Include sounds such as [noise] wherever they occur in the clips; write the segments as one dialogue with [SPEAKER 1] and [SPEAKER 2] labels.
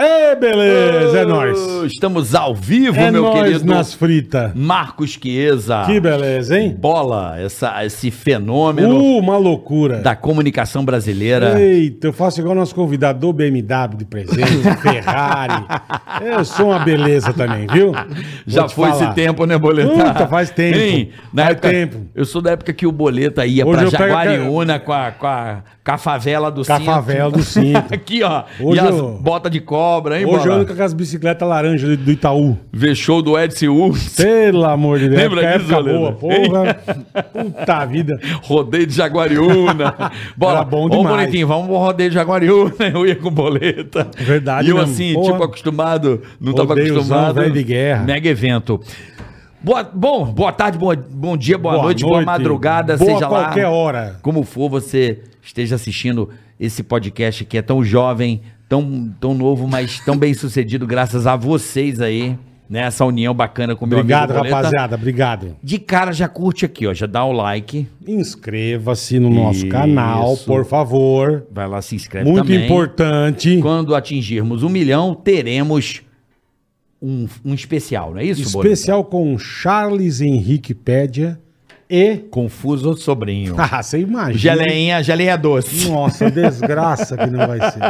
[SPEAKER 1] É, beleza, é nóis.
[SPEAKER 2] Estamos ao vivo,
[SPEAKER 1] É
[SPEAKER 2] meu
[SPEAKER 1] nóis
[SPEAKER 2] querido Ah,
[SPEAKER 1] nas fritas.
[SPEAKER 2] Marcos Chiesa.
[SPEAKER 1] Que beleza, hein?
[SPEAKER 2] bola, essa, esse fenômeno
[SPEAKER 1] Uh, uma loucura.
[SPEAKER 2] da comunicação brasileira.
[SPEAKER 1] Eita, eu faço igual nosso convidado do BMW de
[SPEAKER 2] [laughs]
[SPEAKER 1] presente, Ferrari. Eu sou uma beleza também, viu? Vou
[SPEAKER 2] Já
[SPEAKER 1] te
[SPEAKER 2] foi
[SPEAKER 1] falar.
[SPEAKER 2] esse tempo, né, Boleta?
[SPEAKER 1] Puta,
[SPEAKER 2] [laughs]
[SPEAKER 1] faz tempo.
[SPEAKER 2] Hein? Na
[SPEAKER 1] Faz
[SPEAKER 2] época,
[SPEAKER 1] tempo.
[SPEAKER 2] Eu sou da época que o Boleta ia
[SPEAKER 1] Hoje
[SPEAKER 2] pra
[SPEAKER 1] eu pego a-
[SPEAKER 2] Jaguariúna com a, com, a, com a favela do
[SPEAKER 1] Com a
[SPEAKER 2] centro.
[SPEAKER 1] favela
[SPEAKER 2] [laughs]
[SPEAKER 1] do cinto.
[SPEAKER 2] Aqui, ó.
[SPEAKER 1] Hoje
[SPEAKER 2] e as
[SPEAKER 1] eu-
[SPEAKER 2] botas de cobra, hein,
[SPEAKER 1] Hoje eu
[SPEAKER 2] Bola?
[SPEAKER 1] ando com aquelas bicicletas laranja do, do Itaú.
[SPEAKER 2] Vê-show do Edson Urso.
[SPEAKER 1] Pelo amor de Deus.
[SPEAKER 2] Lembra
[SPEAKER 1] época-
[SPEAKER 2] disso,
[SPEAKER 1] época boa,
[SPEAKER 2] Leandro?
[SPEAKER 1] porra. Puta vida.
[SPEAKER 2] [laughs] Rodeio de
[SPEAKER 1] [laughs]
[SPEAKER 2] Jaguariúna. Bora.
[SPEAKER 1] Era bom
[SPEAKER 2] Ô,
[SPEAKER 1] demais.
[SPEAKER 2] bonitinho, vamos pro rodeio de Jaguariúna. [laughs] Eu ia com boleta.
[SPEAKER 1] Verdade
[SPEAKER 2] E eu
[SPEAKER 1] mesmo,
[SPEAKER 2] assim,
[SPEAKER 1] porra.
[SPEAKER 2] tipo, acostumado. Não tava
[SPEAKER 1] Rodeiozão,
[SPEAKER 2] acostumado.
[SPEAKER 1] velho de guerra.
[SPEAKER 2] Mega evento. Boa, bom, boa tarde, boa, bom dia, boa,
[SPEAKER 1] Boa
[SPEAKER 2] noite, boa
[SPEAKER 1] noite.
[SPEAKER 2] madrugada,
[SPEAKER 1] Boa
[SPEAKER 2] seja lá.
[SPEAKER 1] qualquer hora.
[SPEAKER 2] Como for, você esteja assistindo esse podcast que é tão jovem, tão, tão novo, mas tão bem sucedido, graças a vocês aí, né? Essa união bacana com o meu
[SPEAKER 1] Obrigado,
[SPEAKER 2] amigo Boleta.
[SPEAKER 1] rapaziada. Obrigado.
[SPEAKER 2] De cara, já curte aqui, ó. Já dá o like.
[SPEAKER 1] Inscreva-se no nosso
[SPEAKER 2] Isso.
[SPEAKER 1] canal, por favor.
[SPEAKER 2] Vai lá, se inscreve
[SPEAKER 1] Muito
[SPEAKER 2] também.
[SPEAKER 1] importante.
[SPEAKER 2] Quando atingirmos um milhão, teremos um, um especial, não é isso, Boleto?
[SPEAKER 1] Especial com Charles Henrique Pédia e.
[SPEAKER 2] Confuso
[SPEAKER 1] [laughs]
[SPEAKER 2] sobrinho.
[SPEAKER 1] Ah, você imagina.
[SPEAKER 2] geleinha, geleinha doce.
[SPEAKER 1] Nossa, desgraça que não vai ser.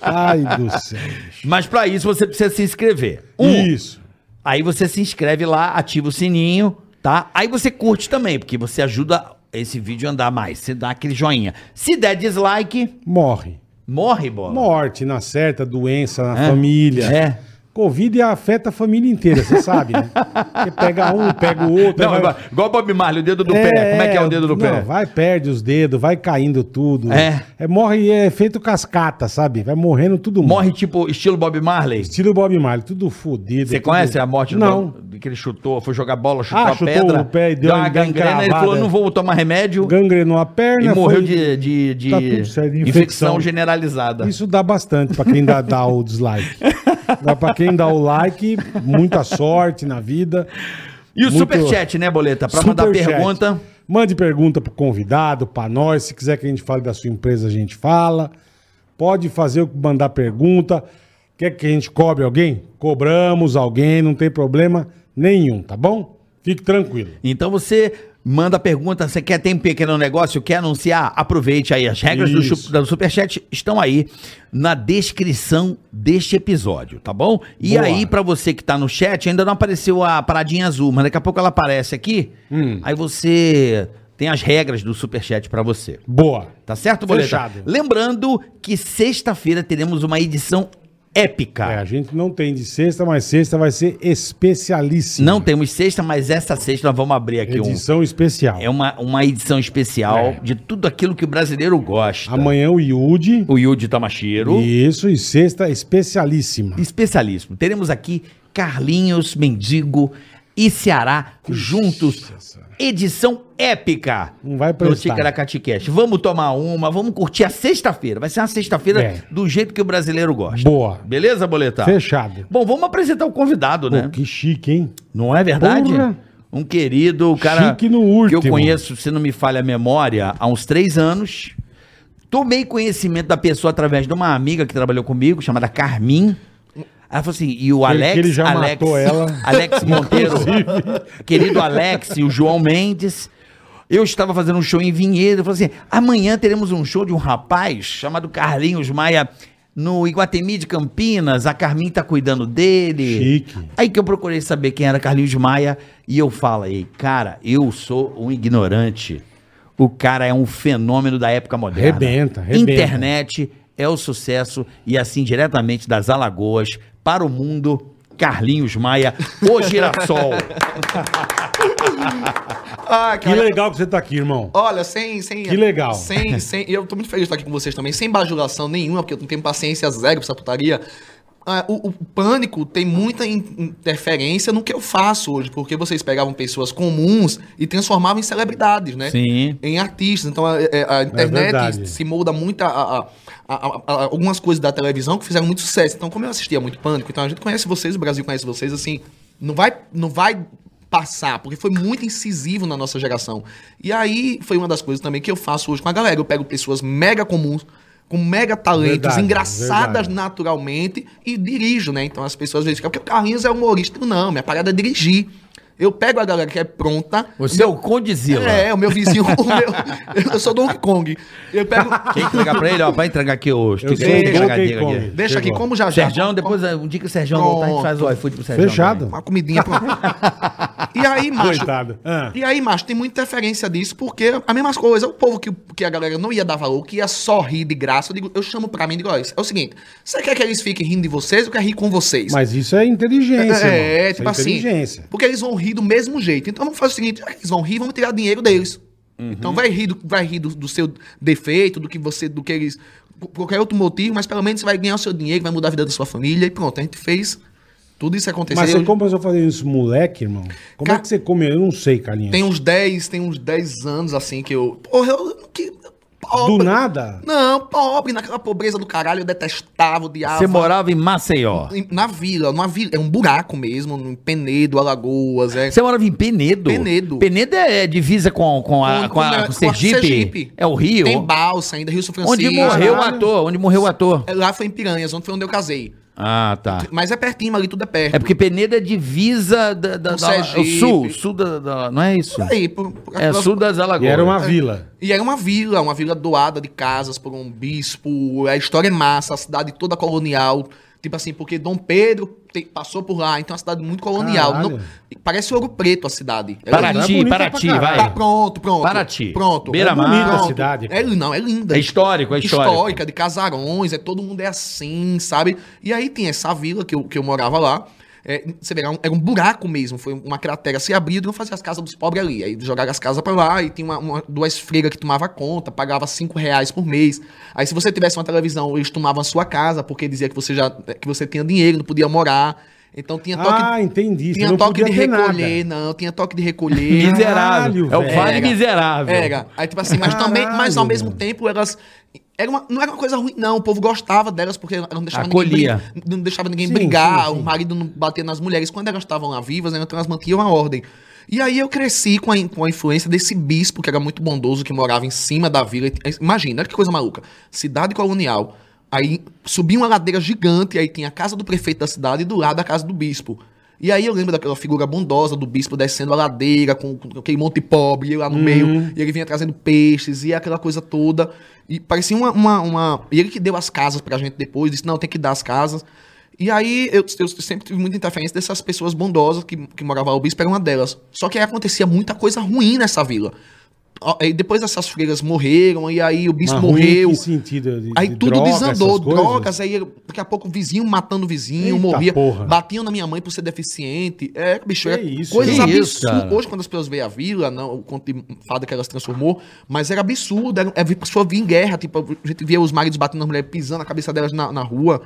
[SPEAKER 1] Ai do céu.
[SPEAKER 2] Mas pra isso você precisa se inscrever. Um,
[SPEAKER 1] Isso.
[SPEAKER 2] aí você se inscreve lá, ativa o sininho, tá? Aí você curte também, porque você ajuda esse vídeo a andar mais. Você dá aquele joinha. Se der dislike,
[SPEAKER 1] Morre.
[SPEAKER 2] morre, bola.
[SPEAKER 1] Morte na certa, doença na
[SPEAKER 2] É.
[SPEAKER 1] família.
[SPEAKER 2] É.
[SPEAKER 1] Covid afeta a família inteira, você sabe, né? Você pega um, pega o outro.
[SPEAKER 2] Não,
[SPEAKER 1] aí vai-
[SPEAKER 2] igual- igual Bob Marley, o dedo do pé. Como é que é o dedo do
[SPEAKER 1] não,
[SPEAKER 2] pé?
[SPEAKER 1] Vai, perde os dedos, vai caindo tudo.
[SPEAKER 2] É.
[SPEAKER 1] morre, é feito cascata, sabe? Vai morrendo tudo.
[SPEAKER 2] Morre tipo estilo Bob Marley?
[SPEAKER 1] Estilo Bob Marley, tudo fodido.
[SPEAKER 2] Você
[SPEAKER 1] tudo-
[SPEAKER 2] conhece a morte do
[SPEAKER 1] Não.
[SPEAKER 2] do que ele chutou, foi jogar bola, chutou
[SPEAKER 1] Ah,
[SPEAKER 2] a
[SPEAKER 1] chutou
[SPEAKER 2] pedra,
[SPEAKER 1] o pé e deu uma
[SPEAKER 2] uma gangrena, ele
[SPEAKER 1] encravada.
[SPEAKER 2] falou, não vou tomar remédio
[SPEAKER 1] Gangrenou a
[SPEAKER 2] e
[SPEAKER 1] perna.
[SPEAKER 2] morreu
[SPEAKER 1] foi-
[SPEAKER 2] de, de, de
[SPEAKER 1] Tá tudo certo,
[SPEAKER 2] infecção.
[SPEAKER 1] infecção.
[SPEAKER 2] generalizada.
[SPEAKER 1] Isso dá bastante pra quem dá, dá
[SPEAKER 2] [laughs]
[SPEAKER 1] o dislike. Dá pra quem dá o like, muita sorte na vida.
[SPEAKER 2] E o
[SPEAKER 1] Muito-
[SPEAKER 2] superchat, né, Boleta? Pra mandar
[SPEAKER 1] Superchat.
[SPEAKER 2] pergunta,
[SPEAKER 1] Mande pergunta pro convidado, pra nós. Se quiser que a gente fale da sua empresa, a gente fala. Pode fazer, o- mandar pergunta. Quer que a gente cobre alguém? Cobramos alguém, não tem problema nenhum, tá bom? Fique tranquilo.
[SPEAKER 2] então você... Manda pergunta, você quer ter um pequeno negócio, quer anunciar? Aproveite aí. As regras do,
[SPEAKER 1] Isso.
[SPEAKER 2] chu- do Superchat estão aí na descrição deste episódio, tá bom? E
[SPEAKER 1] Boa.
[SPEAKER 2] aí, pra você que tá no chat, ainda não apareceu a paradinha azul, mas daqui a pouco ela aparece aqui.
[SPEAKER 1] Hum.
[SPEAKER 2] Aí você tem as regras do Superchat pra você.
[SPEAKER 1] Boa.
[SPEAKER 2] Tá certo, Boleta?
[SPEAKER 1] Fechado.
[SPEAKER 2] Lembrando que sexta-feira teremos uma edição épica.
[SPEAKER 1] É, a gente não tem de sexta, mas sexta vai ser especialíssima.
[SPEAKER 2] Não temos sexta, mas essa sexta nós vamos abrir aqui um.
[SPEAKER 1] Edição especial.
[SPEAKER 2] É uma, uma edição especial
[SPEAKER 1] É.
[SPEAKER 2] de tudo aquilo que o brasileiro gosta.
[SPEAKER 1] Amanhã o Yudi.
[SPEAKER 2] O Yudi Tamashiro.
[SPEAKER 1] Isso, e sexta especialíssima.
[SPEAKER 2] Especialíssimo. Teremos aqui Carlinhos, Mendigo e Ceará juntos.
[SPEAKER 1] Senhora.
[SPEAKER 2] Edição épica.
[SPEAKER 1] Não vai
[SPEAKER 2] No
[SPEAKER 1] prestar.
[SPEAKER 2] Ticaracatecast. Vamos tomar uma, vamos curtir a sexta-feira. Vai ser uma sexta-feira
[SPEAKER 1] É.
[SPEAKER 2] do jeito que o brasileiro gosta.
[SPEAKER 1] Boa.
[SPEAKER 2] Beleza, Boleta?
[SPEAKER 1] Fechado.
[SPEAKER 2] Bom, vamos apresentar o convidado, né?
[SPEAKER 1] Pô, que chique, hein?
[SPEAKER 2] Não é verdade?
[SPEAKER 1] Porra.
[SPEAKER 2] Um querido, o cara
[SPEAKER 1] Chique no último.
[SPEAKER 2] que eu conheço, se não me falha a memória, há uns três anos. Tomei conhecimento da pessoa através de uma amiga que trabalhou comigo, chamada Carmin. Ela falou assim, e o Alex...
[SPEAKER 1] ele já
[SPEAKER 2] Alex, [laughs]
[SPEAKER 1] matou ela.
[SPEAKER 2] Alex Monteiro. querido Alex e o João Mendes. Eu estava fazendo um show em Vinhedo. Eu falei assim, amanhã teremos um show de um rapaz chamado Carlinhos Maia no Iguatemi de Campinas. A Carmin está cuidando dele.
[SPEAKER 1] Chique.
[SPEAKER 2] Aí que eu procurei saber quem era Carlinhos Maia e eu falei, cara, eu sou um ignorante. O cara é um fenômeno da época moderna.
[SPEAKER 1] Rebenta, rebenta.
[SPEAKER 2] Internet é o sucesso e assim diretamente das Alagoas para o mundo, Carlinhos Maia, o girassol.
[SPEAKER 3] Ah,
[SPEAKER 1] Que
[SPEAKER 3] cara.
[SPEAKER 1] legal que você tá aqui, irmão.
[SPEAKER 3] Olha, sem, sem.
[SPEAKER 1] Que legal.
[SPEAKER 3] Sem, sem. E eu tô muito feliz de estar aqui com vocês também, sem bajulação nenhuma, porque eu não tenho paciência zero pra essa putaria. ah, o, o pânico tem muita in- interferência no que eu faço hoje, porque vocês pegavam pessoas comuns e transformavam em celebridades, né?
[SPEAKER 2] Sim.
[SPEAKER 3] Em artistas. Então a, a- a internet
[SPEAKER 1] É verdade.
[SPEAKER 3] se molda muito a, a- a- a- a- algumas coisas da televisão que fizeram muito sucesso. Então, como eu assistia muito pânico, então a gente conhece vocês, o Brasil conhece vocês, assim, não vai, não vai passar, porque foi muito incisivo na nossa geração. E aí foi uma das coisas também que eu faço hoje com a galera. Eu pego pessoas mega comuns, com mega talentos,
[SPEAKER 1] Verdade,
[SPEAKER 3] engraçadas
[SPEAKER 1] verdade.
[SPEAKER 3] naturalmente e dirijo, né? Então as pessoas às vezes ficam, porque o Carlinhos é humorista. Não, minha parada é dirigir. Eu pego a galera que é pronta.
[SPEAKER 2] Você é o Condizila.
[SPEAKER 3] É, o meu vizinho, o meu, eu sou do Hong Kong. Eu pego.
[SPEAKER 2] Quem entregar pra ele, ó, vai entregar aqui o
[SPEAKER 1] Eu sou
[SPEAKER 2] Tem que
[SPEAKER 1] o
[SPEAKER 2] entregar
[SPEAKER 1] Donkey
[SPEAKER 2] aqui,
[SPEAKER 1] Kong.
[SPEAKER 2] aqui.
[SPEAKER 3] Deixa aqui,
[SPEAKER 1] Chegou.
[SPEAKER 3] como já já.
[SPEAKER 2] Serjão, depois, um dia que o Serjão voltar, a gente faz o iFood pro Serjão.
[SPEAKER 1] Fechado.
[SPEAKER 3] Uma comidinha pra... E aí, macho.
[SPEAKER 1] Coitado. Ah.
[SPEAKER 3] E aí, macho, tem muita interferência disso, porque a mesma coisa, o povo que, que a galera não ia dar valor, que ia só rir de graça, eu, digo, eu chamo pra mim e digo, ó, isso é o seguinte, você quer que eles fiquem rindo de vocês ou quer rir com vocês?
[SPEAKER 1] Mas isso é inteligência, mano.
[SPEAKER 3] É,
[SPEAKER 1] Isso
[SPEAKER 3] tipo assim.
[SPEAKER 1] inteligência.
[SPEAKER 3] Porque eles vão rir do mesmo jeito. Então vamos fazer o seguinte: já que eles vão rir, vamos tirar dinheiro deles. Então vai rir, do, vai rir do, do seu defeito, do que você, do que eles. por qualquer outro motivo, mas pelo menos você vai ganhar o seu dinheiro, vai mudar a vida da sua família e pronto. A gente fez tudo isso acontecer.
[SPEAKER 1] Mas você
[SPEAKER 3] Eu-
[SPEAKER 1] começou a fazer isso, moleque, irmão? Como
[SPEAKER 3] um- Ca-
[SPEAKER 1] é que você comeu? Eu não sei, Carlinhos.
[SPEAKER 3] Tem um uns 10, tem uns 10 anos assim que eu. Porra, eu. Que, pobre.
[SPEAKER 1] Do nada?
[SPEAKER 3] Não, pobre, naquela pobreza do caralho, eu detestava, odiava.
[SPEAKER 2] Você morava em Maceió.
[SPEAKER 3] Em- Na vila, numa vila, é um buraco mesmo, em Penedo, Alagoas, é
[SPEAKER 2] Você morava em Penedo.
[SPEAKER 3] Penedo.
[SPEAKER 2] Penedo é, é divisa com, com, a, com, a,
[SPEAKER 3] a-
[SPEAKER 2] com Sergipe. É o Rio.
[SPEAKER 3] Tem balsa ainda, Rio São Francisco.
[SPEAKER 2] Onde morreu o
[SPEAKER 1] Caralho.
[SPEAKER 2] ator. Onde morreu o ator.
[SPEAKER 3] É, Lá foi em Piranhas, onde foi onde eu casei.
[SPEAKER 2] Ah, tá.
[SPEAKER 3] Mas é pertinho, ali tudo é perto.
[SPEAKER 2] É porque Penedo é divisa da, da, da-
[SPEAKER 3] Com
[SPEAKER 2] o
[SPEAKER 3] Sergipe.
[SPEAKER 2] sul. Sul da, da- Não é isso?
[SPEAKER 3] Por aí, por- por-
[SPEAKER 2] É sul das
[SPEAKER 1] E
[SPEAKER 2] Alagoas.
[SPEAKER 1] era uma vila.
[SPEAKER 3] E era uma vila, uma vila doada de casas por um bispo. A história é massa, a cidade toda colonial. Tipo assim, porque Dom Pedro te- passou por lá, então é uma cidade muito colonial.
[SPEAKER 1] Caralho.
[SPEAKER 3] Não, parece ouro preto a cidade. Ela é linda.
[SPEAKER 1] Ela é
[SPEAKER 2] Paraty,
[SPEAKER 1] bonita
[SPEAKER 2] Paraty,
[SPEAKER 1] pra caralho.
[SPEAKER 2] vai.
[SPEAKER 3] Tá pronto, pronto.
[SPEAKER 2] Paraty.
[SPEAKER 3] Pronto.
[SPEAKER 2] Beira-mar.
[SPEAKER 3] É bonita
[SPEAKER 1] Bonita
[SPEAKER 3] a
[SPEAKER 1] a cidade, cara.
[SPEAKER 3] É, não, é linda.
[SPEAKER 2] É histórico, é histórico.
[SPEAKER 3] Histórica, de casarões, é todo mundo é assim, sabe? E aí tem essa vila que eu, que eu morava lá. é, você vê, era um, era um buraco mesmo, foi uma cratera se abriu, e não fazia as casas dos pobres ali. Aí jogaram as casas pra lá e tinha uma, uma- duas freiras que tomava conta, pagava cinco reais por mês. Aí se você tivesse uma televisão, eles tomavam a sua casa, porque dizia que você já que você tinha dinheiro, não podia morar. Então tinha toque,
[SPEAKER 1] Ah, entendi. Você
[SPEAKER 3] tinha
[SPEAKER 1] não
[SPEAKER 3] toque de
[SPEAKER 1] podia ter nada.
[SPEAKER 3] recolher, não, tinha toque
[SPEAKER 2] [laughs]
[SPEAKER 3] de recolher.
[SPEAKER 2] Miserável.
[SPEAKER 1] Caralho,
[SPEAKER 2] é o
[SPEAKER 1] velho.
[SPEAKER 2] Vale
[SPEAKER 3] Era.
[SPEAKER 2] Miserável.
[SPEAKER 3] Era. Aí, tipo assim, mas também, mas ao
[SPEAKER 1] Caralho,
[SPEAKER 3] mesmo
[SPEAKER 1] mano.
[SPEAKER 3] tempo elas. Era uma, não era uma coisa ruim, não. O povo gostava delas porque elas não deixavam
[SPEAKER 2] Acolhia.
[SPEAKER 3] ninguém. brin- Não deixava ninguém
[SPEAKER 1] Sim,
[SPEAKER 3] brigar,
[SPEAKER 1] sim, sim.
[SPEAKER 3] o marido não bater nas mulheres. Quando elas estavam lá vivas, né, então elas mantinham a ordem. E aí eu cresci com a, in- com a influência desse bispo, que era muito bondoso, que morava em cima da vila. é, Imagina, olha que coisa maluca. Cidade colonial. Aí subia uma ladeira gigante, aí tinha a casa do prefeito da cidade e do lado a casa do bispo. E aí eu lembro daquela figura bondosa do bispo descendo a ladeira com, com aquele monte de pobre, eu lá no
[SPEAKER 1] Uhum.
[SPEAKER 3] meio, e ele vinha trazendo peixes e aquela coisa toda. E parecia uma, uma, uma- E ele que deu as casas pra gente depois, disse, não, tem que dar as casas. E aí eu, eu sempre tive muita interferência dessas pessoas bondosas que, que moravam lá, o bispo era uma delas. Só que aí acontecia muita coisa ruim nessa vila. Ó, E depois essas freiras morreram, e aí o bispo
[SPEAKER 1] Mas ruim
[SPEAKER 3] morreu.
[SPEAKER 1] em que sentido? De-
[SPEAKER 3] Aí
[SPEAKER 1] de
[SPEAKER 3] tudo
[SPEAKER 1] droga,
[SPEAKER 3] desandou,
[SPEAKER 1] essas coisas?
[SPEAKER 3] drogas, aí daqui a pouco o vizinho matando o vizinho,
[SPEAKER 1] Eita
[SPEAKER 3] morria,
[SPEAKER 1] porra.
[SPEAKER 3] batiam na minha mãe por ser deficiente. É, bicho,
[SPEAKER 1] Que
[SPEAKER 3] é
[SPEAKER 1] isso,
[SPEAKER 3] coisas
[SPEAKER 2] que isso,
[SPEAKER 3] absurdas.
[SPEAKER 2] cara.
[SPEAKER 3] Hoje, quando as pessoas veem a vila, não, o conto de fada que ela se transformou, mas era absurdo, era, era, a pessoa via em guerra, tipo, a gente via os maridos batendo nas mulheres, pisando a cabeça delas na, na rua.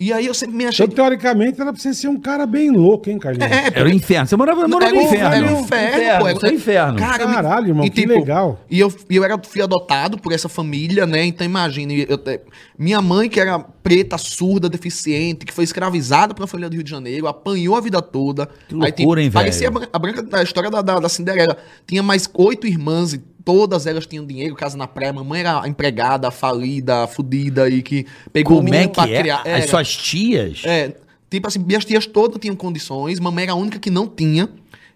[SPEAKER 3] E aí eu sempre me achei...
[SPEAKER 1] Então, teoricamente, era pra você ser um cara bem louco, hein, Carlinhos?
[SPEAKER 3] É, é,
[SPEAKER 2] Era o inferno. Você morava, morava
[SPEAKER 3] era
[SPEAKER 2] no
[SPEAKER 3] um
[SPEAKER 2] inferno.
[SPEAKER 3] Era um inferno, pô.
[SPEAKER 2] Isso é inferno.
[SPEAKER 3] Cara, eu me-
[SPEAKER 1] Caralho, irmão,
[SPEAKER 3] e, tipo,
[SPEAKER 1] que legal.
[SPEAKER 3] E eu, e eu era, fui adotado por essa família, né? Então imagina, eu- eu- minha mãe que era preta, surda, deficiente, que foi escravizada pela família do Rio de Janeiro, apanhou a vida toda.
[SPEAKER 2] Que loucura, hein, velho?
[SPEAKER 3] Parecia a Bran- a, branca, a história da, da, da Cinderela. Tinha mais oito irmãs e todas elas tinham dinheiro, casa na praia. Mamãe era empregada, falida, fudida e que pegou o
[SPEAKER 2] Como é
[SPEAKER 3] menino
[SPEAKER 2] que
[SPEAKER 3] pra
[SPEAKER 2] é?
[SPEAKER 3] criar. Era.
[SPEAKER 2] As suas tias?
[SPEAKER 3] É, tipo assim, minhas tias todas tinham condições, mamãe era a única que não tinha.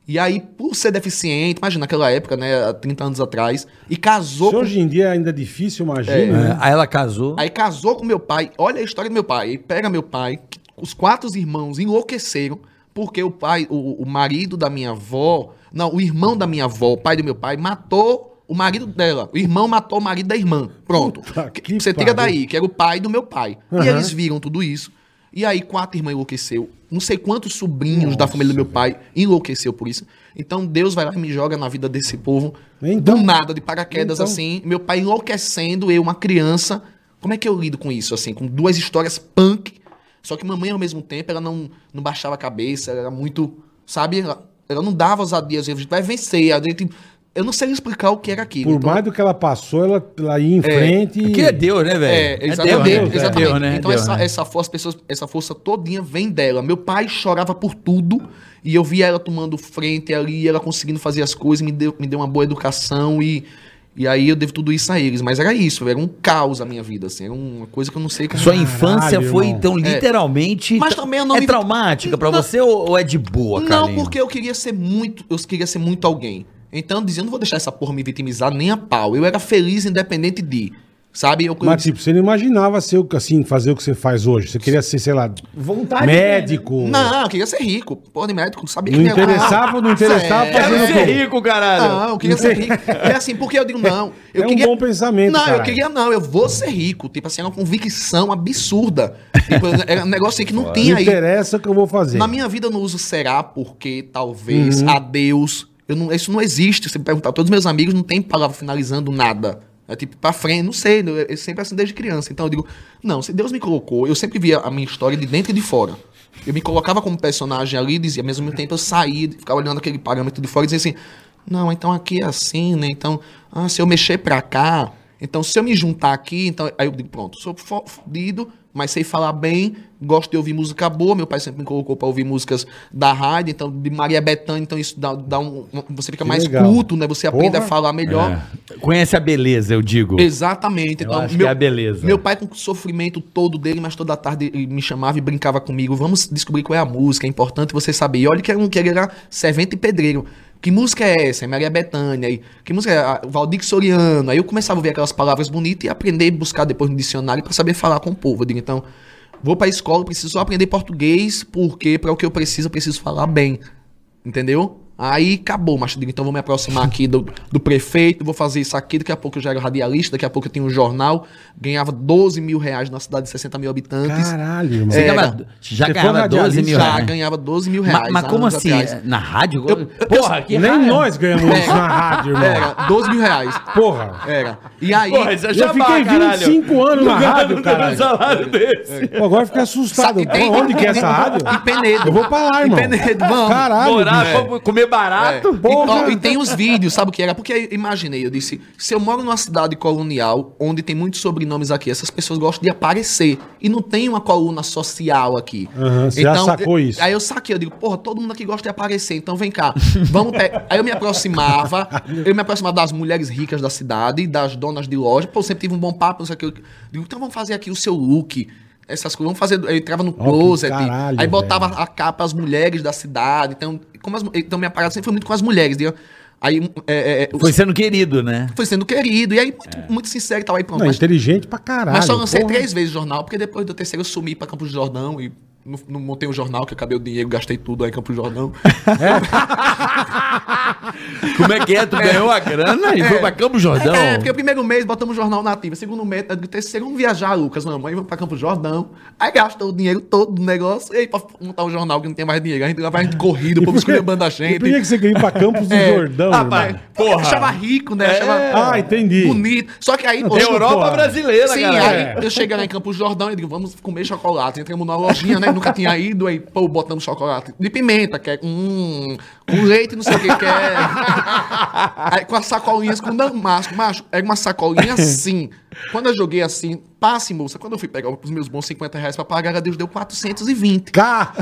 [SPEAKER 3] E aí, por ser deficiente, imagina naquela época, né, há 30 anos atrás, e casou
[SPEAKER 1] Se
[SPEAKER 3] com,
[SPEAKER 1] hoje em dia ainda é difícil,
[SPEAKER 2] É,
[SPEAKER 1] imagina. né?
[SPEAKER 2] Aí ela casou.
[SPEAKER 3] aí casou com meu pai. Olha a história do meu pai. Ele pega meu pai, que- os quatro irmãos enlouqueceram porque o pai, o, o marido da minha avó, não, o irmão da minha avó, o pai do meu pai, matou o marido dela. O irmão matou o marido da irmã. Pronto.
[SPEAKER 1] Puta que
[SPEAKER 3] Que- Você tira
[SPEAKER 1] pariu.
[SPEAKER 3] daí, que era o pai do meu pai.
[SPEAKER 1] Aham.
[SPEAKER 3] E eles viram tudo isso. E aí, quatro irmãs enlouqueceu. Não sei quantos sobrinhos da família do meu pai enlouqueceu por isso. Então, Deus vai lá e me joga na vida desse povo.
[SPEAKER 1] Então.
[SPEAKER 3] do nada, de paraquedas,
[SPEAKER 1] Então.
[SPEAKER 3] assim. Meu pai enlouquecendo, eu, uma criança. Como é que eu lido com isso, assim? Com duas histórias punk Só que mamãe, ao mesmo tempo, ela não, não baixava a cabeça, ela era muito. Sabe? Ela, ela não dava ousadia, às vezes, a gente vai vencer. A gente, eu não sei explicar o que era aquilo.
[SPEAKER 1] Por
[SPEAKER 3] então-
[SPEAKER 1] mais do que ela passou, ela, ela ia em frente. e-
[SPEAKER 2] Que é Deus, né, velho?
[SPEAKER 3] É, exatamente.
[SPEAKER 1] Deus, é.
[SPEAKER 3] exatamente.
[SPEAKER 2] Deus, né?
[SPEAKER 3] Então
[SPEAKER 2] Deus,
[SPEAKER 3] essa,
[SPEAKER 2] né?
[SPEAKER 3] essa força, as pessoas, essa força todinha vem dela. Meu pai chorava por tudo e eu via ela tomando frente ali, ela conseguindo fazer as coisas, me deu, me deu uma boa educação e e aí eu devo tudo isso a eles. Mas era isso, era um caos a minha vida, assim, era uma coisa que eu não sei como. é.
[SPEAKER 2] Sua infância
[SPEAKER 1] Caralho,
[SPEAKER 2] foi,
[SPEAKER 1] irmão.
[SPEAKER 2] então, literalmente.
[SPEAKER 3] Mas também eu não
[SPEAKER 2] É
[SPEAKER 3] me-
[SPEAKER 2] traumática pra
[SPEAKER 3] Não.
[SPEAKER 2] você ou ou é de boa,
[SPEAKER 3] Não,
[SPEAKER 2] Carlinhos?
[SPEAKER 3] porque eu queria ser muito, eu queria ser muito alguém. Então eu dizia, eu não vou deixar essa porra me vitimizar nem a pau. Eu era feliz independente de, sabe? Eu,
[SPEAKER 1] Mas, tipo, você não imaginava ser, o- assim, fazer o que você faz hoje. Você queria ser, sei lá,
[SPEAKER 4] Vontade.
[SPEAKER 1] médico.
[SPEAKER 3] Não, eu queria ser rico. Porra de médico, sabia
[SPEAKER 1] Não
[SPEAKER 3] que nem-
[SPEAKER 1] interessava, não interessava
[SPEAKER 3] Sério?
[SPEAKER 1] fazer
[SPEAKER 2] Quero
[SPEAKER 1] o
[SPEAKER 2] ser
[SPEAKER 3] é
[SPEAKER 1] quê?
[SPEAKER 2] rico, caralho.
[SPEAKER 3] Não, eu queria ser rico.
[SPEAKER 1] [laughs]
[SPEAKER 3] É assim, porque eu digo, não. Eu
[SPEAKER 1] É um
[SPEAKER 3] queria...
[SPEAKER 1] bom pensamento,
[SPEAKER 3] Não,
[SPEAKER 1] caralho.
[SPEAKER 3] eu queria não, eu vou ser rico. Tipo assim, era uma convicção absurda. Tipo, era um negócio aí que não tinha
[SPEAKER 1] Não
[SPEAKER 3] aí.
[SPEAKER 1] interessa o que eu vou fazer.
[SPEAKER 3] Na minha vida eu não uso será, porque, talvez,
[SPEAKER 1] Uhum.
[SPEAKER 3] adeus. Eu não, isso não existe. Você perguntar, todos meus amigos não tem palavra finalizando nada. É tipo, pra frente, não sei. Eu, eu sempre assim desde criança. Então eu digo, não, se Deus me colocou, eu sempre via a minha história de dentro e de fora. Eu me colocava como personagem ali, dizia, ao mesmo tempo eu saía, ficava olhando aquele parâmetro de fora e dizia assim, não, então aqui é assim, né? Então, ah, se eu mexer pra cá, então se eu me juntar aqui, então. Aí eu digo, pronto, sou fo- fudido, mas sei falar bem, gosto de ouvir música boa. Meu pai sempre me colocou pra ouvir músicas da rádio, então de Maria Bethânia, então isso dá, dá um, um- Você fica
[SPEAKER 1] Que
[SPEAKER 3] mais
[SPEAKER 1] legal.
[SPEAKER 3] culto, né? Você aprende a
[SPEAKER 1] Porra.
[SPEAKER 3] falar melhor.
[SPEAKER 2] É. Conhece a beleza, eu digo.
[SPEAKER 3] Exatamente. então,
[SPEAKER 2] Eu acho que é a beleza.
[SPEAKER 3] Meu pai, com o sofrimento todo dele, mas toda tarde ele me chamava e brincava comigo. Vamos descobrir qual é a música, é importante você saber. E olha que era um que ele era servente e pedreiro. Que música é essa? É Maria Bethânia. Aí, Que música é? Ah, Valdir Soriano. Aí eu começava a ver aquelas palavras bonitas e aprender e buscar depois no dicionário pra saber falar com o povo. Eu digo, então, vou pra escola, preciso só aprender português, porque para o que eu preciso, eu preciso falar bem. Entendeu? Aí acabou, mas eu digo, então vou me aproximar aqui do, do prefeito, vou fazer isso aqui, daqui a pouco eu já era radialista, daqui a pouco eu tinha um jornal, ganhava 12 mil reais na cidade de 60 mil habitantes.
[SPEAKER 1] Caralho, irmão.
[SPEAKER 2] Você
[SPEAKER 3] É.
[SPEAKER 2] ganhava- já
[SPEAKER 1] Você
[SPEAKER 2] ganhava
[SPEAKER 1] foi
[SPEAKER 2] 12 mil
[SPEAKER 1] radialista?
[SPEAKER 3] já
[SPEAKER 2] reais.
[SPEAKER 3] ganhava 12 mil
[SPEAKER 2] Ma-
[SPEAKER 3] reais.
[SPEAKER 2] mas
[SPEAKER 3] há
[SPEAKER 2] como
[SPEAKER 3] anos
[SPEAKER 2] assim?
[SPEAKER 3] atrás.
[SPEAKER 2] Na rádio?
[SPEAKER 3] Eu- eu-
[SPEAKER 2] Porra, que
[SPEAKER 1] Nem
[SPEAKER 2] raio.
[SPEAKER 1] nós ganhamos
[SPEAKER 3] É.
[SPEAKER 1] isso na rádio, irmão.
[SPEAKER 3] Era, 12 mil reais.
[SPEAKER 1] Porra.
[SPEAKER 3] Era. E aí.
[SPEAKER 2] Porra, isso é
[SPEAKER 1] Eu
[SPEAKER 2] jabá,
[SPEAKER 1] fiquei
[SPEAKER 2] caralho.
[SPEAKER 1] 25 anos na
[SPEAKER 2] Não ganha-
[SPEAKER 1] rádio,
[SPEAKER 2] não ganha um
[SPEAKER 1] caralho.
[SPEAKER 2] salário desse.
[SPEAKER 1] Pô, agora eu fiquei assustado.
[SPEAKER 3] Sabe, tem-
[SPEAKER 1] Onde que é essa
[SPEAKER 3] Em
[SPEAKER 1] rádio?
[SPEAKER 3] Penedo.
[SPEAKER 1] Eu vou pra lá,
[SPEAKER 3] Em
[SPEAKER 1] irmão.
[SPEAKER 3] Penedo, vamos.
[SPEAKER 1] Caralho.
[SPEAKER 2] Morar,
[SPEAKER 1] bicho.
[SPEAKER 2] vamos comer barato.
[SPEAKER 1] Porra.
[SPEAKER 3] É. E, ó, e tem os vídeos, sabe o que era? Porque eu imaginei, eu disse, se eu moro numa cidade colonial, onde tem muitos sobrenomes aqui, essas pessoas gostam de aparecer. E não tem uma coluna social aqui. Então,
[SPEAKER 1] Aham, você já sacou isso.
[SPEAKER 3] Aí eu saquei, eu digo, porra, todo mundo aqui gosta de aparecer, então vem cá. Vamos
[SPEAKER 1] [laughs]
[SPEAKER 3] pe- Aí eu me aproximava, eu me aproximava das mulheres ricas da cidade, das donas de loja. Pô, eu sempre tive um bom papo, não sei o que. Eu digo, então vamos fazer aqui o seu look. Essas coisas, vamos fazer. Eu entrava no
[SPEAKER 1] que
[SPEAKER 3] closet,
[SPEAKER 1] caralho,
[SPEAKER 3] aí botava
[SPEAKER 1] velho.
[SPEAKER 3] a capa as mulheres da cidade. Então, como as, então minha parada sempre foi muito com as mulheres. entendeu? Aí é, é, é,
[SPEAKER 2] Foi sendo querido, né?
[SPEAKER 3] foi sendo querido. E aí, muito, muito sincero e tal. Aí, pronto,
[SPEAKER 1] Não,
[SPEAKER 3] mas,
[SPEAKER 1] inteligente pra caralho.
[SPEAKER 3] mas só lancei
[SPEAKER 1] porra.
[SPEAKER 3] três vezes o jornal, porque depois do terceiro eu sumi pra Campos do Jordão e não, não montei o jornal, que eu acabei o dinheiro, gastei tudo aí em Campos do Jordão.
[SPEAKER 2] Como é que é? Tu ganhou a grana e foi pra Campo Jordão?
[SPEAKER 3] É, porque o primeiro mês botamos o jornal nativo, segundo mês, eh, terceiro vamos viajar, Lucas, mamãe, vamos pra Campos do Jordão. Aí gastou o dinheiro todo do negócio, e aí pra montar o jornal que não tem mais dinheiro, a gente vai corrido, o povo esculhambando a
[SPEAKER 1] E por que
[SPEAKER 3] gente.
[SPEAKER 1] que você queria ir pra Campos do Jordão,
[SPEAKER 2] Ah,
[SPEAKER 1] irmão?
[SPEAKER 2] pai.
[SPEAKER 3] É. Porra.
[SPEAKER 2] Porra.
[SPEAKER 3] Achava rico, né? Achava
[SPEAKER 1] Ah, entendi.
[SPEAKER 3] bonito. Só que aí, pô,
[SPEAKER 2] Europa
[SPEAKER 1] porra.
[SPEAKER 2] brasileira,
[SPEAKER 3] Sim,
[SPEAKER 2] galera.
[SPEAKER 1] É.
[SPEAKER 3] aí eu cheguei lá em Campos do Jordão e digo, vamos comer chocolate. Entramos numa lojinha, né? Nunca tinha ido, aí, pô, botamos chocolate de pimenta, que é hum, com leite, não sei o que, que é. Aí, com as sacolinhas, com damasco, macho, era uma sacolinha assim. Quando eu joguei assim, passe, moça, quando eu fui pegar os meus bons 50 reais pra pagar, a Deus deu 420.
[SPEAKER 1] Ca-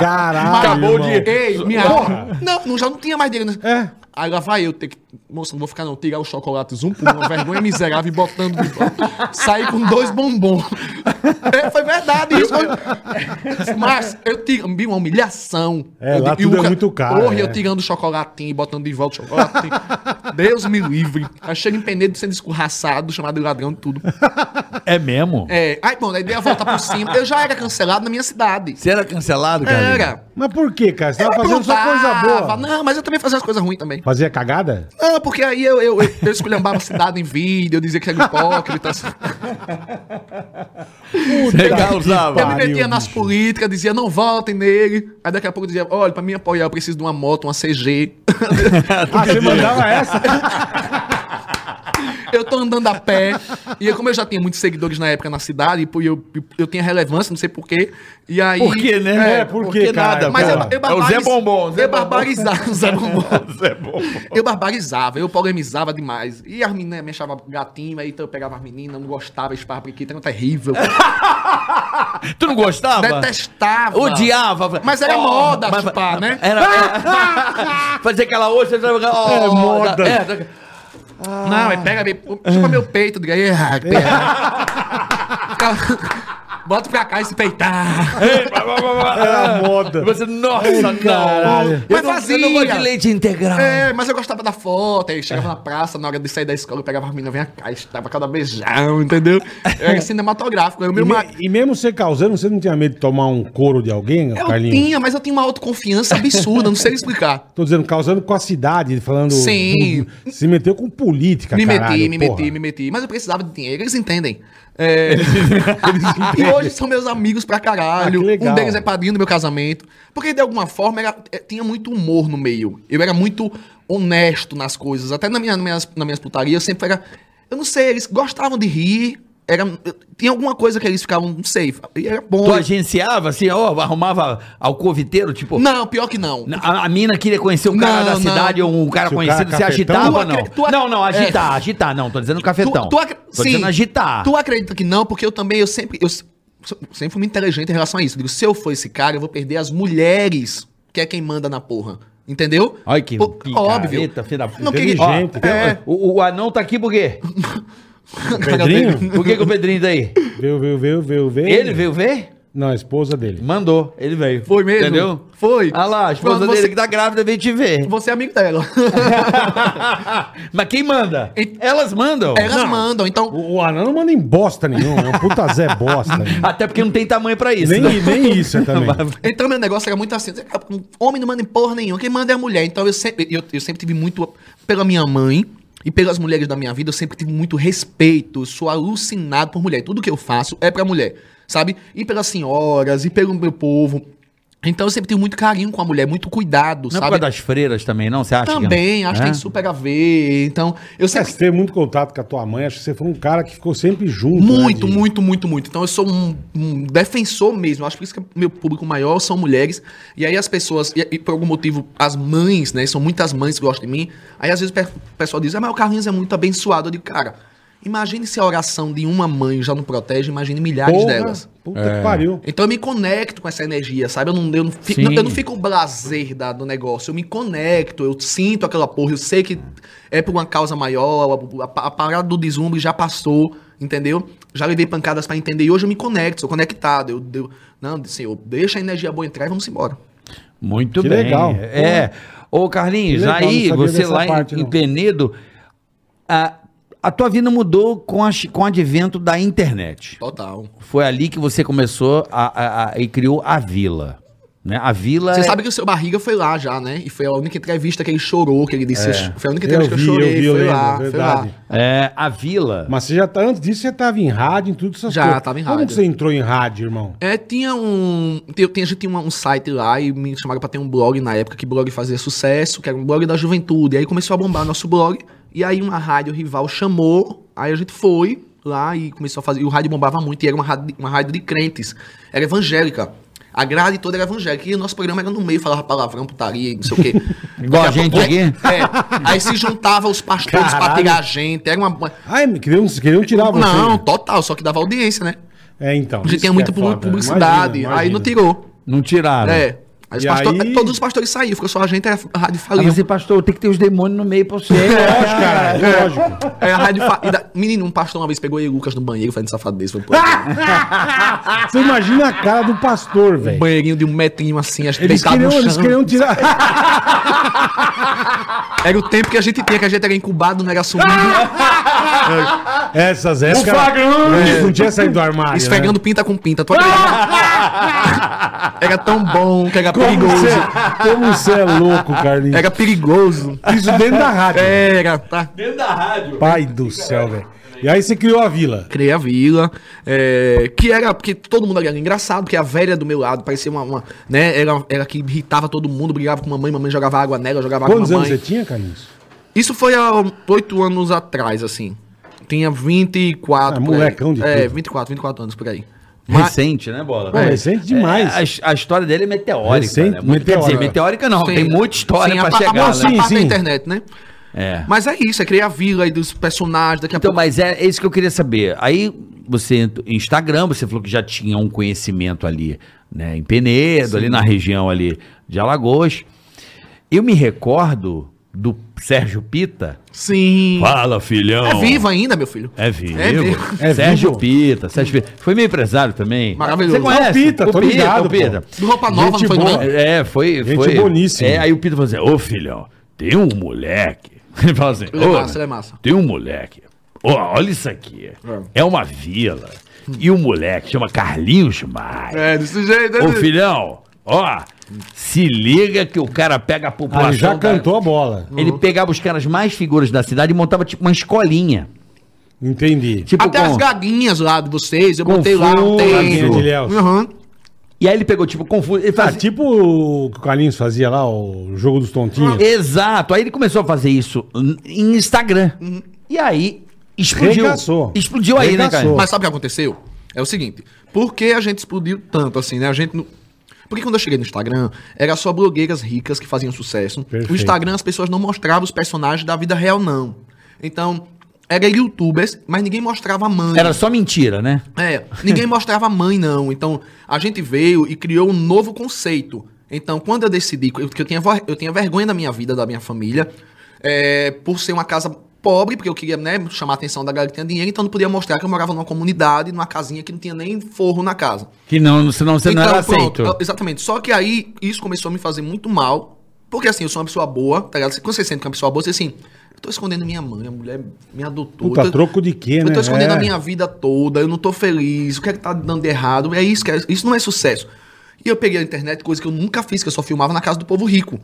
[SPEAKER 1] Caralho.
[SPEAKER 2] Acabou
[SPEAKER 1] irmão.
[SPEAKER 2] de-
[SPEAKER 3] Ei, minha
[SPEAKER 1] Porra.
[SPEAKER 3] Não, não, já não tinha mais dinheiro. né?
[SPEAKER 1] É.
[SPEAKER 3] Aí lá vai eu ter que. Moça, não vou ficar não. Tirar os chocolates um por um, uma vergonha miserável e botando de volta. Sair com dois bombons. É, foi verdade isso. Eu- Mas eu tiro vi uma humilhação.
[SPEAKER 1] É,
[SPEAKER 3] Eu
[SPEAKER 1] lá
[SPEAKER 3] digo, e o
[SPEAKER 1] tudo é
[SPEAKER 3] ca-
[SPEAKER 1] muito caro,
[SPEAKER 3] Porra,
[SPEAKER 1] é.
[SPEAKER 3] eu tirando o chocolatinho e botando de volta o chocolatinho. Deus me livre. Aí chega em Penedo sendo escorraçado, chamado de ladrão e tudo.
[SPEAKER 2] É mesmo?
[SPEAKER 3] É, aí, bom, aí dei a volta por cima. Eu já era cancelado na minha cidade.
[SPEAKER 2] Você era cancelado, É, cara? [laughs]
[SPEAKER 3] Era.
[SPEAKER 1] Mas por que, cara? Você tava Tá fazendo só coisa boa.
[SPEAKER 3] aprontava. Não, mas eu também fazia as coisas ruins também.
[SPEAKER 1] Fazia cagada?
[SPEAKER 3] Não, porque aí eu, eu, eu, eu esculhambava a cidade em vídeo, eu dizia que
[SPEAKER 1] [laughs]
[SPEAKER 3] era hipócrita. assim.
[SPEAKER 2] Você causava.
[SPEAKER 3] eu me
[SPEAKER 1] Pariu,
[SPEAKER 3] metia nas
[SPEAKER 1] bicho.
[SPEAKER 3] políticas, dizia não votem nele. Aí daqui a pouco eu dizia, olha, pra mim apoiar eu preciso de uma moto, uma CG.
[SPEAKER 1] Ah, você mandava essa?
[SPEAKER 3] [laughs] eu tô andando a pé. E eu, como eu já tinha muitos seguidores na época na cidade, e pô, eu, eu, eu tinha relevância, não sei porquê. E aí.
[SPEAKER 2] Por quê, né?
[SPEAKER 1] É, por
[SPEAKER 2] por
[SPEAKER 1] quê,
[SPEAKER 2] que
[SPEAKER 1] cara?
[SPEAKER 2] nada,
[SPEAKER 1] Mas
[SPEAKER 3] Mas eu,
[SPEAKER 1] Porra.
[SPEAKER 3] eu
[SPEAKER 2] É o Zé
[SPEAKER 3] barbariz-
[SPEAKER 2] Bombom, Zé
[SPEAKER 3] eu
[SPEAKER 2] Bombom. [laughs]
[SPEAKER 3] barbarizava. Zé Bombom.
[SPEAKER 2] Zé Bombom.
[SPEAKER 3] Eu barbarizava, eu polemizava demais. E as meninas me achavam gatinho, aí então eu pegava as meninas, não gostava, esparra aqui,
[SPEAKER 2] [laughs]
[SPEAKER 3] era terrível.
[SPEAKER 2] Tu não gostava?
[SPEAKER 3] Detestava.
[SPEAKER 2] Odiava.
[SPEAKER 3] Mas era moda chupar, né?
[SPEAKER 2] Era,
[SPEAKER 3] [laughs]
[SPEAKER 2] era- fazer aquela ostra.
[SPEAKER 1] É moda.
[SPEAKER 2] é,
[SPEAKER 3] Não, é pega, me- chupa meu peito, diga aí.
[SPEAKER 2] [laughs]
[SPEAKER 3] ah, que perra.
[SPEAKER 2] É.
[SPEAKER 3] Fica- Bota pra cá e se
[SPEAKER 2] [laughs]
[SPEAKER 3] peitar.
[SPEAKER 1] Era a moda.
[SPEAKER 2] É. Você, nossa, não.
[SPEAKER 1] caralho.
[SPEAKER 2] Eu
[SPEAKER 3] Mas
[SPEAKER 2] não,
[SPEAKER 3] fazia.
[SPEAKER 2] Eu não gosto de leite integral.
[SPEAKER 3] É, mas eu gostava da foto, aí chegava na praça, na hora de sair da escola, eu pegava as meninas, vinha cá, estava cada beijão, entendeu?
[SPEAKER 2] [laughs]
[SPEAKER 3] Era cinematográfico. Era o
[SPEAKER 1] E,
[SPEAKER 3] meu
[SPEAKER 1] me-
[SPEAKER 3] ma-
[SPEAKER 1] e mesmo você causando, você não tinha medo de tomar um couro de alguém,
[SPEAKER 3] Eu
[SPEAKER 1] Carlinhos?
[SPEAKER 3] tinha, mas eu tinha uma autoconfiança absurda, não sei
[SPEAKER 1] [laughs]
[SPEAKER 3] explicar.
[SPEAKER 1] Tô dizendo, causando com a cidade, falando.
[SPEAKER 3] Sim.
[SPEAKER 1] Se meteu com política,
[SPEAKER 3] Me
[SPEAKER 1] caralho,
[SPEAKER 3] meti, me
[SPEAKER 1] porra.
[SPEAKER 3] meti, me meti. Mas eu precisava de dinheiro, eles entendem.
[SPEAKER 1] [laughs]
[SPEAKER 3] É, e hoje são meus amigos pra
[SPEAKER 1] Ah,
[SPEAKER 3] caralho.
[SPEAKER 1] que legal.
[SPEAKER 3] um deles é padrinho do meu casamento. Porque de alguma forma era- eh, tinha muito humor no meio. Eu era muito honesto nas coisas. Até na minha, nas minhas, nas minhas putarias eu sempre era. Eu não sei, eles gostavam de rir. Era, tinha alguma coisa que eles ficavam, não sei. e Era bom.
[SPEAKER 2] Tu agenciava, assim, ó, arrumava alcoviteiro, tipo...
[SPEAKER 3] Não, pior que não.
[SPEAKER 2] A, a mina queria conhecer um cara
[SPEAKER 3] Não,
[SPEAKER 2] da
[SPEAKER 3] não.
[SPEAKER 2] cidade ou um cara
[SPEAKER 1] Se o cara
[SPEAKER 2] conhecido,
[SPEAKER 1] é
[SPEAKER 2] se
[SPEAKER 1] cafetão?
[SPEAKER 2] agitava ou
[SPEAKER 3] Tu acre-
[SPEAKER 2] não?
[SPEAKER 3] tu ac- É.
[SPEAKER 2] Não, não, agitar, agitar, não. Tô dizendo cafetão.
[SPEAKER 3] Tu, tu acre-
[SPEAKER 2] Tô
[SPEAKER 3] sim.
[SPEAKER 2] dizendo agitar.
[SPEAKER 3] Tu acredita que não? Porque eu também, eu sempre, eu se- sempre fui muito inteligente em relação a isso. Eu digo, se eu for esse cara, eu vou perder as mulheres, que é quem manda na porra. Entendeu?
[SPEAKER 2] Olha que
[SPEAKER 3] Ó-
[SPEAKER 2] picareta, filho
[SPEAKER 3] óbvio.
[SPEAKER 2] da-
[SPEAKER 3] Não queria...
[SPEAKER 1] Inteligente.
[SPEAKER 3] Ó,
[SPEAKER 1] Gente,
[SPEAKER 3] [laughs] é.
[SPEAKER 2] O, o anão tá aqui por quê?
[SPEAKER 1] Pedrinho?
[SPEAKER 2] Por que, que o Pedrinho tá aí?
[SPEAKER 1] Veio, veio, veio, veio, veio.
[SPEAKER 2] Ele veio ver?
[SPEAKER 1] Não, a esposa dele.
[SPEAKER 2] Mandou, ele veio.
[SPEAKER 3] Foi mesmo?
[SPEAKER 2] Entendeu?
[SPEAKER 3] Foi.
[SPEAKER 2] Ah lá, a esposa
[SPEAKER 3] Você-
[SPEAKER 2] dele que tá grávida veio te ver.
[SPEAKER 3] Você é amigo dela.
[SPEAKER 2] [laughs] Mas quem manda?
[SPEAKER 3] E-
[SPEAKER 2] Elas mandam.
[SPEAKER 3] Elas
[SPEAKER 1] Não.
[SPEAKER 3] mandam, então...
[SPEAKER 1] O, o anão não manda em bosta nenhuma, é um puta Zé
[SPEAKER 3] [laughs]
[SPEAKER 1] bosta. né?
[SPEAKER 2] Até porque não tem tamanho pra isso.
[SPEAKER 1] nem,
[SPEAKER 2] né?
[SPEAKER 1] nem isso é também.
[SPEAKER 3] Então meu negócio era muito assim, homem não manda em porra nenhuma, quem manda é a mulher. Então eu sempre, eu, eu sempre tive muito, pela minha mãe e pelas mulheres da minha vida, eu sempre tive muito respeito, eu sou alucinado por mulher. Tudo que eu faço é pra mulher, sabe? E pelas senhoras, e pelo meu povo. Então eu sempre tive muito carinho com a mulher, muito
[SPEAKER 2] Não
[SPEAKER 3] cuidado,
[SPEAKER 2] é por
[SPEAKER 3] sabe?
[SPEAKER 2] causa das freiras também, não? Você acha que não?
[SPEAKER 3] Também, acho que
[SPEAKER 2] É?
[SPEAKER 3] tem super a ver. Então, eu
[SPEAKER 1] Você
[SPEAKER 3] sempre
[SPEAKER 1] teve muito contato com a tua mãe, acho que você foi um cara que ficou sempre junto. né,
[SPEAKER 3] Muito,
[SPEAKER 1] de-
[SPEAKER 3] muito, muito, muito. Então eu sou um, um defensor mesmo. Eu acho por isso que é meu público maior são mulheres. E aí as pessoas, e, e por algum motivo, as mães, né? São muitas mães que gostam de mim. Aí às vezes o pe- o pessoal diz, ah, mas o Carlinhos é muito abençoado. Eu digo, cara, imagine se a oração de uma mãe já não protege, imagine milhares
[SPEAKER 1] Porra,
[SPEAKER 3] delas.
[SPEAKER 1] Puta que pariu.
[SPEAKER 3] Então eu me conecto com essa energia, sabe? Eu não, eu não, fico,
[SPEAKER 2] Sim.
[SPEAKER 3] eu não fico o blazer da- do negócio. Eu me conecto, eu sinto aquela porra, eu sei que é por uma causa maior, a, a- a parada do deslumbre já passou, entendeu? Já levei pancadas pra entender e hoje eu me conecto, sou conectado. Eu, eu, não, senhor, deixa a energia boa entrar e vamos embora.
[SPEAKER 2] Muito
[SPEAKER 1] Que
[SPEAKER 2] bem.
[SPEAKER 1] legal.
[SPEAKER 2] É. Ô, Carlinhos,
[SPEAKER 1] Que legal,
[SPEAKER 2] aí
[SPEAKER 1] não sabia
[SPEAKER 2] você
[SPEAKER 1] dessa
[SPEAKER 2] lá em-
[SPEAKER 1] parte,
[SPEAKER 2] em,
[SPEAKER 1] não.
[SPEAKER 2] Penedo, a, a tua vida mudou com, a, chi- com o advento da internet.
[SPEAKER 3] Total.
[SPEAKER 2] Foi ali que você começou a, a- a- e criou a Vila. Né? A Vila.
[SPEAKER 3] Você
[SPEAKER 2] é-
[SPEAKER 3] sabe que o seu barriga foi lá já, né? E foi a única entrevista que ele chorou, que ele disse. Foi a única
[SPEAKER 1] É. Eu
[SPEAKER 3] entrevista
[SPEAKER 1] vi,
[SPEAKER 3] que eu
[SPEAKER 1] eu
[SPEAKER 3] chorei.
[SPEAKER 1] vi, eu
[SPEAKER 3] foi, lá,
[SPEAKER 1] lembro,
[SPEAKER 3] foi lá.
[SPEAKER 1] verdade.
[SPEAKER 2] é, a Vila.
[SPEAKER 1] Mas você já tá, antes disso você tava em rádio, em tudo essas
[SPEAKER 3] Já,
[SPEAKER 1] coisas.
[SPEAKER 3] tava em
[SPEAKER 1] Como
[SPEAKER 3] rádio.
[SPEAKER 1] que você entrou em rádio, irmão?
[SPEAKER 3] É, tinha um. tem- tem- a gente tinha uma- um site lá e me chamaram pra ter um blog na época que blog fazia sucesso, que era um blog da juventude. E aí começou a bombar nosso blog. E aí uma rádio rival chamou, aí a gente foi lá e começou a fazer. E o rádio bombava muito, e era uma rádio, uma rádio de crentes. Era evangélica. A grade toda era evangélica. E o nosso programa era no meio, falava palavrão, putaria, e não sei o quê.
[SPEAKER 2] [laughs] Igual a gente aqui?
[SPEAKER 3] É. Aí se juntava os pastores pra
[SPEAKER 1] Caralho.
[SPEAKER 3] tirar a gente. Era uma.
[SPEAKER 1] Ai, um, me- queriam, queriam tirar você. né?
[SPEAKER 3] Não, total, só que dava audiência, né?
[SPEAKER 1] É, então.
[SPEAKER 3] A gente
[SPEAKER 1] isso
[SPEAKER 3] tinha
[SPEAKER 1] que
[SPEAKER 3] muita
[SPEAKER 1] é foda.
[SPEAKER 3] publicidade.
[SPEAKER 1] Imagina,
[SPEAKER 3] Aí
[SPEAKER 1] imagina.
[SPEAKER 3] não tirou.
[SPEAKER 2] Não tiraram.
[SPEAKER 3] É. Aí os
[SPEAKER 1] E
[SPEAKER 3] pastor-
[SPEAKER 1] aí-
[SPEAKER 3] Todos os pastores saíram, ficou só a gente, a rádio
[SPEAKER 2] Aí
[SPEAKER 3] faliu.
[SPEAKER 2] Ah, você, pastor, tem que ter os demônios no meio pra
[SPEAKER 3] [laughs]
[SPEAKER 2] você. É.
[SPEAKER 1] Lógico, cara, lógico.
[SPEAKER 3] Aí a rádio fa... e da- Menino, um pastor uma vez pegou eu e o Lucas no banheiro fazendo safadeza. Foi, pô, [laughs]
[SPEAKER 1] Você imagina a cara do pastor, velho.
[SPEAKER 3] banheirinho de um metrinho assim, as
[SPEAKER 1] Eles
[SPEAKER 3] deitado
[SPEAKER 1] queriam,
[SPEAKER 3] no chão.
[SPEAKER 1] eles queriam
[SPEAKER 3] [laughs]
[SPEAKER 1] tirar.
[SPEAKER 3] Era o tempo que a gente tinha, que a gente era incubado, não era assumido,
[SPEAKER 1] Essas épocas. É, Não tinha saído do armário.
[SPEAKER 3] esfregando pinta com pinta. Tu acredita? era tão bom que era
[SPEAKER 1] Né? Como,
[SPEAKER 3] perigoso.
[SPEAKER 1] você, como você é louco, Carlinhos.
[SPEAKER 3] Era perigoso.
[SPEAKER 1] É, Isso dentro da rádio.
[SPEAKER 3] Era, tá?
[SPEAKER 1] Pai do céu, velho. E aí você criou a vila.
[SPEAKER 3] Criei a vila, é, que era, porque todo mundo era engraçado, porque a velha do meu lado parecia uma, uma, né, era, era que irritava todo mundo, brigava com mamãe, mamãe jogava água nela, jogava água
[SPEAKER 1] Quantos
[SPEAKER 3] na
[SPEAKER 1] anos você
[SPEAKER 3] mamãe.
[SPEAKER 1] tinha, Carlinhos?
[SPEAKER 3] Isso foi há oito anos atrás, assim. Tinha 24.
[SPEAKER 1] Ah,
[SPEAKER 3] por aí.
[SPEAKER 1] molecão de
[SPEAKER 3] É,
[SPEAKER 1] tudo.
[SPEAKER 3] 24, 24 anos por aí. Mas-
[SPEAKER 2] Recente, né, Bola?
[SPEAKER 1] Pô, recente demais.
[SPEAKER 2] É, a, a história dele é meteórica.
[SPEAKER 1] Recente,
[SPEAKER 2] né? Muito- Quer dizer, meteórica
[SPEAKER 1] meteórica.
[SPEAKER 2] não, tem muita história
[SPEAKER 3] sim,
[SPEAKER 2] pra
[SPEAKER 3] a, pa-
[SPEAKER 2] chegar.
[SPEAKER 3] A,
[SPEAKER 2] né?
[SPEAKER 3] a,
[SPEAKER 1] Sim,
[SPEAKER 3] parte da
[SPEAKER 1] sim.
[SPEAKER 3] internet, né?
[SPEAKER 2] É.
[SPEAKER 3] Mas é isso, é criar a vila aí dos personagens, daqui a
[SPEAKER 2] Então,
[SPEAKER 3] pouco.
[SPEAKER 2] mas é, é isso que eu queria saber. Aí você, ent- Instagram, você falou que já tinha um conhecimento ali, né? Em Penedo, ali na região ali de Alagoas. Eu me recordo do Sérgio Pita.
[SPEAKER 3] Sim.
[SPEAKER 2] Fala, filhão.
[SPEAKER 3] É vivo ainda, meu filho.
[SPEAKER 2] É vivo.
[SPEAKER 3] É vivo.
[SPEAKER 1] É
[SPEAKER 2] Sérgio
[SPEAKER 1] vivo.
[SPEAKER 2] Pita, Sérgio Pita. Foi meu empresário também.
[SPEAKER 3] Maravilhoso.
[SPEAKER 2] Você conhece?
[SPEAKER 1] É o Pita, tô ligado,
[SPEAKER 2] o Pita.
[SPEAKER 1] pô.
[SPEAKER 3] Do Roupa Nova,
[SPEAKER 1] Gente
[SPEAKER 3] não foi
[SPEAKER 1] boa.
[SPEAKER 3] não?
[SPEAKER 2] É, foi.
[SPEAKER 1] Gente
[SPEAKER 2] foi
[SPEAKER 1] boníssima.
[SPEAKER 2] É, aí o Pita falou assim: Ô filhão, tem um moleque. [laughs] Ele fala assim:
[SPEAKER 3] Ele é
[SPEAKER 2] "Ô,
[SPEAKER 3] massa, ele é massa."
[SPEAKER 2] Tem um moleque. Ó, olha isso aqui. É uma vila. E o moleque chama Carlinhos Maia.
[SPEAKER 3] É, desse jeito.
[SPEAKER 2] Ô
[SPEAKER 3] né?
[SPEAKER 2] filhão, ó, se liga que o cara pega a população.
[SPEAKER 1] Ah, ele já
[SPEAKER 2] da-
[SPEAKER 1] cantou a bola.
[SPEAKER 2] Ele
[SPEAKER 3] Uhum.
[SPEAKER 2] pegava os caras mais figuras da cidade e montava tipo uma escolinha.
[SPEAKER 1] Entendi.
[SPEAKER 2] Tipo,
[SPEAKER 3] Até as
[SPEAKER 2] com-
[SPEAKER 3] gaguinhas lá de vocês, eu botei lá um
[SPEAKER 2] Confuso.
[SPEAKER 1] Gaguinha de
[SPEAKER 3] tempo.
[SPEAKER 1] Ilhéus.
[SPEAKER 3] Uhum.
[SPEAKER 2] E aí ele pegou, tipo, confuso. Ele
[SPEAKER 1] Ah,
[SPEAKER 2] fazia...
[SPEAKER 1] tipo o que o Carlinhos fazia lá, o jogo dos tontinhos.
[SPEAKER 2] Exato. Aí ele começou a fazer isso n- em Instagram.
[SPEAKER 3] Uhum.
[SPEAKER 2] E aí explodiu.
[SPEAKER 1] Regaçou.
[SPEAKER 2] Explodiu aí, né,
[SPEAKER 1] Regaçou.
[SPEAKER 2] cara?
[SPEAKER 3] Mas sabe o que aconteceu? É o seguinte, por que a gente explodiu tanto assim, né? A gente não... Porque quando eu cheguei no Instagram, era só blogueiras ricas que faziam sucesso.
[SPEAKER 1] Perfeito.
[SPEAKER 3] O Instagram as pessoas não mostravam os personagens da vida real não. Então, era youtubers, mas ninguém mostrava a mãe.
[SPEAKER 2] Era só mentira, né?
[SPEAKER 3] É, ninguém mostrava a mãe, não. Então, a gente veio e criou um novo conceito. Então, quando eu decidi, que eu, que eu tinha, vo- eu tinha vergonha da minha vida, da minha família, é, por ser uma casa pobre, porque eu queria né, chamar a atenção da galera que tinha dinheiro, então eu não podia mostrar que eu morava numa comunidade, numa casinha que não tinha nem forro na casa.
[SPEAKER 2] Que não, senão você
[SPEAKER 3] Então,
[SPEAKER 2] não era aceito.
[SPEAKER 3] eu- Exatamente. Só que aí, isso começou a me fazer muito mal, porque assim, eu sou uma pessoa boa, tá ligado? Quando você sente que é uma pessoa boa, você assim, eu tô escondendo minha mãe, a mulher me adotou.
[SPEAKER 1] Puta,
[SPEAKER 3] eu tô-
[SPEAKER 1] troco de quê, né?
[SPEAKER 3] eu tô escondendo
[SPEAKER 1] É.
[SPEAKER 3] a minha vida toda, eu não tô feliz, o que é que tá dando de errado? É isso que é, isso não é sucesso. E eu peguei a internet, coisa que eu nunca fiz, que eu só filmava na casa do povo rico.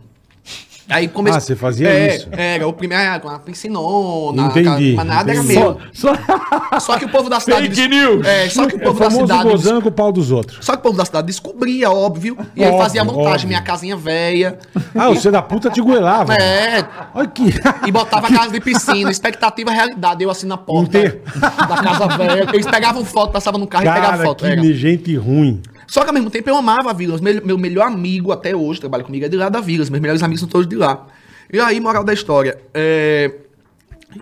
[SPEAKER 3] Aí comecei.
[SPEAKER 1] Ah, você fazia
[SPEAKER 3] É,
[SPEAKER 1] isso.
[SPEAKER 3] Era o primeiro, era com a piscinona,
[SPEAKER 1] Entendi,
[SPEAKER 3] aquela- mas nada
[SPEAKER 1] entendi. [laughs]
[SPEAKER 3] era meu.
[SPEAKER 2] Só- [laughs]
[SPEAKER 3] Só que o povo da cidade.
[SPEAKER 2] Fake news!
[SPEAKER 3] É, só que o
[SPEAKER 1] É o
[SPEAKER 3] povo da
[SPEAKER 1] famoso
[SPEAKER 3] cidade.
[SPEAKER 1] gozando com o pau dos outros.
[SPEAKER 3] Só que o povo da cidade descobria, óbvio. E aí
[SPEAKER 1] Óbvio,
[SPEAKER 3] fazia a montagem,
[SPEAKER 1] óbvio.
[SPEAKER 3] minha casinha velha.
[SPEAKER 1] Ah, o filho da puta te goelava.
[SPEAKER 3] É.
[SPEAKER 1] Olha que...
[SPEAKER 3] E botava a casa de piscina, expectativa realidade. Eu assim na porta
[SPEAKER 1] Inte-
[SPEAKER 3] da casa velha. Eles pegavam foto, passavam no carro
[SPEAKER 1] [laughs]
[SPEAKER 3] e
[SPEAKER 1] Cara,
[SPEAKER 3] pegavam foto.
[SPEAKER 1] que
[SPEAKER 3] era.
[SPEAKER 1] gente ruim.
[SPEAKER 3] Só que ao mesmo tempo eu amava a Vilas. Meu, meu melhor amigo até hoje trabalha comigo é de lá da Vilas. Meus melhores amigos são todos de lá. E aí, moral da história. É...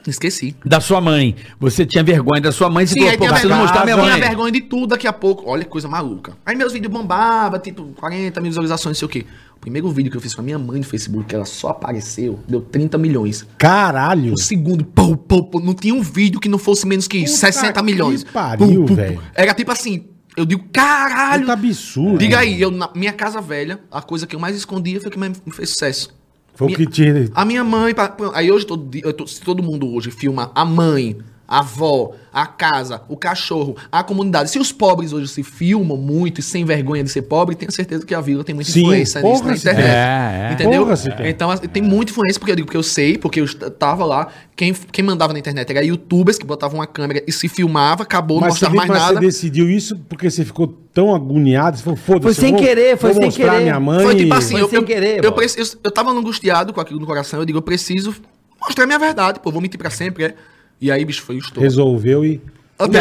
[SPEAKER 3] Esqueci.
[SPEAKER 2] Da sua mãe. Você tinha vergonha da sua mãe. Você
[SPEAKER 3] Sim,
[SPEAKER 2] falou, pô,
[SPEAKER 3] aí tem a
[SPEAKER 2] preciso
[SPEAKER 3] vergonha,
[SPEAKER 2] mostrar minha
[SPEAKER 3] tinha
[SPEAKER 2] mãe.
[SPEAKER 3] vergonha de tudo daqui a pouco. Olha que coisa maluca. Aí meus vídeos bombavam, tipo 40 mil visualizações, não sei o quê. O primeiro vídeo que eu fiz pra minha mãe no Facebook, que ela só apareceu, deu 30 milhões.
[SPEAKER 1] Caralho.
[SPEAKER 3] O segundo, pô, pô, pô, não tinha um vídeo que não fosse menos que isso.
[SPEAKER 1] Puta
[SPEAKER 3] 60
[SPEAKER 1] que
[SPEAKER 3] milhões.
[SPEAKER 1] pariu,
[SPEAKER 3] Pum, pum, pum.
[SPEAKER 1] velho.
[SPEAKER 3] Era tipo assim, eu digo, caralho.
[SPEAKER 1] Puta absurdo.
[SPEAKER 3] Diga aí, eu, na minha casa velha, a coisa que eu mais escondia foi o que mais me fez sucesso.
[SPEAKER 1] Foi o
[SPEAKER 3] minha-
[SPEAKER 1] que te...
[SPEAKER 3] A minha mãe, pa- pa- aí hoje todo dia, eu tô- se todo mundo hoje filma a mãe, a avó, a casa, o cachorro, a comunidade. Se os pobres hoje se filmam muito e sem vergonha de ser pobre, tenho certeza que a vila tem muita
[SPEAKER 1] Sim,
[SPEAKER 3] influência nisso
[SPEAKER 1] porra,
[SPEAKER 3] na
[SPEAKER 1] se tem.
[SPEAKER 3] internet.
[SPEAKER 2] É, é.
[SPEAKER 3] Entendeu?
[SPEAKER 1] Porra, se tem.
[SPEAKER 3] Então assim, tem muita influência, porque eu digo, porque eu sei, porque eu est- tava lá, quem, quem mandava na internet era youtubers que botavam uma câmera e se filmava, acabou, não
[SPEAKER 1] Mas você,
[SPEAKER 3] mostrava
[SPEAKER 1] vê-
[SPEAKER 3] mais
[SPEAKER 1] mas você
[SPEAKER 3] nada.
[SPEAKER 1] decidiu isso porque você ficou tão agoniado. Você falou, foda-se.
[SPEAKER 2] Foi sem
[SPEAKER 1] eu
[SPEAKER 2] querer, foi sem
[SPEAKER 1] mostrar
[SPEAKER 2] querer.
[SPEAKER 1] minha mãe.
[SPEAKER 3] Foi tipo assim,
[SPEAKER 2] Foi
[SPEAKER 3] eu,
[SPEAKER 2] sem
[SPEAKER 3] eu,
[SPEAKER 2] querer,
[SPEAKER 3] eu,
[SPEAKER 2] mano.
[SPEAKER 3] preci- eu, eu tava angustiado com aquilo no coração, eu digo, eu preciso mostrar a minha verdade, pô, vou mentir pra sempre, é. E aí, bicho, foi o estouro.
[SPEAKER 1] Resolveu e...
[SPEAKER 3] Até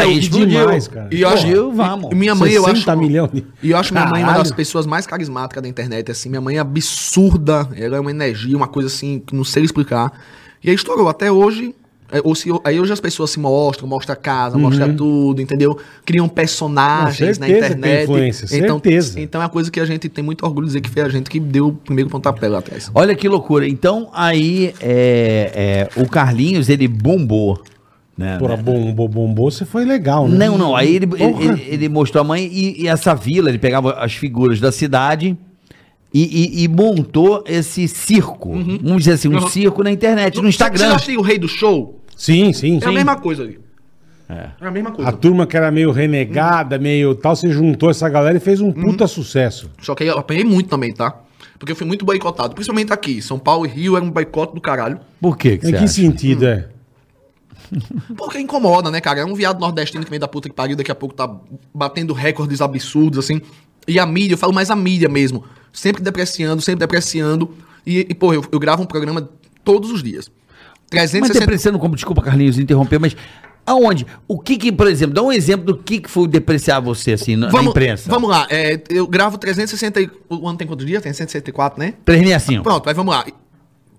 [SPEAKER 2] E aí,
[SPEAKER 3] aí,
[SPEAKER 2] explodiu.
[SPEAKER 1] demais, cara.
[SPEAKER 3] E eu acho,
[SPEAKER 2] Explodiu, vamos.
[SPEAKER 3] e minha mãe, eu
[SPEAKER 1] 60
[SPEAKER 3] acho.
[SPEAKER 1] milhões.
[SPEAKER 3] E eu acho minha mãe é uma das
[SPEAKER 1] Caralho.
[SPEAKER 3] pessoas mais carismáticas da internet, assim. Minha mãe é absurda. Ela é uma energia, uma coisa assim, que não sei explicar. E aí estourou. Até hoje. é, ou se, aí hoje as pessoas se mostram, mostram a casa, mostram tudo, entendeu? Criam personagens
[SPEAKER 1] Uhum. Não, certeza que
[SPEAKER 3] na
[SPEAKER 1] tem
[SPEAKER 3] internet.
[SPEAKER 1] influência,
[SPEAKER 3] então,
[SPEAKER 1] certeza.
[SPEAKER 3] Então é uma coisa que a gente tem muito orgulho de dizer que foi a gente que deu o primeiro pontapé lá atrás.
[SPEAKER 2] Olha que loucura. Então, aí é, é, o Carlinhos, ele bombou. Né?
[SPEAKER 1] Porra, bombou, bombou, você foi legal, né?
[SPEAKER 2] Não, não. Aí ele, ele,
[SPEAKER 1] Porra.
[SPEAKER 2] ele- ele mostrou a mãe e, e essa vila, ele pegava as figuras da cidade e, e- e montou esse circo. Vamos dizer assim, um
[SPEAKER 3] Uhum.
[SPEAKER 2] circo na internet, no
[SPEAKER 3] Você
[SPEAKER 2] Instagram.
[SPEAKER 3] acha que o rei do show?
[SPEAKER 1] Sim, sim,
[SPEAKER 3] É a
[SPEAKER 1] sim.
[SPEAKER 3] mesma coisa ali. É a mesma
[SPEAKER 1] A
[SPEAKER 3] coisa.
[SPEAKER 1] turma que era meio renegada, meio tal, você juntou essa galera e fez um
[SPEAKER 3] Hum.
[SPEAKER 1] puta sucesso.
[SPEAKER 3] Só que aí eu apanhei muito também, tá? Porque eu fui muito boicotado, principalmente aqui. São Paulo e Rio era um boicote do caralho.
[SPEAKER 2] Por que que
[SPEAKER 1] Em
[SPEAKER 2] você
[SPEAKER 1] que
[SPEAKER 2] acha?
[SPEAKER 1] sentido é?
[SPEAKER 3] Porque incomoda, né, cara? É um viado nordestino que vem da puta que pariu, daqui a pouco tá batendo recordes absurdos, assim. E a mídia, eu falo mais a mídia mesmo. Sempre depreciando, sempre depreciando. E, e pô, eu, eu gravo um programa todos os dias.
[SPEAKER 2] Mas
[SPEAKER 3] 360
[SPEAKER 2] depreciando como, desculpa Carlinhos interromper, mas Aonde? O que que, por exemplo, dá um exemplo do que que foi depreciar você, assim, na, na
[SPEAKER 3] Vamos,
[SPEAKER 2] imprensa.
[SPEAKER 3] vamos lá, é, eu gravo 360. e- O ano tem quantos dias? Tem 164, né?
[SPEAKER 2] 365.
[SPEAKER 3] Pronto, mas vamos lá.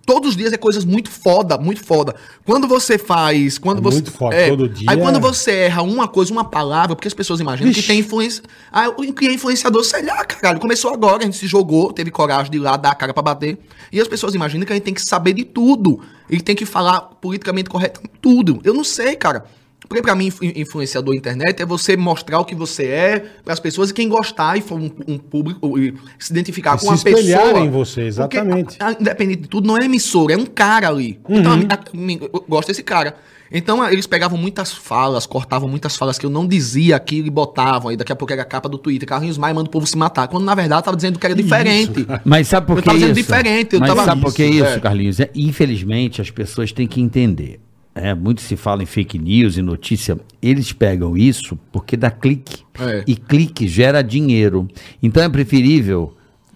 [SPEAKER 3] Todos os dias é coisas muito foda, muito foda. Quando você faz. Quando
[SPEAKER 1] É
[SPEAKER 3] você,
[SPEAKER 1] muito foda, todo dia
[SPEAKER 3] Aí quando
[SPEAKER 1] é.
[SPEAKER 3] você erra uma coisa, uma palavra, porque as pessoas imaginam que tem influência. Ah, o que é influenciador, sei lá, caralho. Começou agora, a gente se jogou, teve coragem de ir lá dar a cara pra bater. E as pessoas imaginam que a gente tem que saber de tudo. Ele tem que falar politicamente correto em tudo. Eu não sei, cara. Porque pra mim, influ- influenciador internet é você mostrar o que você é pras pessoas e quem gostar e for um, um público, e se identificar
[SPEAKER 1] E
[SPEAKER 3] com
[SPEAKER 1] se
[SPEAKER 3] uma
[SPEAKER 1] espelhar
[SPEAKER 3] pessoa.
[SPEAKER 1] em você,
[SPEAKER 3] Porque
[SPEAKER 1] exatamente. Uhum.
[SPEAKER 3] a- independente de tudo, não é emissora, é um cara ali. Então, a mi- a- mi- eu gosto desse cara. Então, a- eles pegavam muitas falas, cortavam muitas falas que eu não dizia aqui e botavam. Aí, daqui a pouco era a capa do Twitter. Carlinhos Maia manda o povo se matar. Quando, na verdade, eu tava dizendo que
[SPEAKER 1] [laughs]
[SPEAKER 3] era diferente.
[SPEAKER 2] Mas sabe por
[SPEAKER 3] Eu
[SPEAKER 2] que
[SPEAKER 3] tava sendo
[SPEAKER 2] isso?
[SPEAKER 3] diferente, eu
[SPEAKER 2] Mas
[SPEAKER 3] tava-
[SPEAKER 2] sabe por que
[SPEAKER 3] Isso,
[SPEAKER 2] isso,
[SPEAKER 3] é.
[SPEAKER 2] Carlinhos? É, infelizmente, as pessoas têm que entender. É, muito se fala em fake news e notícia. Eles pegam isso porque dá clique.
[SPEAKER 3] É.
[SPEAKER 2] E clique gera dinheiro. Então é preferível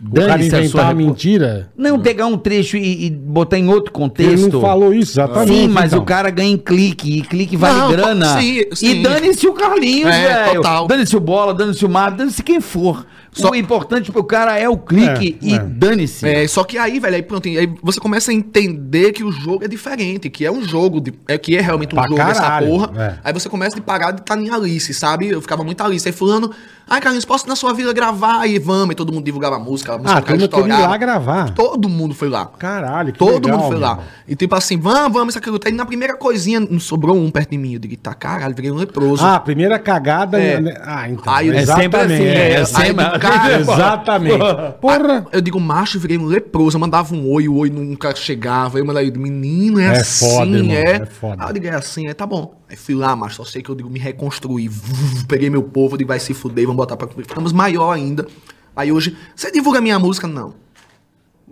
[SPEAKER 1] O cara
[SPEAKER 2] dane-se a
[SPEAKER 1] inventar
[SPEAKER 2] sua...
[SPEAKER 1] uma
[SPEAKER 2] repo-
[SPEAKER 1] mentira.
[SPEAKER 2] Não, pegar um trecho e, e botar em outro contexto.
[SPEAKER 1] Ele não falou isso, exatamente.
[SPEAKER 2] Sim, mas
[SPEAKER 1] então.
[SPEAKER 2] o cara ganha em clique, e clique vale
[SPEAKER 3] Não,
[SPEAKER 2] grana.
[SPEAKER 3] sim,
[SPEAKER 2] E
[SPEAKER 3] sim.
[SPEAKER 2] dane-se o Carlinhos,
[SPEAKER 3] É,
[SPEAKER 2] velho.
[SPEAKER 3] total.
[SPEAKER 2] Dane-se o Bola, dane-se o Mário, dane-se quem for.
[SPEAKER 3] Só-
[SPEAKER 2] O importante pro cara é o clique
[SPEAKER 1] É,
[SPEAKER 2] e
[SPEAKER 1] é.
[SPEAKER 2] dane-se.
[SPEAKER 3] É, só que aí, velho, aí pronto, aí você começa a entender que o jogo é diferente, que é um jogo, de- é, que é realmente um
[SPEAKER 1] Pra
[SPEAKER 3] jogo
[SPEAKER 1] caralho,
[SPEAKER 3] dessa porra.
[SPEAKER 1] é.
[SPEAKER 3] Aí você começa de parar de estar em Alice, sabe? Eu ficava muito Alice. Aí fulano, ai, Carlinhos, posso ir na sua vila gravar? E vamos, e todo mundo divulgava a música, a música
[SPEAKER 1] Ah, todo mundo queria ir lá gravar.
[SPEAKER 3] Todo mundo foi lá.
[SPEAKER 1] Caralho, que
[SPEAKER 3] Todo
[SPEAKER 1] legal,
[SPEAKER 3] mundo foi lá.
[SPEAKER 1] meu.
[SPEAKER 3] E tipo assim, vamos, vamos, isso, aquilo. Aí na primeira coisinha, não sobrou um perto de mim. Eu digo, tá, caralho, virei um leproso.
[SPEAKER 1] Ah, a primeira cagada.
[SPEAKER 3] É.
[SPEAKER 1] né? Ah, então.
[SPEAKER 3] Aí- É assim.
[SPEAKER 2] sempre assim, é, é
[SPEAKER 1] Aí-
[SPEAKER 2] sempre-
[SPEAKER 1] Cara, né?
[SPEAKER 3] [laughs]
[SPEAKER 1] exatamente. Porra.
[SPEAKER 3] Ah, Eu digo, macho, eu virei um leproso. Eu mandava um oi, o oi nunca chegava. Eu mandava, menino, é,
[SPEAKER 1] É
[SPEAKER 3] assim,
[SPEAKER 1] foda, irmão,
[SPEAKER 3] é.
[SPEAKER 1] é foda.
[SPEAKER 3] Aí eu digo, é assim, é, tá bom. Aí fui lá, macho, só sei que eu digo, me reconstruí. Vuf, Peguei meu povo, eu digo, vai se fuder, vamos botar pra... Ficamos maior ainda. Aí hoje, você divulga minha música? Não.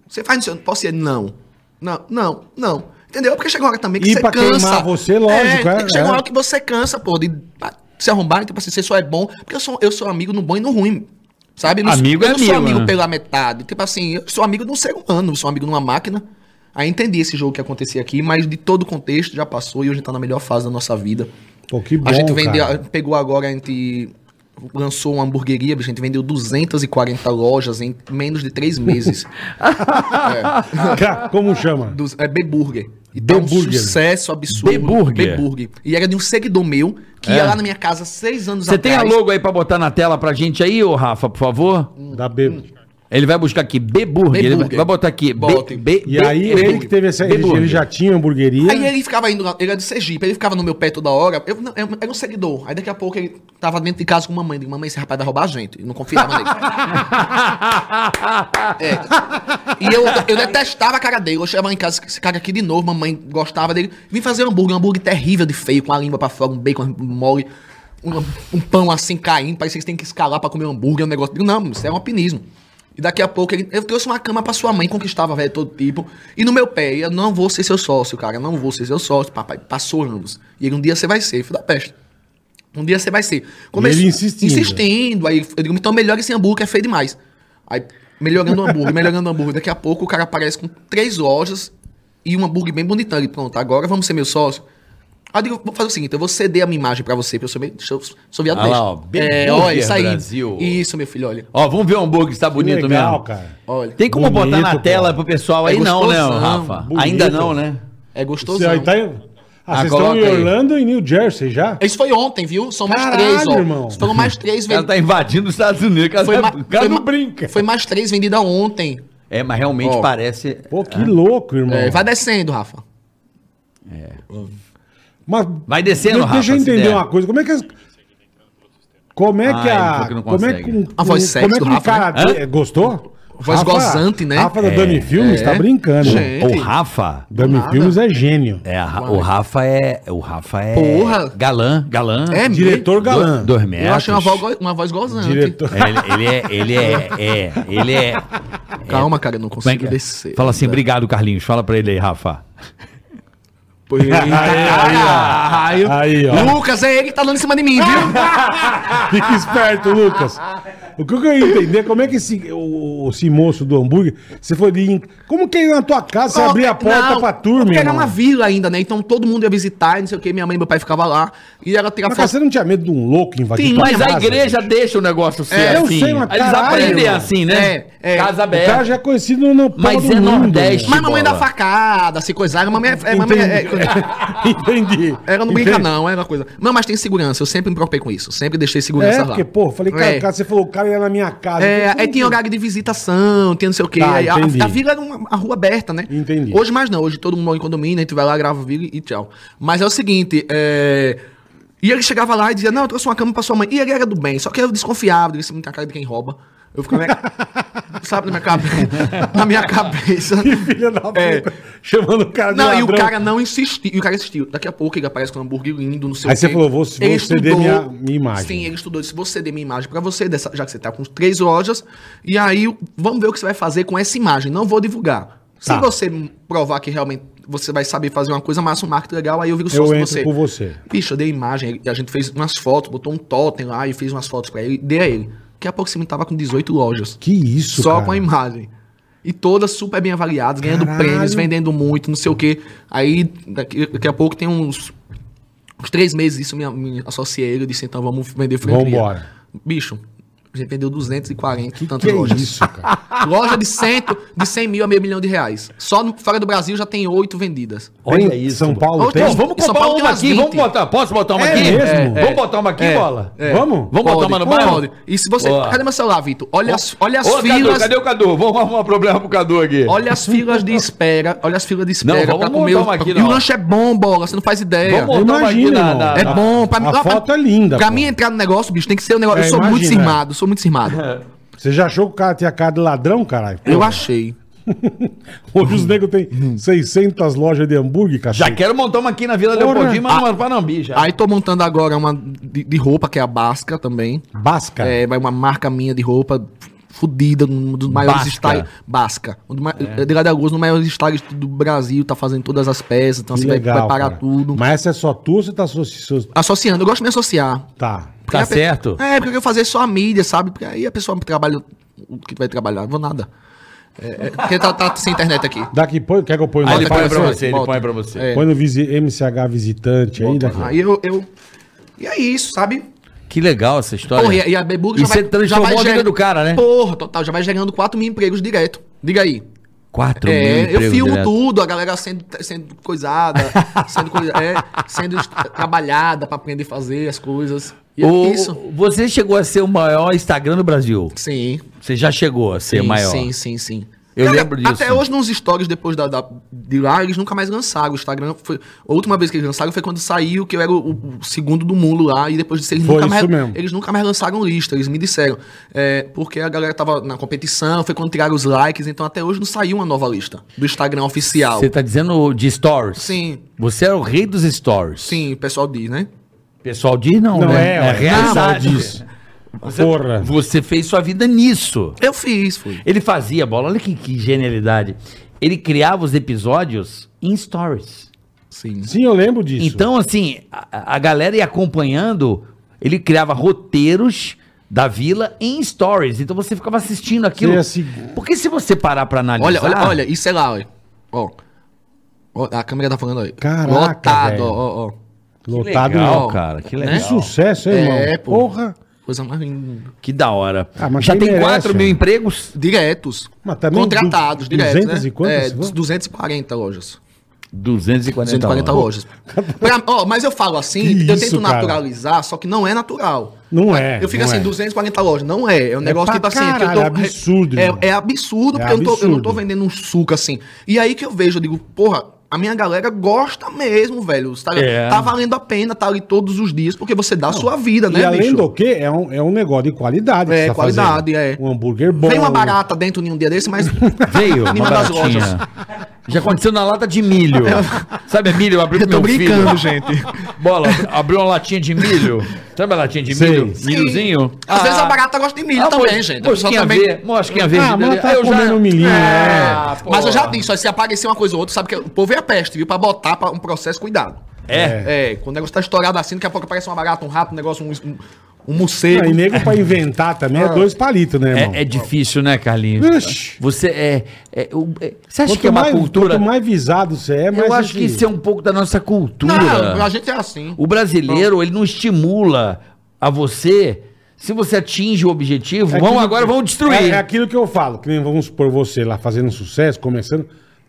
[SPEAKER 3] Você faz no seu... Posso ir? Não. Não, não, não. Entendeu? Porque chega uma hora também que
[SPEAKER 1] E
[SPEAKER 3] você
[SPEAKER 1] pra
[SPEAKER 3] cansa.
[SPEAKER 1] queimar você, lógico, é,
[SPEAKER 3] é, Chega
[SPEAKER 1] é.
[SPEAKER 3] uma hora que você cansa, pô, de ah, se arrombar, então, tipo assim, você só é bom. Porque eu sou, eu sou amigo no bom e no ruim. Sabe? Eu não-
[SPEAKER 2] Amigo
[SPEAKER 3] eu
[SPEAKER 2] é
[SPEAKER 3] não sou
[SPEAKER 2] amigo,
[SPEAKER 3] amigo
[SPEAKER 2] né?
[SPEAKER 3] pela metade. Tipo assim, eu sou amigo de um ser humano, eu sou amigo de uma máquina. Aí entendi esse jogo que acontecia aqui, mas de todo o contexto já passou e hoje tá na melhor fase da nossa vida.
[SPEAKER 1] Pô, que bom,
[SPEAKER 3] a gente vendeu,
[SPEAKER 1] cara.
[SPEAKER 3] pegou agora, a gente lançou uma hamburgueria, a gente vendeu 240 lojas em menos de
[SPEAKER 2] [laughs]
[SPEAKER 3] três meses. É.
[SPEAKER 1] Ca- Como chama?
[SPEAKER 3] Dos- é B-Burger. E tá um
[SPEAKER 1] B-Burger.
[SPEAKER 3] sucesso absurdo.
[SPEAKER 2] B-Burger.
[SPEAKER 3] B-Burger. E era de um seguidor meu que
[SPEAKER 2] É.
[SPEAKER 3] ia lá na minha casa seis anos
[SPEAKER 2] Você tem a logo aí pra botar na tela pra gente aí, ô Rafa, por favor?
[SPEAKER 1] Da B.
[SPEAKER 3] Hum.
[SPEAKER 2] Ele vai buscar aqui B-Burger. Ele vai,
[SPEAKER 3] B-Burger.
[SPEAKER 2] vai botar aqui
[SPEAKER 3] Bota.
[SPEAKER 2] B.
[SPEAKER 1] E aí, ele que teve essa. Ele,
[SPEAKER 2] B-Burger.
[SPEAKER 1] ele já tinha hamburgueria.
[SPEAKER 3] Aí ele é ficava indo lá, ele era de Sergipe, ele ficava no meu pé toda hora. Eu, não, eu- era um seguidor. Aí daqui a pouco ele tava dentro de casa com mamãe. Digo, mamãe, esse rapaz vai roubar a gente. Eu não confiava nele. É. E eu, eu detestava a cara dele. Eu chegava em casa, esse cara aqui de novo, mamãe gostava dele. Vim fazer um hambúrguer, um hambúrguer terrível de feio, com a língua pra fora, um bacon mole, um, um pão assim caindo, parecia que você tem que escalar pra comer um hambúrguer, um negócio. Digo, não, isso é um alpinismo. E daqui a pouco ele, eu trouxe uma cama pra sua mãe, conquistava velho todo tipo. E no meu pé, eu não vou ser seu sócio, cara, não vou ser seu sócio, papai. Passou anos. E ele, um dia você vai ser, filho da peste. Um dia você vai ser.
[SPEAKER 1] ele insistindo.
[SPEAKER 3] Insistindo. Aí eu digo, então melhora esse hambúrguer, que é feio demais. Aí, melhorando o hambúrguer, melhorando o hambúrguer. Daqui a pouco o cara aparece com três lojas e um hambúrguer bem bonitão. Ele, pronto, agora vamos ser meu sócio. Aí eu digo, vou fazer o seguinte, eu vou ceder a minha imagem pra você, porque eu sou, meio, sou, sou viado
[SPEAKER 2] Ah lá,
[SPEAKER 3] besta.
[SPEAKER 2] ó, bem
[SPEAKER 3] É,
[SPEAKER 2] hambúrguer,
[SPEAKER 3] olha, isso aí.
[SPEAKER 2] Brasil.
[SPEAKER 3] Isso, meu filho, olha.
[SPEAKER 2] [laughs] Ó, vamos ver o hambúrguer que está
[SPEAKER 1] Que
[SPEAKER 2] bonito
[SPEAKER 1] legal,
[SPEAKER 2] mesmo.
[SPEAKER 1] cara.
[SPEAKER 3] Olha.
[SPEAKER 2] Tem como botar na
[SPEAKER 1] Bonito,
[SPEAKER 2] tela
[SPEAKER 1] cara.
[SPEAKER 2] pro pessoal aí?
[SPEAKER 3] É
[SPEAKER 2] não, né, ô
[SPEAKER 3] gostosão,
[SPEAKER 2] Rafa?
[SPEAKER 1] bonito.
[SPEAKER 2] Ainda não, né?
[SPEAKER 3] É
[SPEAKER 1] Você,
[SPEAKER 3] gostosão.
[SPEAKER 1] aí tá em- Ah,
[SPEAKER 2] Ah,
[SPEAKER 1] vocês estão
[SPEAKER 2] coloca
[SPEAKER 1] em
[SPEAKER 2] aí.
[SPEAKER 1] Orlando e New Jersey já?
[SPEAKER 3] Isso foi ontem, viu? São mais
[SPEAKER 1] Caralho,
[SPEAKER 3] três, ó.
[SPEAKER 1] irmão.
[SPEAKER 3] Foram mais
[SPEAKER 2] [laughs]
[SPEAKER 3] três
[SPEAKER 2] O cara
[SPEAKER 3] vendidas.
[SPEAKER 2] tá invadindo os Estados Unidos. O cara,
[SPEAKER 3] Foi,
[SPEAKER 2] tá-
[SPEAKER 3] ma-
[SPEAKER 2] o cara
[SPEAKER 3] foi
[SPEAKER 2] não
[SPEAKER 3] ma-
[SPEAKER 2] brinca.
[SPEAKER 3] foi mais três vendidas ontem.
[SPEAKER 2] É, mas realmente
[SPEAKER 3] Ó.
[SPEAKER 2] parece. Ah.
[SPEAKER 1] Pô, que louco, irmão.
[SPEAKER 3] É, vai descendo, Rafa.
[SPEAKER 1] Mas
[SPEAKER 2] Vai descendo,
[SPEAKER 1] deixa
[SPEAKER 2] Rafa.
[SPEAKER 1] Deixa eu
[SPEAKER 2] se
[SPEAKER 1] entender
[SPEAKER 2] der.
[SPEAKER 1] uma coisa. Como é que as... Como é
[SPEAKER 2] Ah, ele
[SPEAKER 1] que a.
[SPEAKER 2] falou que não
[SPEAKER 1] como é que
[SPEAKER 2] consegue.
[SPEAKER 1] um,
[SPEAKER 3] A voz
[SPEAKER 1] um-
[SPEAKER 3] sexy
[SPEAKER 1] como é que
[SPEAKER 3] do
[SPEAKER 1] um
[SPEAKER 3] Ah, Rafa,
[SPEAKER 1] cara
[SPEAKER 2] né?
[SPEAKER 1] de- é, gostou?
[SPEAKER 3] Voz gozante, né?
[SPEAKER 1] Rafa da
[SPEAKER 2] É,
[SPEAKER 1] Dami Filmes tá brincando.
[SPEAKER 3] Gente.
[SPEAKER 1] Gente.
[SPEAKER 2] O Rafa.
[SPEAKER 1] Dami
[SPEAKER 3] nada.
[SPEAKER 1] Filmes é gênio.
[SPEAKER 2] É, a Ra- o Rafa é. O Rafa é.
[SPEAKER 3] Porra.
[SPEAKER 2] Galã, galã.
[SPEAKER 3] É mesmo?
[SPEAKER 1] Diretor galã.
[SPEAKER 2] Do, dois metros.
[SPEAKER 3] Eu achei uma voz, go- uma voz gozante.
[SPEAKER 1] Diretor.
[SPEAKER 2] [laughs] É, ele, ele é. Ele é. é, ele [laughs] é.
[SPEAKER 3] [laughs] Calma, cara, eu não
[SPEAKER 2] Como é
[SPEAKER 3] consigo
[SPEAKER 2] que é?
[SPEAKER 3] descer.
[SPEAKER 2] Fala assim, obrigado, Carlinhos. Fala pra ele aí, Rafa.
[SPEAKER 3] Pô, eita, [laughs]
[SPEAKER 2] Ah,
[SPEAKER 3] cara!
[SPEAKER 1] Aí, ó. Ah,
[SPEAKER 3] Lucas, é ele que tá dando em cima de mim, viu?
[SPEAKER 1] Fica esperto, Lucas. o que eu queria entender é como é que esse, o, esse moço do hambúrguer, você foi de. Como que ele na tua casa, você
[SPEAKER 3] Coloca-
[SPEAKER 1] abria a porta
[SPEAKER 3] Não,
[SPEAKER 1] pra turma?
[SPEAKER 3] Porque era
[SPEAKER 1] irmão?
[SPEAKER 3] uma vila ainda, né? Então todo mundo ia visitar, e não sei o que. Minha mãe e meu pai ficavam lá. E ela tirava
[SPEAKER 1] Mas cara,
[SPEAKER 3] foto.
[SPEAKER 1] você não tinha medo de um louco invadir
[SPEAKER 3] Sim,
[SPEAKER 1] tua
[SPEAKER 2] Mas a
[SPEAKER 1] casa?
[SPEAKER 2] igreja deixa o negócio ser
[SPEAKER 1] É, eu
[SPEAKER 2] assim.
[SPEAKER 1] sei, mas
[SPEAKER 2] Eles
[SPEAKER 1] caralho,
[SPEAKER 2] aprendem
[SPEAKER 1] mano.
[SPEAKER 2] assim, né?
[SPEAKER 3] É, é.
[SPEAKER 2] Casa
[SPEAKER 1] O cara
[SPEAKER 2] aberta.
[SPEAKER 1] já é conhecido no
[SPEAKER 2] Mas
[SPEAKER 1] todo
[SPEAKER 2] é Nordeste.
[SPEAKER 1] velho.
[SPEAKER 3] assim, Mas mamãe é da
[SPEAKER 2] bola.
[SPEAKER 3] facada, se coisar. Mamãe é. é, mamãe é,
[SPEAKER 1] Entendi.
[SPEAKER 3] [laughs]
[SPEAKER 1] Entendi.
[SPEAKER 3] era não brinca,
[SPEAKER 1] Entendi.
[SPEAKER 3] não, era coisa. Não, mas tem segurança, eu sempre me preocupei com isso. Sempre deixei segurança
[SPEAKER 1] É,
[SPEAKER 3] lá.
[SPEAKER 1] porque, pô, falei, cara,
[SPEAKER 3] É.
[SPEAKER 1] cara, você falou, o cara ia na minha casa.
[SPEAKER 3] É,
[SPEAKER 1] Eu falei,
[SPEAKER 3] aí tinha horário de visitação, tinha não sei o quê.
[SPEAKER 1] Tá,
[SPEAKER 3] Aí a,
[SPEAKER 1] entendi.
[SPEAKER 3] a vila era uma a rua aberta, né?
[SPEAKER 1] Entendi.
[SPEAKER 3] Hoje mais não, hoje todo mundo mora em condomínio, aí tu vai lá, grava o vídeo e tchau. Mas é o seguinte, é... E ele chegava lá e dizia, não, eu trouxe uma cama pra sua mãe. E ele era do bem, só que eu desconfiava, disse muito a cara de quem rouba. Eu ficava, né, [laughs] sabe, na minha cabeça. na minha
[SPEAKER 1] [laughs]
[SPEAKER 3] cabeça.
[SPEAKER 1] Que filha da puta.
[SPEAKER 3] [laughs] É.
[SPEAKER 1] Chamando o cara de
[SPEAKER 3] Não, e o
[SPEAKER 1] ladrão.
[SPEAKER 3] cara não insistiu. E o cara insistiu. Daqui a pouco ele aparece com um hambúrguer lindo, não sei
[SPEAKER 1] Aí
[SPEAKER 3] o
[SPEAKER 1] você
[SPEAKER 3] quê.
[SPEAKER 1] falou, vou- vou
[SPEAKER 3] Ele
[SPEAKER 1] ceder
[SPEAKER 3] estudou-
[SPEAKER 1] minha- minha imagem.
[SPEAKER 3] Sim, ele estudou. Se você der minha imagem pra você, dessa- já que você tá com três lojas, e aí vamos ver o que você vai fazer com essa imagem. Não vou divulgar.
[SPEAKER 1] Tá.
[SPEAKER 3] Se você provar que realmente você vai saber fazer uma coisa massa, um marketing legal, aí eu viro
[SPEAKER 1] Eu
[SPEAKER 3] sócio de
[SPEAKER 1] entro
[SPEAKER 3] você.
[SPEAKER 1] com você.
[SPEAKER 3] Bicho, eu dei imagem, e a gente fez umas fotos, botou um totem lá e fez umas fotos pra ele, dei a ele. Daqui a pouco você me tava com 18 lojas.
[SPEAKER 1] Que isso,
[SPEAKER 3] Só
[SPEAKER 1] cara.
[SPEAKER 3] com a imagem. E todas super bem avaliadas, ganhando
[SPEAKER 1] Caralho.
[SPEAKER 3] prêmios, vendendo muito, não sei o quê. Aí, daqui, daqui a pouco tem uns, uns três meses isso, eu me, me associei. Eu disse, então vamos vender franquia.
[SPEAKER 1] Vambora.
[SPEAKER 3] Bicho, a gente vendeu 240 e
[SPEAKER 1] Que
[SPEAKER 3] tantas
[SPEAKER 1] é
[SPEAKER 3] lojas.
[SPEAKER 1] isso, cara?
[SPEAKER 3] [laughs] Loja de 100, de 100 mil a meio milhão de reais. Só no, fora do Brasil já tem oito vendidas.
[SPEAKER 1] Tem- São Paulo
[SPEAKER 3] Ô,
[SPEAKER 1] tem?
[SPEAKER 2] Pô, vamos
[SPEAKER 3] Em São
[SPEAKER 2] comprar
[SPEAKER 3] Paulo tem
[SPEAKER 2] uma
[SPEAKER 3] umas
[SPEAKER 2] aqui,
[SPEAKER 3] 20.
[SPEAKER 2] vamos botar. Posso botar uma
[SPEAKER 1] É
[SPEAKER 2] aqui?
[SPEAKER 1] mesmo?
[SPEAKER 2] Vamos botar uma aqui,
[SPEAKER 3] É,
[SPEAKER 2] bola?
[SPEAKER 1] é. Vamos?
[SPEAKER 2] Vamos botar uma no
[SPEAKER 3] pode,
[SPEAKER 2] bairro?
[SPEAKER 3] E se você...
[SPEAKER 2] Boa.
[SPEAKER 3] Cadê meu celular, Vitor? Olha as, olha as
[SPEAKER 2] Ô, Cadu,
[SPEAKER 3] filas...
[SPEAKER 2] cadê o Cadu? Vamos arrumar um problema pro Cadu
[SPEAKER 1] É.
[SPEAKER 2] aqui.
[SPEAKER 3] Olha as filas de espera, olha as filas de
[SPEAKER 2] Não,
[SPEAKER 3] espera
[SPEAKER 2] vamos
[SPEAKER 3] pra
[SPEAKER 2] montar
[SPEAKER 3] comer.
[SPEAKER 2] uma
[SPEAKER 3] o-
[SPEAKER 2] aqui,
[SPEAKER 3] e o
[SPEAKER 2] não.
[SPEAKER 3] lanche é bom, bola, você não faz ideia.
[SPEAKER 2] Vamos botar uma aqui
[SPEAKER 1] Imagina,
[SPEAKER 2] na-
[SPEAKER 1] irmão.
[SPEAKER 2] na-
[SPEAKER 3] É
[SPEAKER 2] na-
[SPEAKER 3] bom. Pra,
[SPEAKER 1] tá? a
[SPEAKER 3] pra-
[SPEAKER 1] foto é linda,
[SPEAKER 3] Pra
[SPEAKER 1] pô.
[SPEAKER 3] mim entrar no negócio, bicho, tem que ser um negócio.
[SPEAKER 1] É,
[SPEAKER 3] eu sou muito
[SPEAKER 1] imagina. É.
[SPEAKER 3] cismado, sou
[SPEAKER 1] [laughs]
[SPEAKER 3] muito cismado.
[SPEAKER 1] Você já achou que o cara tinha cara de ladrão, caralho?
[SPEAKER 3] Eu achei.
[SPEAKER 1] Hoje os negros
[SPEAKER 3] Hum.
[SPEAKER 1] têm 600 lojas de hambúrguer,
[SPEAKER 2] Já
[SPEAKER 1] cacete.
[SPEAKER 2] quero montar uma aqui na Vila
[SPEAKER 1] Porra.
[SPEAKER 2] Leopoldina, mas no Panambi já.
[SPEAKER 1] Tá.
[SPEAKER 3] Aí tô montando agora uma de, de roupa, que é a Basca também.
[SPEAKER 1] Basca.
[SPEAKER 3] É, vai uma marca minha de roupa fudida, um dos maiores
[SPEAKER 2] Basca.
[SPEAKER 3] styles. Basca. Um dos ma-
[SPEAKER 1] É.
[SPEAKER 3] De Gadagoz, um dos maiores styles do Brasil, tá fazendo todas as peças, então
[SPEAKER 1] Que
[SPEAKER 3] você
[SPEAKER 1] legal,
[SPEAKER 3] vai preparar
[SPEAKER 1] cara.
[SPEAKER 3] tudo.
[SPEAKER 1] Mas essa é só tua ou você tá associando?
[SPEAKER 3] Associando, eu gosto de me associar.
[SPEAKER 1] Tá.
[SPEAKER 3] Porque
[SPEAKER 2] Tá
[SPEAKER 3] a pe-
[SPEAKER 2] certo.
[SPEAKER 3] É, porque eu quero fazer só a mídia, sabe? Porque aí a pessoa trabalha o que vai trabalhar, não vou nada. É, é, porque tá, tá sem internet aqui.
[SPEAKER 1] Daqui, põe, quer que eu ponha
[SPEAKER 2] Aí
[SPEAKER 1] no...
[SPEAKER 2] ele
[SPEAKER 3] Bota
[SPEAKER 2] põe
[SPEAKER 3] pra
[SPEAKER 2] pra
[SPEAKER 3] você,
[SPEAKER 2] você, ele
[SPEAKER 3] bota.
[SPEAKER 2] põe pra você.
[SPEAKER 3] É.
[SPEAKER 1] põe no visi- MCH visitante aí, daqui?
[SPEAKER 3] Aí eu, eu. E é isso, sabe?
[SPEAKER 2] Que legal essa história.
[SPEAKER 3] Porra, e a- e a Beburg
[SPEAKER 2] E você transformou a vida do cara, né?
[SPEAKER 3] Porra, total, já vai gerando 4 mil empregos direto. Diga aí.
[SPEAKER 2] Quatro mil
[SPEAKER 3] É, eu
[SPEAKER 2] empregos
[SPEAKER 3] filmo
[SPEAKER 2] direto.
[SPEAKER 3] tudo, a galera sendo, sendo
[SPEAKER 2] [laughs]
[SPEAKER 3] coisada, sendo, coisa- é, sendo est- trabalhada pra aprender a fazer as coisas. E
[SPEAKER 2] O-
[SPEAKER 3] é isso.
[SPEAKER 2] Você chegou a ser o maior Instagram do Brasil.
[SPEAKER 3] Sim.
[SPEAKER 2] Você já chegou a ser
[SPEAKER 3] sim,
[SPEAKER 2] maior.
[SPEAKER 3] Sim, sim, sim.
[SPEAKER 2] Eu lembro disso.
[SPEAKER 3] Até hoje, nos stories depois da, da- de lá, eles nunca mais lançaram. O Instagram foi. A última vez que eles lançaram foi quando saiu que eu era o, o segundo do mundo lá. E depois disso, eles
[SPEAKER 1] Foi
[SPEAKER 3] nunca
[SPEAKER 1] isso
[SPEAKER 3] mais.
[SPEAKER 1] mesmo.
[SPEAKER 3] Eles nunca mais lançaram lista, eles me disseram. É, porque a galera tava na competição, foi quando tiraram os likes, então até hoje não saiu uma nova lista do Instagram oficial.
[SPEAKER 2] Você tá dizendo de stories?
[SPEAKER 3] Sim.
[SPEAKER 2] Você é o rei dos stories.
[SPEAKER 3] Sim, o pessoal diz, né?
[SPEAKER 2] Pessoal diz não,
[SPEAKER 1] Não
[SPEAKER 2] né?
[SPEAKER 1] é, é
[SPEAKER 2] realidade.
[SPEAKER 1] disso. Porra.
[SPEAKER 2] Você fez sua vida nisso.
[SPEAKER 3] Eu fiz, fui.
[SPEAKER 2] Ele fazia bola, olha que, que genialidade. Ele criava os episódios em stories.
[SPEAKER 3] Sim.
[SPEAKER 1] Sim, eu lembro disso.
[SPEAKER 2] Então, assim, a, a galera ia acompanhando, ele criava roteiros da vila em stories. Então você ficava assistindo aquilo.
[SPEAKER 1] Você ia se-
[SPEAKER 2] Porque se você parar pra analisar.
[SPEAKER 3] Olha, olha, olha, isso é lá, olha. ó. Ó, a câmera tá falando aí.
[SPEAKER 1] Caraca,
[SPEAKER 3] Lotado,
[SPEAKER 1] velho.
[SPEAKER 3] ó, ó, ó.
[SPEAKER 1] Lotado né?
[SPEAKER 2] legal,
[SPEAKER 1] não.
[SPEAKER 2] cara, que
[SPEAKER 3] Né?
[SPEAKER 1] Que
[SPEAKER 2] legal.
[SPEAKER 1] sucesso, hein, irmão?
[SPEAKER 3] É, pô.
[SPEAKER 1] Porra.
[SPEAKER 3] Coisa mais linda.
[SPEAKER 2] Que da hora.
[SPEAKER 1] Ah, mas
[SPEAKER 2] Já
[SPEAKER 1] quem
[SPEAKER 2] tem
[SPEAKER 1] merece,
[SPEAKER 2] 4 mil
[SPEAKER 1] mano?
[SPEAKER 2] empregos?
[SPEAKER 3] Diretos.
[SPEAKER 1] Mas também
[SPEAKER 3] contratados,
[SPEAKER 1] du-
[SPEAKER 3] diretos.
[SPEAKER 1] 200
[SPEAKER 3] né?
[SPEAKER 1] e quantas,
[SPEAKER 3] É,
[SPEAKER 1] você falou?
[SPEAKER 3] 240 lojas.
[SPEAKER 2] 240,
[SPEAKER 3] 240 lojas. Pra- ó, mas eu falo assim,
[SPEAKER 1] Que
[SPEAKER 3] eu
[SPEAKER 1] isso,
[SPEAKER 3] tento
[SPEAKER 1] cara.
[SPEAKER 3] naturalizar, só que não é natural.
[SPEAKER 1] Não é.
[SPEAKER 3] Eu fico
[SPEAKER 1] não
[SPEAKER 3] assim,
[SPEAKER 1] é.
[SPEAKER 3] 240 lojas. Não é. É um negócio
[SPEAKER 1] pra
[SPEAKER 3] tipo assim. que
[SPEAKER 1] caralho,
[SPEAKER 3] eu
[SPEAKER 1] é absurdo, irmão.
[SPEAKER 3] É, é absurdo,
[SPEAKER 1] É
[SPEAKER 3] porque eu não tô- Eu, não tô,
[SPEAKER 1] absurdo.
[SPEAKER 3] vendendo um suco assim. E aí que eu vejo, eu digo, porra, a minha galera gosta mesmo, velho. Tá,
[SPEAKER 2] É.
[SPEAKER 3] tá valendo a pena estar ali todos os dias, porque você dá a sua vida, né,
[SPEAKER 1] E além do que, é um, é um negócio de qualidade. que
[SPEAKER 3] É,
[SPEAKER 1] você tá
[SPEAKER 3] qualidade, é.
[SPEAKER 1] Um hambúrguer bom.
[SPEAKER 3] Vem uma barata dentro de um dia desse,
[SPEAKER 2] [laughs]
[SPEAKER 3] mas.
[SPEAKER 2] Veio, uma
[SPEAKER 3] Nenhuma das lojas.
[SPEAKER 2] baratinha. Já aconteceu na lata de
[SPEAKER 3] [laughs]
[SPEAKER 2] milho. Sabe é milho? Eu abri pro
[SPEAKER 3] Eu tô
[SPEAKER 2] meu filho.
[SPEAKER 3] brincando, gente.
[SPEAKER 2] Bola, abriu uma latinha de milho. Sabe a latinha de
[SPEAKER 1] Sei.
[SPEAKER 2] milho?
[SPEAKER 1] Sim.
[SPEAKER 2] Milhozinho?
[SPEAKER 3] Às
[SPEAKER 2] Ah,
[SPEAKER 3] vezes a barata gosta de milho
[SPEAKER 2] ah,
[SPEAKER 3] também,
[SPEAKER 2] mos-
[SPEAKER 3] gente. A pessoa
[SPEAKER 2] Mosquinha,
[SPEAKER 3] também.
[SPEAKER 2] ver, mosquinha verde.
[SPEAKER 1] Ah, mas
[SPEAKER 2] dele.
[SPEAKER 1] tá comendo milhinho,
[SPEAKER 2] Ah,
[SPEAKER 3] é. Mas eu já
[SPEAKER 2] porra.
[SPEAKER 3] é disse, ó, se aparecer uma coisa ou outra, sabe que o povo é a peste, viu? Pra botar pra um processo, cuidado.
[SPEAKER 2] É.
[SPEAKER 3] É, quando o negócio tá estourado assim, daqui a pouco aparece uma barata, um rato, um negócio, um, um, um morcego.
[SPEAKER 1] Aí
[SPEAKER 2] né?
[SPEAKER 1] nego pra inventar também é dois palitos, né, irmão?
[SPEAKER 2] É, é difícil, né, Carlinhos?
[SPEAKER 1] Vixe.
[SPEAKER 2] Você é, é, o- é- Você acha
[SPEAKER 1] Quanto
[SPEAKER 2] que é uma
[SPEAKER 1] mais-
[SPEAKER 2] cultura?
[SPEAKER 1] Quanto mais visado você é, mais.
[SPEAKER 2] Eu acho que
[SPEAKER 1] esse-
[SPEAKER 2] isso é um pouco da nossa cultura.
[SPEAKER 3] Não, a gente é assim.
[SPEAKER 2] O brasileiro, ele não estimula a você. Se você atinge o objetivo,
[SPEAKER 1] É
[SPEAKER 2] vão
[SPEAKER 1] aquilo
[SPEAKER 2] agora
[SPEAKER 1] que-
[SPEAKER 2] vão
[SPEAKER 1] É,
[SPEAKER 2] destruir.
[SPEAKER 1] é aquilo que eu falo, que nem vamos supor você lá fazendo sucesso, começando.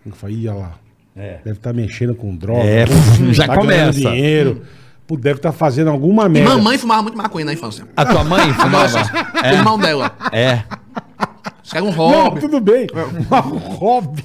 [SPEAKER 1] Eu falo, Ih, olha lá. Deve estar mexendo com droga.
[SPEAKER 2] É,
[SPEAKER 1] pô,
[SPEAKER 2] já
[SPEAKER 1] tá ganhando
[SPEAKER 2] começa.
[SPEAKER 1] dinheiro. Pô, deve estar fazendo alguma
[SPEAKER 3] E
[SPEAKER 1] merda.
[SPEAKER 3] mamãe fumava muito maconha na infância.
[SPEAKER 2] A tua
[SPEAKER 1] [laughs]
[SPEAKER 2] mãe
[SPEAKER 3] Nossa,
[SPEAKER 2] é. fumava?
[SPEAKER 3] o irmão dela.
[SPEAKER 2] É.
[SPEAKER 3] Isso era um
[SPEAKER 1] Não,
[SPEAKER 3] hobby.
[SPEAKER 1] tudo bem. [laughs] Mas o hobby.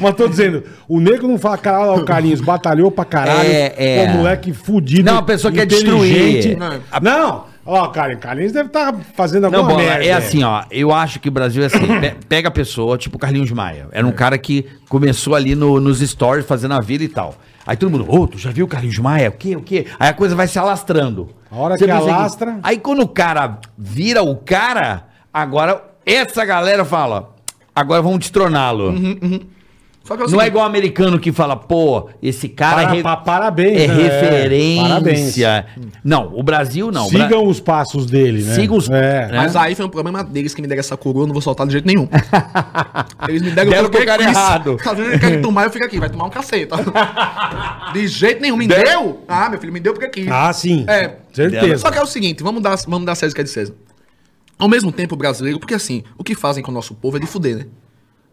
[SPEAKER 1] Mas tô dizendo, o negro não fala, caralho, olha o Carlinhos batalhou pra caralho.
[SPEAKER 2] É, é.
[SPEAKER 1] Pô, moleque fudido.
[SPEAKER 2] Não, a pessoa quer destruir.
[SPEAKER 1] inteligente.
[SPEAKER 3] Não.
[SPEAKER 1] Não, ó, Carlinhos, Carlinhos deve estar fazendo
[SPEAKER 2] Não,
[SPEAKER 1] alguma
[SPEAKER 2] bola,
[SPEAKER 1] merda.
[SPEAKER 2] é assim, ó. Eu acho que o Brasil é assim.
[SPEAKER 1] [clears throat]
[SPEAKER 2] pe- pega a pessoa, tipo o Carlinhos Maia. Era um cara que começou ali no- nos stories fazendo a vida e tal. Aí todo mundo, ô, tu já viu o Carlinhos Maia? O quê? O quê? Aí a coisa vai se alastrando.
[SPEAKER 1] A hora
[SPEAKER 2] Você
[SPEAKER 1] que
[SPEAKER 2] não sei o quê.
[SPEAKER 1] alastra-
[SPEAKER 2] Aí quando o cara vira o cara, agora essa galera fala, agora vamos destroná-lo.
[SPEAKER 1] Uhum.
[SPEAKER 3] Só que eu assim,
[SPEAKER 2] Não é igual o americano que fala, pô, esse cara
[SPEAKER 1] Para-
[SPEAKER 2] é, re-
[SPEAKER 1] pa- parabéns,
[SPEAKER 2] é
[SPEAKER 1] né?
[SPEAKER 2] referência.
[SPEAKER 1] Parabéns.
[SPEAKER 2] Não, o Brasil não. O Bra-
[SPEAKER 1] Sigam os passos dele, né?
[SPEAKER 2] Sigam os-
[SPEAKER 1] é.
[SPEAKER 3] Mas aí foi um problema deles que me deram essa coroa, eu não vou soltar de jeito nenhum. Eles me deram,
[SPEAKER 2] Deram pro cara
[SPEAKER 3] quis.
[SPEAKER 2] errado.
[SPEAKER 3] Às vezes ele quer tomar, eu fico aqui, vai tomar um caceta. De jeito nenhum, me deu? Ah, meu filho, me deu porque quis.
[SPEAKER 1] Ah, sim.
[SPEAKER 3] É.
[SPEAKER 1] Certeza.
[SPEAKER 3] Só que é o seguinte, vamos dar, vamos dar César que é de César. Ao mesmo tempo, o brasileiro, porque assim, o que fazem com o nosso povo é de fuder, né?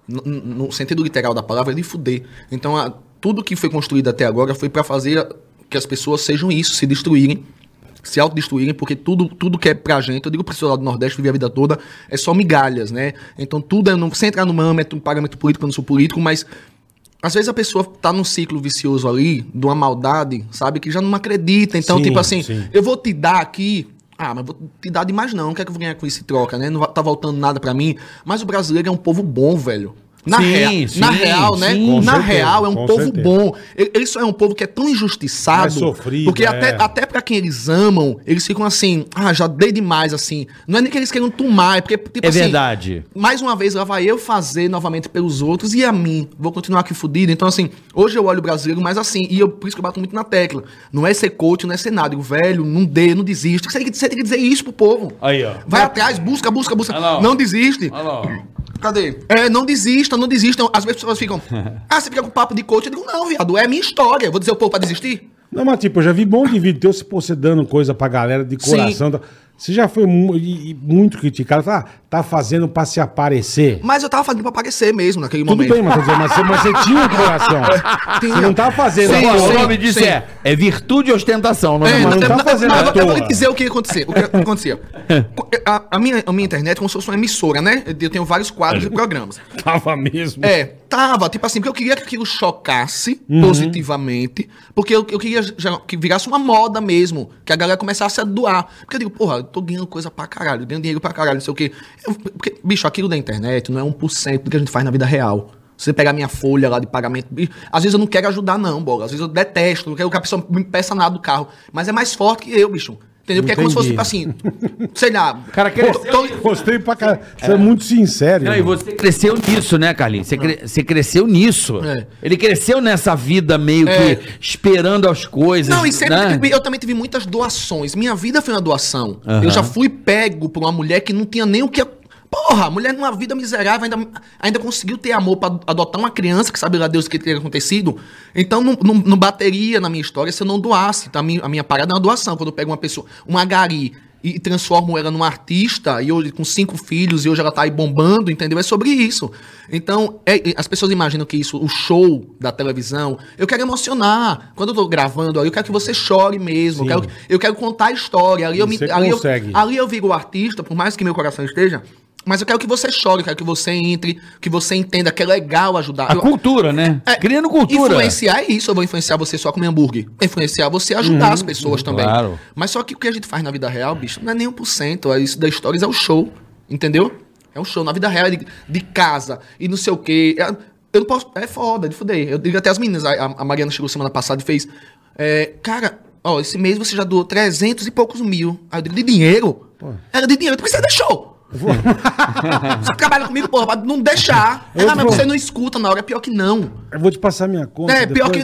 [SPEAKER 3] No, no- no sentido literal da palavra, é de fuder. Então, a- tudo que foi construído até agora foi pra fazer que as pessoas sejam isso, se destruírem, se autodestruírem, porque tudo, tudo que é pra gente, eu digo pro pessoal lá do Nordeste, viver a vida toda, é só migalhas, né? Então, tudo é, não, sem entrar num âmbito, um parâmetro político, eu não sou político, mas às vezes a pessoa tá num ciclo vicioso ali, de uma maldade, sabe? Que já não acredita. Então,
[SPEAKER 1] Sim,
[SPEAKER 3] tipo assim,
[SPEAKER 1] sim.
[SPEAKER 3] eu vou te dar aqui. Ah, mas vou te dar demais não. O que é que eu vou ganhar com isso em troca, né? Não va- tá voltando nada pra mim. Mas o brasileiro é um povo bom, velho. Na,
[SPEAKER 2] Sim,
[SPEAKER 3] rea-
[SPEAKER 2] sim,
[SPEAKER 3] na real, né?
[SPEAKER 2] sim. Com
[SPEAKER 3] na
[SPEAKER 1] certeza,
[SPEAKER 3] real, é
[SPEAKER 1] com
[SPEAKER 3] um povo
[SPEAKER 1] certeza.
[SPEAKER 3] bom. Ele, ele só é um povo que é tão injustiçado.
[SPEAKER 1] É sofrido,
[SPEAKER 3] porque
[SPEAKER 1] é.
[SPEAKER 3] até, até pra quem eles amam, eles ficam assim, ah, já dei demais, assim. Não é nem que eles queiram tomar, é porque, tipo
[SPEAKER 2] É
[SPEAKER 3] assim,
[SPEAKER 2] verdade.
[SPEAKER 3] mais uma vez, lá vai eu fazer novamente pelos outros e a mim. Vou continuar aqui fudido. Então, assim, hoje eu olho o brasileiro mais assim. E eu, por isso que eu bato muito na tecla. Não é ser coach, não é ser nada. Eu digo, velho, não dê, não desiste. Você tem que, você tem que dizer isso pro povo.
[SPEAKER 2] Aí, ó.
[SPEAKER 3] Vai atrás, busca, busca, busca.
[SPEAKER 2] Ah, não.
[SPEAKER 3] Não desiste.
[SPEAKER 2] Olha lá, ó.
[SPEAKER 3] Cadê? É, não desista, não desistam. Às vezes as
[SPEAKER 2] [laughs]
[SPEAKER 3] pessoas ficam, ah, você fica com papo de coach. Eu digo, não, viado, é minha história. Vou dizer o povo pra desistir?
[SPEAKER 1] Não, mas tipo, eu já vi um monte de vídeo teu se pô, você dando coisa pra galera de
[SPEAKER 3] Sim.
[SPEAKER 1] coração. tá? Você já foi mu- e- e muito criticado. Tá, tá fazendo pra se aparecer.
[SPEAKER 3] Mas eu tava fazendo pra aparecer mesmo naquele
[SPEAKER 1] Tudo
[SPEAKER 3] momento.
[SPEAKER 1] bem, mas, tô dizendo, mas, você, mas você tinha um
[SPEAKER 3] [laughs]
[SPEAKER 1] coração. Você não tá fazendo.
[SPEAKER 3] Sim,
[SPEAKER 1] Agora,
[SPEAKER 2] Agora,
[SPEAKER 3] sim.
[SPEAKER 2] o nome disso é, é virtude e ostentação, não
[SPEAKER 3] É,
[SPEAKER 2] é?
[SPEAKER 1] mas
[SPEAKER 3] não,
[SPEAKER 1] não
[SPEAKER 3] tem-
[SPEAKER 1] tá
[SPEAKER 3] não-
[SPEAKER 1] fazendo
[SPEAKER 3] não,
[SPEAKER 1] à
[SPEAKER 3] eu, vou- eu vou lhe
[SPEAKER 1] toa.
[SPEAKER 3] dizer o que acontecia. O que acontecia. A, a minha, a minha internet é como se fosse uma emissora, né? Eu tenho vários quadros e programas.
[SPEAKER 1] Tava mesmo.
[SPEAKER 3] É, tava, tipo assim, porque eu queria que aquilo chocasse positivamente, porque eu, eu queria já- que virasse uma moda mesmo, que a galera começasse a doar. Porque eu digo, porra, eu tô ganhando coisa pra caralho, eu ganho dinheiro pra caralho, não sei o quê. Eu- porque, bicho, aquilo da internet não é 1% do que a gente faz na vida real. Se Você pegar minha folha lá de pagamento. bicho, Às vezes eu não quero ajudar, não, bola. Às vezes eu detesto, não quero que a pessoa me peça nada do carro. Mas é mais forte que eu, bicho. Entendeu? Porque é como se fosse, tipo assim, sei lá.
[SPEAKER 2] Cara,
[SPEAKER 3] tô-
[SPEAKER 2] cresceu
[SPEAKER 3] tô-
[SPEAKER 1] Gostei pra caralho. Você é muito sincero.
[SPEAKER 2] Não, e
[SPEAKER 1] irmão.
[SPEAKER 2] você cresceu nisso, né, Carlinhos? Você, cre- você cresceu nisso.
[SPEAKER 3] É.
[SPEAKER 2] Ele cresceu nessa vida meio
[SPEAKER 3] É.
[SPEAKER 2] que esperando as coisas.
[SPEAKER 3] Não, é e sempre
[SPEAKER 2] né?
[SPEAKER 3] tive- eu também tive muitas doações. Minha vida foi uma doação. Eu já fui pego por uma mulher que não tinha nem o que. Porra, a mulher numa vida miserável ainda, ainda conseguiu ter amor pra adotar uma criança que sabe lá Deus o que teria acontecido. Então não, não, não bateria na minha história se eu não doasse. Então, a, minha, a minha parada é uma doação. Quando eu pego uma pessoa, uma gari, e transformo ela numa artista, e hoje com cinco filhos, e hoje ela tá aí bombando, entendeu? É sobre isso. Então, é- é- as pessoas imaginam que isso, o show da televisão, eu quero emocionar. Quando eu tô gravando ali, eu quero que você chore mesmo. Eu quero, eu quero contar a história. Ali eu, me,
[SPEAKER 1] Você
[SPEAKER 3] ali, eu,
[SPEAKER 1] consegue.
[SPEAKER 3] ali eu viro o artista, por mais que meu coração esteja. Mas eu quero que você chore, eu quero que você entre, que você entenda que é legal ajudar.
[SPEAKER 2] A
[SPEAKER 3] Eu-
[SPEAKER 2] cultura, né?
[SPEAKER 3] é,
[SPEAKER 2] Criando cultura.
[SPEAKER 3] Influenciar é isso. Eu vou influenciar você só com meu hambúrguer. Influenciar você é ajudar as pessoas também.
[SPEAKER 2] Uhum. claro.
[SPEAKER 3] Mas só que o que a gente faz na vida real, bicho, não é nem 1%. É Isso da Stories é o show. Entendeu? É um show. Na vida real é de, de casa e não sei o quê. É- eu não posso. É foda, de fuder. Eu digo até as meninas. A, a- a Mariana chegou semana passada e fez. é, cara, ó, esse mês você já doou 300 e poucos mil. Aí eu digo, de dinheiro? Era de dinheiro. Por que você deixou? [laughs] você trabalha comigo, porra, pra não deixar.
[SPEAKER 1] Eu
[SPEAKER 3] ah, mas
[SPEAKER 1] vou-
[SPEAKER 3] você não escuta na hora, é pior que não.
[SPEAKER 1] Eu vou te passar minha conta.
[SPEAKER 3] É, pior
[SPEAKER 1] depois.
[SPEAKER 3] que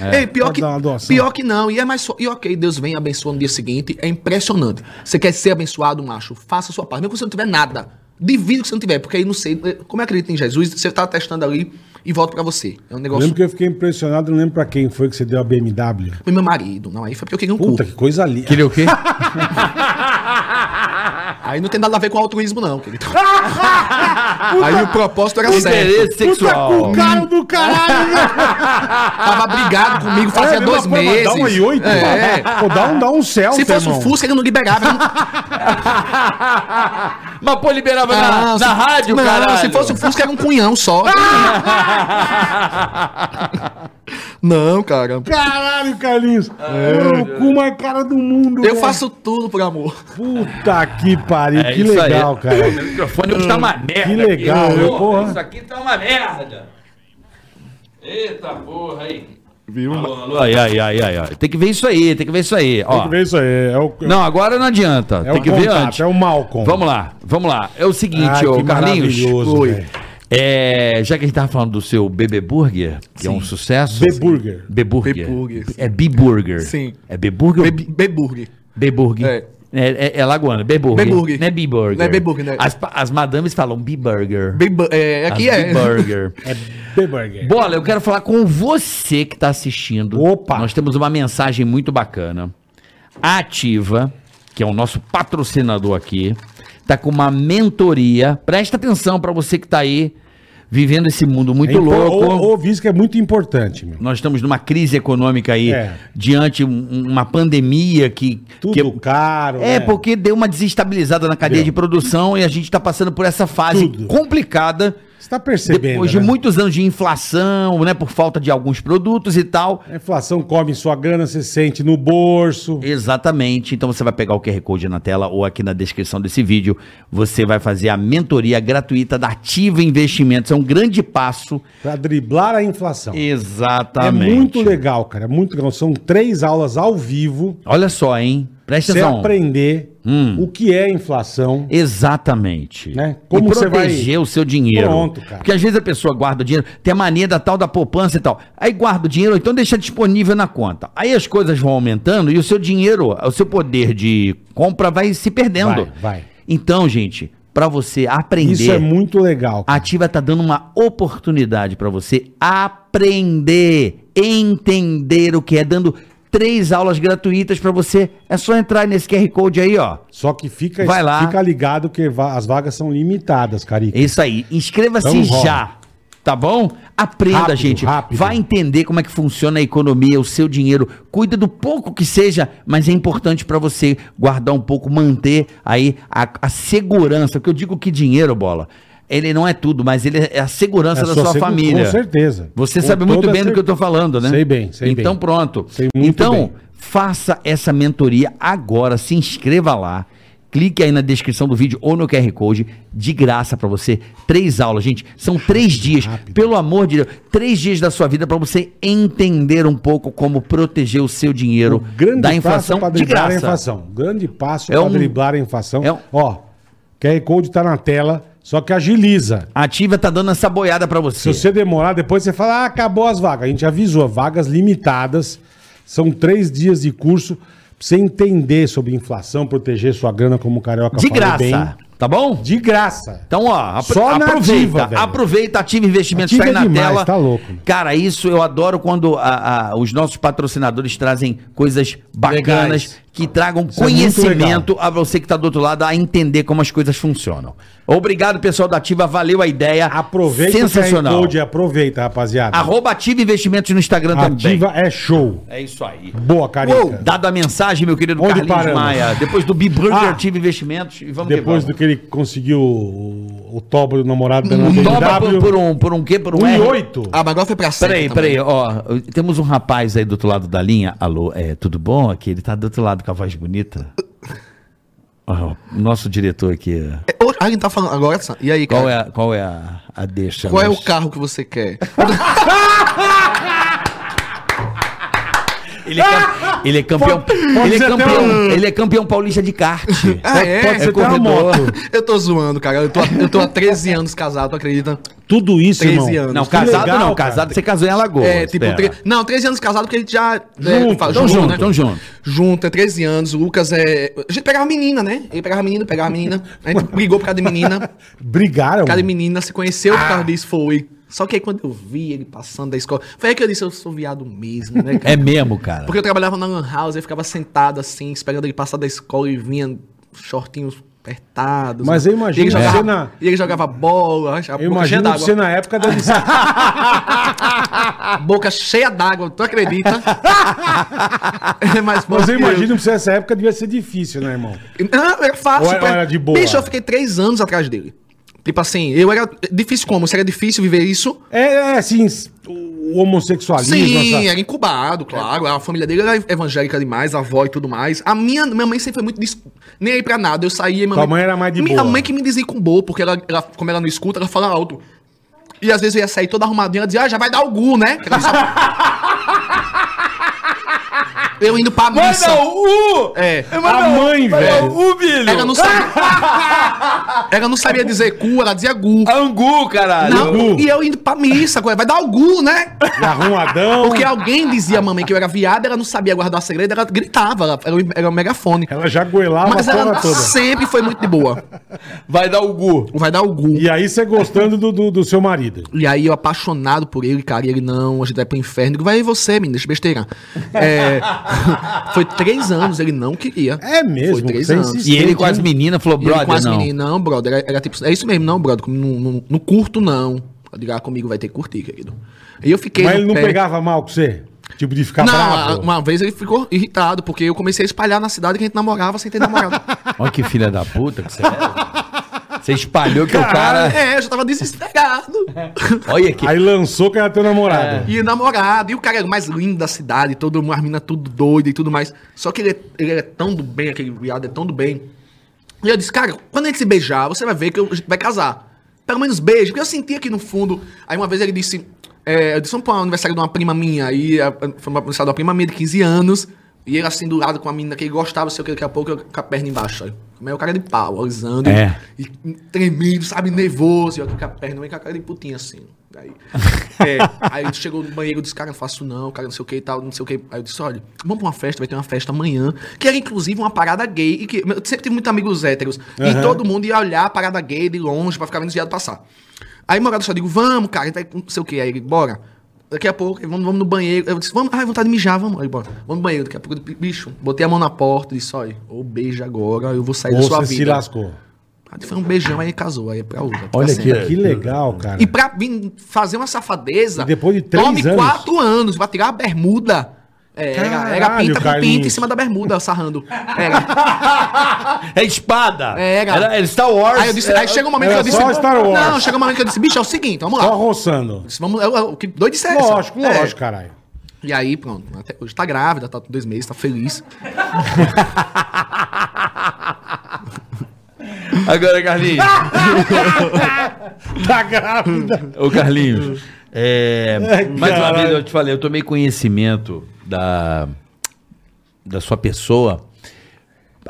[SPEAKER 3] não. Ei, pior,
[SPEAKER 1] Pode
[SPEAKER 3] que,
[SPEAKER 1] dar uma doação.
[SPEAKER 3] pior que não. E é mais. so- E ok, Deus vem e abençoa no dia seguinte. É impressionante. Você quer ser abençoado, macho? Faça a sua parte. Mesmo que você não tiver nada. Divide o que você não tiver, porque aí não sei. eh, Como eu acredito em Jesus, você tá testando ali e volta pra você. É um
[SPEAKER 1] Eu
[SPEAKER 3] negócio.
[SPEAKER 1] lembro que eu fiquei impressionado, não lembro pra quem foi que você deu a BMW.
[SPEAKER 3] Foi meu marido. Não, aí foi porque eu queria um
[SPEAKER 1] Puta,
[SPEAKER 3] cu.
[SPEAKER 1] que coisa linda.
[SPEAKER 2] Queria o quê?
[SPEAKER 3] Aí não tem nada a ver com altruísmo,
[SPEAKER 1] [laughs]
[SPEAKER 3] não, querido. aí o propósito era certo.
[SPEAKER 2] Interesse sexual.
[SPEAKER 1] caro do caralho, velho.
[SPEAKER 3] Tava brigado comigo fazia
[SPEAKER 1] É, mesma
[SPEAKER 3] dois
[SPEAKER 1] forma,
[SPEAKER 3] meses.
[SPEAKER 1] Dá um i8,
[SPEAKER 3] É.
[SPEAKER 1] mano. Pô, dá um, dá um Celta,
[SPEAKER 3] Se fosse um
[SPEAKER 1] irmão.
[SPEAKER 3] Fusca, ele não liberava. Ele não-
[SPEAKER 2] Mas pô, liberava na,
[SPEAKER 3] Não,
[SPEAKER 2] na
[SPEAKER 3] Ah, se-
[SPEAKER 2] rádio,
[SPEAKER 3] não,
[SPEAKER 2] cara.
[SPEAKER 3] se fosse um Fusca, era um
[SPEAKER 2] [laughs]
[SPEAKER 3] cunhão só. não, cara.
[SPEAKER 1] Caralho, Carlinhos. É. O cu mais cara do mundo.
[SPEAKER 3] Eu
[SPEAKER 1] velho.
[SPEAKER 3] faço tudo por amor.
[SPEAKER 1] Puta que pariu.
[SPEAKER 2] É
[SPEAKER 1] que
[SPEAKER 2] isso aí.
[SPEAKER 1] legal, cara.
[SPEAKER 2] O microfone hoje tá uma merda. aqui.
[SPEAKER 1] legal, né,
[SPEAKER 2] Porra,
[SPEAKER 1] porra?
[SPEAKER 2] Isso aqui tá uma merda. Eita porra aí.
[SPEAKER 3] Viu?
[SPEAKER 2] Alô, alô, ai, ai, ai, ai, ai. Tem que ver isso aí, tem que ver isso aí. Ó.
[SPEAKER 1] Tem que ver isso aí. É o,
[SPEAKER 2] Não, agora não adianta.
[SPEAKER 1] é
[SPEAKER 2] tem
[SPEAKER 1] o
[SPEAKER 2] que ver
[SPEAKER 1] contato,
[SPEAKER 2] antes.
[SPEAKER 1] é o Malcolm.
[SPEAKER 2] Vamos lá, vamos lá. É o seguinte,
[SPEAKER 1] Ai,
[SPEAKER 2] ô
[SPEAKER 1] que
[SPEAKER 2] Carlinhos.
[SPEAKER 1] maravilhoso,
[SPEAKER 3] Oi.
[SPEAKER 1] velho.
[SPEAKER 2] É, já que a gente tava falando do seu Bebê Burger, que é um sucesso.
[SPEAKER 1] B-Burger.
[SPEAKER 2] B-Burger.
[SPEAKER 3] B-Burger, sim.
[SPEAKER 2] É B-Burger.
[SPEAKER 3] Sim.
[SPEAKER 2] É B-Burger ou
[SPEAKER 3] Beburg.
[SPEAKER 2] Beburg.
[SPEAKER 3] É.
[SPEAKER 2] É. É, é, Lagoana, Beburg.
[SPEAKER 3] Beburg.
[SPEAKER 2] Não é Biburger.
[SPEAKER 3] Não é Beburg, né?
[SPEAKER 2] As, pa- as madames falam Biburger.
[SPEAKER 3] Bebu- É, aqui
[SPEAKER 2] As
[SPEAKER 3] é.
[SPEAKER 2] Biburger.
[SPEAKER 1] É B-Burger.
[SPEAKER 2] Bola, eu quero falar com você que tá assistindo.
[SPEAKER 1] Opa!
[SPEAKER 2] Nós temos uma mensagem muito bacana. A Ativa, que é o nosso patrocinador aqui, tá com uma mentoria. Presta atenção para você que tá aí vivendo esse mundo muito
[SPEAKER 1] É impo-
[SPEAKER 2] louco.
[SPEAKER 1] O, o Visca é muito importante, meu.
[SPEAKER 2] Nós estamos numa crise econômica aí,
[SPEAKER 1] É.
[SPEAKER 2] diante um- uma pandemia que,
[SPEAKER 1] Tudo
[SPEAKER 2] que
[SPEAKER 1] caro.
[SPEAKER 2] é,
[SPEAKER 1] né?
[SPEAKER 2] porque deu uma desestabilizada na cadeia de
[SPEAKER 1] Deu.
[SPEAKER 2] produção e a gente está passando por essa fase
[SPEAKER 1] Tudo.
[SPEAKER 2] complicada.
[SPEAKER 1] Você tá percebendo.
[SPEAKER 2] depois de
[SPEAKER 1] né?
[SPEAKER 2] muitos anos de inflação, né? Por falta de alguns produtos e tal.
[SPEAKER 1] A inflação come sua grana, você sente no bolso.
[SPEAKER 2] Exatamente. Então você vai pegar o QR Code na tela ou aqui na descrição desse vídeo. Você vai fazer a mentoria gratuita da Ativa Investimentos. É um grande passo.
[SPEAKER 1] Pra driblar a inflação.
[SPEAKER 2] Exatamente.
[SPEAKER 1] É muito legal, cara. é Muito legal. São três aulas ao vivo.
[SPEAKER 2] Olha só, hein? Presta
[SPEAKER 1] Você
[SPEAKER 2] atenção.
[SPEAKER 1] aprender
[SPEAKER 2] Hum.
[SPEAKER 1] o que é inflação.
[SPEAKER 2] Exatamente.
[SPEAKER 1] Né? Como
[SPEAKER 2] e
[SPEAKER 1] você vai-
[SPEAKER 2] proteger o seu dinheiro.
[SPEAKER 1] Pronto, cara.
[SPEAKER 2] Porque às vezes a pessoa guarda o dinheiro, tem a mania da tal da poupança e tal. Aí guarda o dinheiro, ou então deixa disponível na conta. Aí as coisas vão aumentando e o seu dinheiro, o seu poder de compra vai se perdendo.
[SPEAKER 1] Vai, vai.
[SPEAKER 2] Então, gente, pra você aprender,
[SPEAKER 1] Isso é muito legal.
[SPEAKER 2] a
[SPEAKER 1] cara.
[SPEAKER 2] Ativa tá dando uma oportunidade pra você aprender, entender o que é, dando três aulas gratuitas pra você. É só entrar nesse QR Code aí, ó.
[SPEAKER 1] Só que fica,
[SPEAKER 2] Vai lá.
[SPEAKER 1] fica ligado que va- as vagas são limitadas, Carica.
[SPEAKER 2] É isso aí. Inscreva-se
[SPEAKER 1] Então rola.
[SPEAKER 2] já. Tá bom? Aprenda,
[SPEAKER 1] Rápido,
[SPEAKER 2] gente.
[SPEAKER 1] rápido.
[SPEAKER 2] Vai entender como é que funciona a economia, o seu dinheiro. Cuida do pouco que seja, mas é importante pra você guardar um pouco, manter aí a, a segurança. Porque eu digo que dinheiro, bola, ele não é tudo, mas ele é a segurança
[SPEAKER 1] É
[SPEAKER 2] da
[SPEAKER 1] sua
[SPEAKER 2] sua,
[SPEAKER 1] segu-
[SPEAKER 2] família.
[SPEAKER 1] com certeza.
[SPEAKER 2] Você
[SPEAKER 1] Com
[SPEAKER 2] sabe muito
[SPEAKER 1] toda
[SPEAKER 2] bem do que eu tô
[SPEAKER 1] certeza.
[SPEAKER 2] falando, né?
[SPEAKER 1] Sei bem, sei bem.
[SPEAKER 2] Então pronto.
[SPEAKER 1] Sei muito
[SPEAKER 2] então,
[SPEAKER 1] bem.
[SPEAKER 2] faça essa mentoria agora, se inscreva lá. Clique aí na descrição do vídeo ou no QR Code, de graça pra você. Três aulas, gente. São três dias.
[SPEAKER 1] rápido.
[SPEAKER 2] Pelo amor de Deus, três dias da sua vida pra você entender um pouco como proteger o seu dinheiro
[SPEAKER 1] O grande
[SPEAKER 2] da inflação
[SPEAKER 1] passo para
[SPEAKER 2] de
[SPEAKER 1] driblar a
[SPEAKER 2] graça.
[SPEAKER 1] inflação. Grande passo
[SPEAKER 2] É
[SPEAKER 1] para
[SPEAKER 2] um-
[SPEAKER 1] driblar a inflação.
[SPEAKER 2] é um-
[SPEAKER 1] Ó, QR Code tá na tela, só que agiliza.
[SPEAKER 2] A Ativa tá dando essa boiada pra
[SPEAKER 1] Se
[SPEAKER 2] você.
[SPEAKER 1] você demorar, depois você fala, ah, acabou as vagas. A gente avisou, vagas limitadas. São três dias de curso pra você entender sobre inflação, proteger sua grana como o Carioca
[SPEAKER 2] De
[SPEAKER 1] falou
[SPEAKER 2] graça,
[SPEAKER 1] bem.
[SPEAKER 2] tá bom?
[SPEAKER 1] De graça.
[SPEAKER 2] Então, ó, apro-
[SPEAKER 1] Só na
[SPEAKER 2] aproveita,
[SPEAKER 1] Ativa, velho.
[SPEAKER 2] aproveita, ativa investimentos,
[SPEAKER 1] Ativa
[SPEAKER 2] sai
[SPEAKER 1] é
[SPEAKER 2] na
[SPEAKER 1] demais,
[SPEAKER 2] tela.
[SPEAKER 1] tá louco.
[SPEAKER 2] Cara, isso eu adoro quando a- a- os nossos patrocinadores trazem coisas bacanas
[SPEAKER 1] Legais.
[SPEAKER 2] que tragam
[SPEAKER 1] é muito
[SPEAKER 2] conhecimento a você que tá do outro lado a entender como as coisas funcionam. Obrigado, pessoal da Ativa, valeu a ideia.
[SPEAKER 1] Aproveita
[SPEAKER 2] Sensacional.
[SPEAKER 1] o QR Code, aproveita, rapaziada.
[SPEAKER 2] Arroba Ativa Investimentos no Instagram também.
[SPEAKER 1] Ativa é show.
[SPEAKER 2] É isso aí.
[SPEAKER 1] Boa, Carica.
[SPEAKER 2] Uou, dado a mensagem, meu querido
[SPEAKER 1] Onde
[SPEAKER 2] Carlinhos
[SPEAKER 1] paramos?
[SPEAKER 2] Maia. Depois do Big Burger
[SPEAKER 1] Ah.
[SPEAKER 2] Ativa Investimentos e vamos
[SPEAKER 1] Depois
[SPEAKER 2] que
[SPEAKER 1] do que ele conseguiu o, o toba do namorado da
[SPEAKER 2] vamos.
[SPEAKER 1] BMW.
[SPEAKER 2] Um Dobra por, por um, por um quê? Por um, R?
[SPEAKER 1] 1,8.
[SPEAKER 3] [laughs] Ah, mas agora foi pra cima.
[SPEAKER 2] Peraí, peraí, ó. Temos um rapaz aí do outro lado da linha. Alô, é tudo bom aqui? Ele tá do outro lado com a voz bonita. Ó, o nosso diretor aqui. é.
[SPEAKER 3] Ah, a gente tá falando agora. Sam. E aí, cara?
[SPEAKER 2] Qual é, a- qual é a, a deixa?
[SPEAKER 3] Qual é
[SPEAKER 2] Mas-
[SPEAKER 3] o carro que você quer? [laughs]
[SPEAKER 2] Ele é, cam- ele é campeão. ele, é
[SPEAKER 1] ser até
[SPEAKER 2] campeão
[SPEAKER 1] um-
[SPEAKER 2] ele é campeão paulista de kart.
[SPEAKER 3] Ah, é?
[SPEAKER 1] Pode ser até uma
[SPEAKER 2] corredor.
[SPEAKER 1] moto.
[SPEAKER 3] Eu tô zoando, cara. Eu tô, eu tô há 13 anos casado, tu acredita?
[SPEAKER 1] Tudo isso,
[SPEAKER 3] 13
[SPEAKER 1] irmão.
[SPEAKER 3] anos.
[SPEAKER 2] Não,
[SPEAKER 1] Que
[SPEAKER 2] casado
[SPEAKER 1] legal,
[SPEAKER 2] não,
[SPEAKER 1] cara.
[SPEAKER 2] casado você casou em Alagoas.
[SPEAKER 3] É, tipo,
[SPEAKER 2] pera.
[SPEAKER 3] tre- não, 13 anos casado, porque a gente já.
[SPEAKER 1] Junto,
[SPEAKER 3] é, fala-
[SPEAKER 2] tão junto, tão junto.
[SPEAKER 3] Junto, é 13 anos. O Lucas é. A gente pegava menina, né? Ele pegava menina, pegava menina.
[SPEAKER 1] [laughs]
[SPEAKER 3] A gente brigou por causa de menina.
[SPEAKER 1] Brigaram?
[SPEAKER 3] Cada menina se conheceu por
[SPEAKER 1] Ah.
[SPEAKER 3] causa disso, foi. Só que aí quando eu vi ele passando da escola, foi aí que eu disse, eu sou viado mesmo,
[SPEAKER 1] [laughs]
[SPEAKER 3] né, cara?
[SPEAKER 2] É mesmo, cara.
[SPEAKER 3] Porque eu trabalhava na lan house, eu ficava sentado assim, esperando ele passar da escola e vinha shortinhos apertados. né?
[SPEAKER 1] Mas eu imagino
[SPEAKER 3] E ele jogava,
[SPEAKER 1] você na-
[SPEAKER 3] e ele jogava bola, a
[SPEAKER 1] Eu
[SPEAKER 3] boca cheia
[SPEAKER 1] imagino
[SPEAKER 3] d'água.
[SPEAKER 1] você na época
[SPEAKER 2] [laughs]
[SPEAKER 1] deve ser.
[SPEAKER 3] A boca cheia d'água,
[SPEAKER 1] [laughs]
[SPEAKER 3] tu acredita? Mas, pô,
[SPEAKER 1] Mas eu imagino que você nessa época devia ser difícil, né, irmão?
[SPEAKER 3] Não, era fácil.
[SPEAKER 1] Ou era-
[SPEAKER 3] pra-
[SPEAKER 1] ou era de boa?
[SPEAKER 3] Bicho, eu fiquei três anos atrás dele. Tipo assim, eu era... Difícil como? Se era difícil viver isso...
[SPEAKER 1] É, é assim, s- o homossexualismo.
[SPEAKER 3] Sim,
[SPEAKER 1] essa-
[SPEAKER 3] era incubado, claro. A família dele era evangélica demais, a avó e tudo mais. A minha, minha mãe sempre foi muito. dis- Nem aí pra nada. Eu saía. Minha
[SPEAKER 1] Tua mãe era mais de
[SPEAKER 3] Minha
[SPEAKER 1] boa.
[SPEAKER 3] mãe que me desincumbou, porque ela, ela- como ela não escuta, ela fala alto. E às vezes eu ia sair toda arrumadinha, ela dizia, ah, já vai dar o gu, né? Que ela
[SPEAKER 1] [laughs]
[SPEAKER 3] só- eu indo pra missa.
[SPEAKER 2] o U!
[SPEAKER 3] É.
[SPEAKER 1] A mãe, velho.
[SPEAKER 2] o U, filho!
[SPEAKER 3] Ela não sabia.
[SPEAKER 1] [laughs]
[SPEAKER 3] ela não sabia dizer cu, ela dizia gu.
[SPEAKER 2] Angu, caralho!
[SPEAKER 3] Não,
[SPEAKER 1] Gu.
[SPEAKER 3] e eu indo pra missa, vai dar o gu, né?
[SPEAKER 1] E arrumadão.
[SPEAKER 3] Porque alguém dizia à mamãe que eu era viado, ela não sabia guardar segredo, ela gritava, ela era, um- era um megafone.
[SPEAKER 1] Ela já goelava
[SPEAKER 3] Mas
[SPEAKER 1] a porra
[SPEAKER 3] ela
[SPEAKER 1] toda.
[SPEAKER 3] sempre foi muito de boa.
[SPEAKER 2] Vai dar o Gu.
[SPEAKER 3] Vai dar o gu.
[SPEAKER 1] E aí você gostando do, do, do seu marido.
[SPEAKER 3] E aí eu apaixonado por ele, cara, e ele não, a gente vai pro inferno. Eu digo, vai aí você, menino, deixa besteira. É, [laughs] foi três anos, ele não queria.
[SPEAKER 1] É mesmo,
[SPEAKER 3] Foi três
[SPEAKER 1] você
[SPEAKER 3] anos.
[SPEAKER 1] insiste.
[SPEAKER 2] E ele com as meninas falou,
[SPEAKER 3] E ele
[SPEAKER 2] brother,
[SPEAKER 3] com as
[SPEAKER 2] não.
[SPEAKER 3] meninas, não, brother, era, era tipo, é isso mesmo, não, brother, não, não, não curto não. Eu digo, ah, comigo vai ter que curtir, querido. E eu fiquei
[SPEAKER 1] Mas
[SPEAKER 3] no
[SPEAKER 1] ele não
[SPEAKER 3] pé.
[SPEAKER 1] pegava mal com você? Tipo, de ficar bravo?
[SPEAKER 3] Não, uma vez ele ficou irritado, porque eu comecei a espalhar na cidade que a gente namorava sem ter namorado.
[SPEAKER 2] Olha que filha da puta que você é. Você espalhou que o cara...
[SPEAKER 3] É, eu já tava desesperado.
[SPEAKER 2] Olha aqui.
[SPEAKER 1] Aí lançou que era teu namorado.
[SPEAKER 3] e namorado, e o cara era o mais lindo da cidade, todo mundo, as minas tudo doida e tudo mais. Só que ele, é- ele era tão do bem, aquele viado é tão do bem. E eu disse, cara, quando a gente se beijar, você vai ver que eu- a gente vai casar. Pelo menos beijo, porque eu senti aqui no fundo. Aí uma vez ele disse, é, eu disse, vamos para o aniversário de uma prima minha. Aí a- foi pro aniversário de uma prima minha de 15 anos. E ele assim do lado com a menina que ele gostava, sei o que, daqui a pouco eu com a perna embaixo. Aí, Como é o cara de pau, olhando.
[SPEAKER 2] É.
[SPEAKER 3] E tremendo, sabe, nervoso. E eu com a perna, e com a cara de putinha assim.
[SPEAKER 1] [laughs]
[SPEAKER 3] Aí, é, aí ele chegou no banheiro e disse, cara, não faço não, cara, não sei o que e tal, não sei o que. Aí eu disse, olha, vamos pra uma festa, vai ter uma festa amanhã, que era inclusive uma parada gay, e que eu sempre tive muitos amigos héteros, e todo mundo ia olhar a parada gay de longe pra ficar vendo os viados passar. Aí morado só digo, vamos, cara, vai, não sei o que. Aí ele, bora. Daqui a pouco, vamos, vamos no banheiro. Eu disse, vamos, ai, vontade de mijar, vamos. Aí, bora. Vamos no banheiro. Daqui a pouco, eu disse, bicho, botei a mão na porta e disse, olha, ou beijo agora, eu vou sair
[SPEAKER 1] Ou
[SPEAKER 3] da sua
[SPEAKER 1] você se
[SPEAKER 3] vida.
[SPEAKER 1] lascou?
[SPEAKER 3] Aí foi um beijão, aí casou, aí é pra outra. pra
[SPEAKER 1] Olha
[SPEAKER 3] sempre.
[SPEAKER 1] que, que legal, cara.
[SPEAKER 3] E pra vir fazer uma safadeza.
[SPEAKER 1] E depois de três
[SPEAKER 3] tome
[SPEAKER 1] anos?
[SPEAKER 3] quatro anos pra tirar a bermuda. É, era, era
[SPEAKER 1] Caralho,
[SPEAKER 3] pinta com
[SPEAKER 1] Carlinhos.
[SPEAKER 3] pinta em cima da bermuda, sarrando. Era.
[SPEAKER 1] [laughs]
[SPEAKER 2] É espada.
[SPEAKER 3] É, cara.
[SPEAKER 2] Era- era Star Wars. É,
[SPEAKER 3] Aí, eu disse, aí chegou um momento
[SPEAKER 1] Era
[SPEAKER 3] que eu disse.
[SPEAKER 1] só Star Wars.
[SPEAKER 3] Não, chegou um momento que eu disse, bicho, é o seguinte, vamos
[SPEAKER 1] Só
[SPEAKER 3] lá.
[SPEAKER 1] roçando.
[SPEAKER 3] Disse, Vamos, eu, eu, que doido isso é essa?
[SPEAKER 1] Lógico,
[SPEAKER 3] É.
[SPEAKER 1] lógico, caralho.
[SPEAKER 3] E aí, pronto, até hoje tá grávida, tá com dois meses, tá feliz.
[SPEAKER 2] Agora,
[SPEAKER 3] [laughs]
[SPEAKER 2] Carlinhos.
[SPEAKER 1] Tá grávida.
[SPEAKER 2] Ô, Carlinhos. é,
[SPEAKER 1] Ai,
[SPEAKER 2] mais uma
[SPEAKER 1] caralho.
[SPEAKER 2] vez eu te falei, eu tomei conhecimento da, da sua pessoa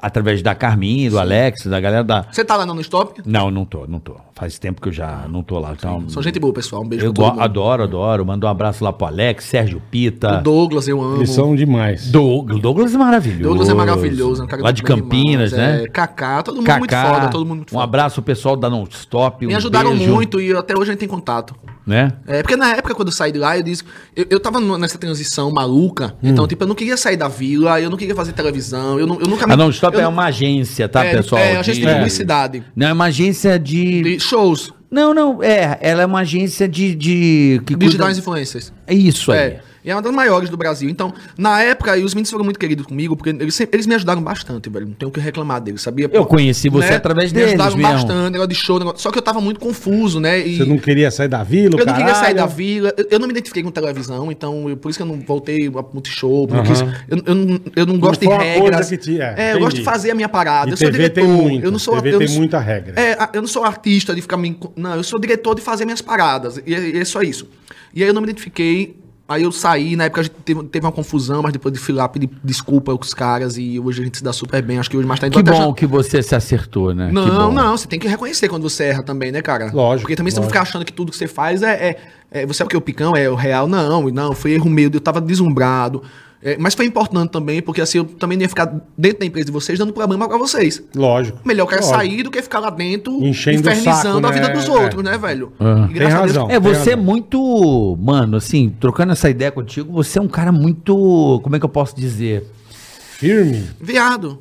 [SPEAKER 2] através da Carminha, do Alex, da galera da.
[SPEAKER 3] Você tá lá no Stop?
[SPEAKER 2] Não, não tô, não tô. Faz tempo que eu já não tô lá. Então,
[SPEAKER 3] São gente boa, pessoal. Um beijo
[SPEAKER 2] eu
[SPEAKER 3] pra todo
[SPEAKER 2] go-
[SPEAKER 3] mundo.
[SPEAKER 2] adoro, adoro. Mando um abraço lá pro Alex, Sérgio Pita.
[SPEAKER 3] O Douglas, eu amo.
[SPEAKER 1] Eles são demais.
[SPEAKER 2] Doug- Douglas é maravilhoso.
[SPEAKER 3] Douglas é maravilhoso. é um cara
[SPEAKER 2] Lá
[SPEAKER 3] muito
[SPEAKER 2] de
[SPEAKER 3] bem
[SPEAKER 2] Campinas,
[SPEAKER 3] demais,
[SPEAKER 2] né?
[SPEAKER 3] É, Kaká, todo mundo muito
[SPEAKER 2] Cacá,
[SPEAKER 3] foda, todo mundo muito
[SPEAKER 2] um
[SPEAKER 3] foda.
[SPEAKER 2] abraço ao pessoal da Nonstop.
[SPEAKER 3] Me
[SPEAKER 2] um
[SPEAKER 3] ajudaram
[SPEAKER 2] beijo,
[SPEAKER 3] muito e até hoje a gente tem contato.
[SPEAKER 2] Né?
[SPEAKER 3] É, porque na época, quando eu saí de lá, eu disse. Eu, eu tava numa- nessa transição maluca.
[SPEAKER 2] Hum.
[SPEAKER 3] Então, tipo, eu não queria sair da vila, eu não queria fazer televisão, eu, não, eu nunca
[SPEAKER 2] A Nonstop
[SPEAKER 3] eu
[SPEAKER 2] é
[SPEAKER 3] não-
[SPEAKER 2] uma agência, tá,
[SPEAKER 3] é,
[SPEAKER 2] pessoal?
[SPEAKER 3] É, a gente tem publicidade.
[SPEAKER 2] Não, é uma agência de...
[SPEAKER 3] De shows,
[SPEAKER 2] Não, não, é. Ela é uma agência de... de... Que
[SPEAKER 3] digitais
[SPEAKER 2] cuida-
[SPEAKER 3] influencers.
[SPEAKER 2] É isso aí.
[SPEAKER 3] É. E é uma das maiores do Brasil. Então, na época, e os meninos foram muito queridos comigo, porque eles, sempre- eles me ajudaram bastante, velho. Não tenho o que reclamar deles, sabia?
[SPEAKER 2] Eu conheci você através deles
[SPEAKER 3] Né? Me ajudaram
[SPEAKER 2] mesmo.
[SPEAKER 3] bastante, negócio de show, negócio... só que eu tava muito confuso, né? E
[SPEAKER 1] Você não queria sair da vila,
[SPEAKER 3] eu não queria
[SPEAKER 1] caralho?
[SPEAKER 3] sair da vila. Eu, eu não me identifiquei com televisão, então eu- por isso que eu não voltei a multishow.
[SPEAKER 1] Aham.
[SPEAKER 3] porque isso- eu, eu não, eu não gosto
[SPEAKER 1] foi
[SPEAKER 3] de
[SPEAKER 1] uma coisa
[SPEAKER 3] regras.
[SPEAKER 1] que te- é,
[SPEAKER 3] é, eu
[SPEAKER 1] entendi.
[SPEAKER 3] gosto de fazer a minha parada.
[SPEAKER 1] E
[SPEAKER 3] eu sou
[SPEAKER 1] TV
[SPEAKER 3] diretor.
[SPEAKER 1] tem muito,
[SPEAKER 3] eu não sou
[SPEAKER 1] TV
[SPEAKER 3] eu não
[SPEAKER 1] tem
[SPEAKER 3] sou-
[SPEAKER 1] muita regra.
[SPEAKER 3] É, a- eu não sou artista de ficar me. enco- Não, eu sou diretor de fazer minhas paradas. E é, e é só isso. E aí eu não me identifiquei. Aí eu saí, na época a gente teve, teve uma confusão, mas depois de fui lá pedir desculpa aos caras e hoje a gente se dá super bem. Acho que hoje mais tarde
[SPEAKER 2] Que
[SPEAKER 3] eu até
[SPEAKER 2] bom
[SPEAKER 3] já-
[SPEAKER 2] que você se acertou, né? Que
[SPEAKER 3] Não,
[SPEAKER 2] bom.
[SPEAKER 3] não, você tem que reconhecer quando você erra também, né, cara?
[SPEAKER 1] É, Lógico,
[SPEAKER 3] Porque também você não
[SPEAKER 1] lógico.
[SPEAKER 3] ficar achando que tudo que você faz é, é- é- Você é o que? O picão? É o real? Não, não, foi erro meu, eu tava deslumbrado. É, mas foi importante também, porque assim eu também não ia ficar dentro da empresa de vocês dando problema pra vocês.
[SPEAKER 1] Lógico.
[SPEAKER 3] Melhor o cara
[SPEAKER 1] Lógico.
[SPEAKER 3] sair do que ficar lá dentro
[SPEAKER 1] Enchendo o saco, né?
[SPEAKER 3] a vida dos
[SPEAKER 1] É.
[SPEAKER 3] outros, né, velho? E
[SPEAKER 1] Tem razão.
[SPEAKER 2] É, você é
[SPEAKER 1] Entendo.
[SPEAKER 2] muito. Mano, assim, trocando essa ideia contigo, você é um cara muito. Como é que eu posso dizer?
[SPEAKER 1] Firme.
[SPEAKER 3] Viado.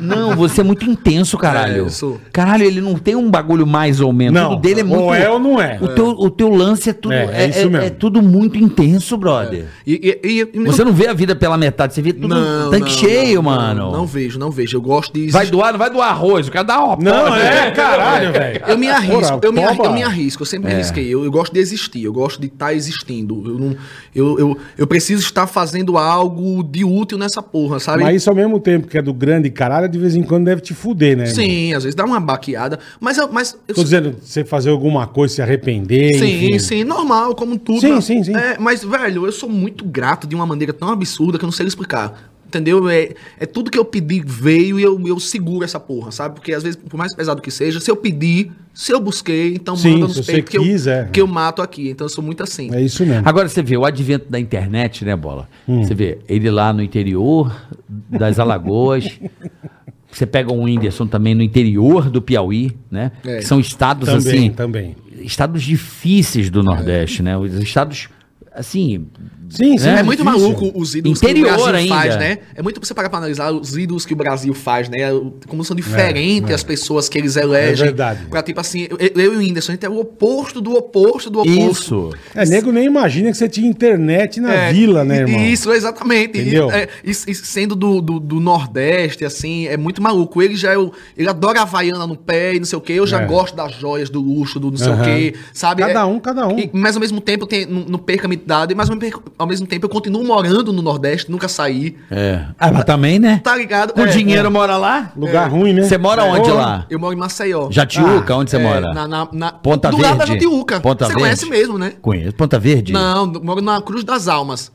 [SPEAKER 2] Não, você é muito intenso, caralho.
[SPEAKER 3] É, sou.
[SPEAKER 2] Caralho, ele não tem um bagulho mais ou menos.
[SPEAKER 1] Não,
[SPEAKER 2] tudo dele é muito.
[SPEAKER 1] ou é ou não é.
[SPEAKER 2] O teu, o teu lance é tudo.
[SPEAKER 1] É, é
[SPEAKER 2] É,
[SPEAKER 1] isso
[SPEAKER 2] é-
[SPEAKER 1] mesmo.
[SPEAKER 2] é tudo muito intenso, brother.
[SPEAKER 3] E, e- e- e-
[SPEAKER 2] Você não vê a vida pela metade, você vê
[SPEAKER 1] é um
[SPEAKER 2] tudo tanque cheio,
[SPEAKER 3] não,
[SPEAKER 2] mano.
[SPEAKER 3] Não, vejo, não vejo. Eu gosto de.
[SPEAKER 2] Vai doar, não vai doar arroz, o cara dá ó.
[SPEAKER 1] Não,
[SPEAKER 2] pode.
[SPEAKER 1] é, caralho, velho.
[SPEAKER 3] Eu me arrisco,
[SPEAKER 1] Porra,
[SPEAKER 3] eu, me arri-
[SPEAKER 1] toma.
[SPEAKER 3] eu me arrisco, eu sempre me arrisquei. Eu, eu gosto de existir, eu gosto de estar existindo. Eu, não, eu, eu, eu preciso estar fazendo algo de útil nessa porra, sabe?
[SPEAKER 1] Mas isso ao mesmo tempo que é do grande caralho, de vez em quando deve te fuder, né? irmão?
[SPEAKER 3] Sim, às vezes dá uma baqueada, mas eu. Mas eu
[SPEAKER 1] Tô dizendo, você fazer alguma coisa, se arrepender,
[SPEAKER 3] Sim,
[SPEAKER 1] enfim.
[SPEAKER 3] sim, normal, como tudo.
[SPEAKER 1] Sim,
[SPEAKER 3] né?
[SPEAKER 1] sim, sim.
[SPEAKER 3] É, mas, velho, eu sou muito grato de uma maneira tão absurda que eu não sei explicar. Entendeu? É, é tudo que eu pedi veio e eu, eu seguro essa porra, sabe? Porque às vezes, por mais pesado que seja, se eu pedi, se eu busquei, então
[SPEAKER 1] Sim,
[SPEAKER 3] manda
[SPEAKER 1] se
[SPEAKER 3] nos
[SPEAKER 1] você
[SPEAKER 3] peitos que,
[SPEAKER 1] quis,
[SPEAKER 3] eu-
[SPEAKER 1] é.
[SPEAKER 3] que eu mato aqui. Então eu sou muito assim.
[SPEAKER 1] É isso mesmo.
[SPEAKER 2] Agora você vê o advento da internet, né, Bola?
[SPEAKER 1] Hum.
[SPEAKER 2] Você vê ele lá no interior das
[SPEAKER 3] [laughs]
[SPEAKER 2] Alagoas. você pega o Whindersson também no interior do Piauí, né?
[SPEAKER 3] É.
[SPEAKER 2] Que são estados
[SPEAKER 1] Também,
[SPEAKER 2] assim.
[SPEAKER 1] também.
[SPEAKER 2] Estados difíceis do Nordeste, né? Os estados, assim.
[SPEAKER 1] Sim, sim.
[SPEAKER 3] É,
[SPEAKER 2] É
[SPEAKER 1] difícil.
[SPEAKER 3] muito maluco os ídolos
[SPEAKER 2] Interior
[SPEAKER 3] que o Brasil
[SPEAKER 2] ainda.
[SPEAKER 3] faz, né? É muito pra você parar pra analisar os ídolos que o Brasil faz, né? Como são diferentes as pessoas que eles elegem.
[SPEAKER 1] É verdade.
[SPEAKER 3] Pra, tipo assim, eu, eu e o Whindersson, a gente é o oposto do oposto do oposto.
[SPEAKER 1] É, nego nem imagina que você tinha internet na
[SPEAKER 3] É,
[SPEAKER 1] vila, né,
[SPEAKER 3] e-
[SPEAKER 1] irmão?
[SPEAKER 3] Isso, exatamente. E-
[SPEAKER 1] Entendeu?
[SPEAKER 3] é, E, e sendo do, do, do Nordeste, assim, é muito maluco. Ele já é o- ele adora a Havaiana no pé e não sei o quê. Eu já
[SPEAKER 1] É.
[SPEAKER 3] gosto das joias, do luxo, do não sei
[SPEAKER 1] Aham.
[SPEAKER 3] o quê, sabe?
[SPEAKER 1] Cada
[SPEAKER 3] É-
[SPEAKER 1] um, cada um.
[SPEAKER 3] e- mas ao mesmo tempo, tem, não, não perca a minha idade, mas ao mesmo, ao mesmo tempo eu continuo morando no Nordeste, nunca saí.
[SPEAKER 2] É. Ah, mas também, né?
[SPEAKER 3] Tá ligado?
[SPEAKER 2] Com
[SPEAKER 3] É,
[SPEAKER 2] dinheiro mora lá?
[SPEAKER 1] Lugar ruim, né?
[SPEAKER 2] Você mora onde
[SPEAKER 1] Porra.
[SPEAKER 2] lá?
[SPEAKER 3] Eu moro em Maceió.
[SPEAKER 2] Jatiuca, onde você
[SPEAKER 3] É,
[SPEAKER 2] mora?
[SPEAKER 3] Na, na, na-
[SPEAKER 2] Ponta
[SPEAKER 3] do lado da
[SPEAKER 2] Verde?
[SPEAKER 3] Jatiuca.
[SPEAKER 2] Ponta
[SPEAKER 3] Você
[SPEAKER 2] Verde?
[SPEAKER 3] conhece mesmo, né?
[SPEAKER 2] Conheço. Ponta Verde?
[SPEAKER 3] Não, moro na Cruz das Almas.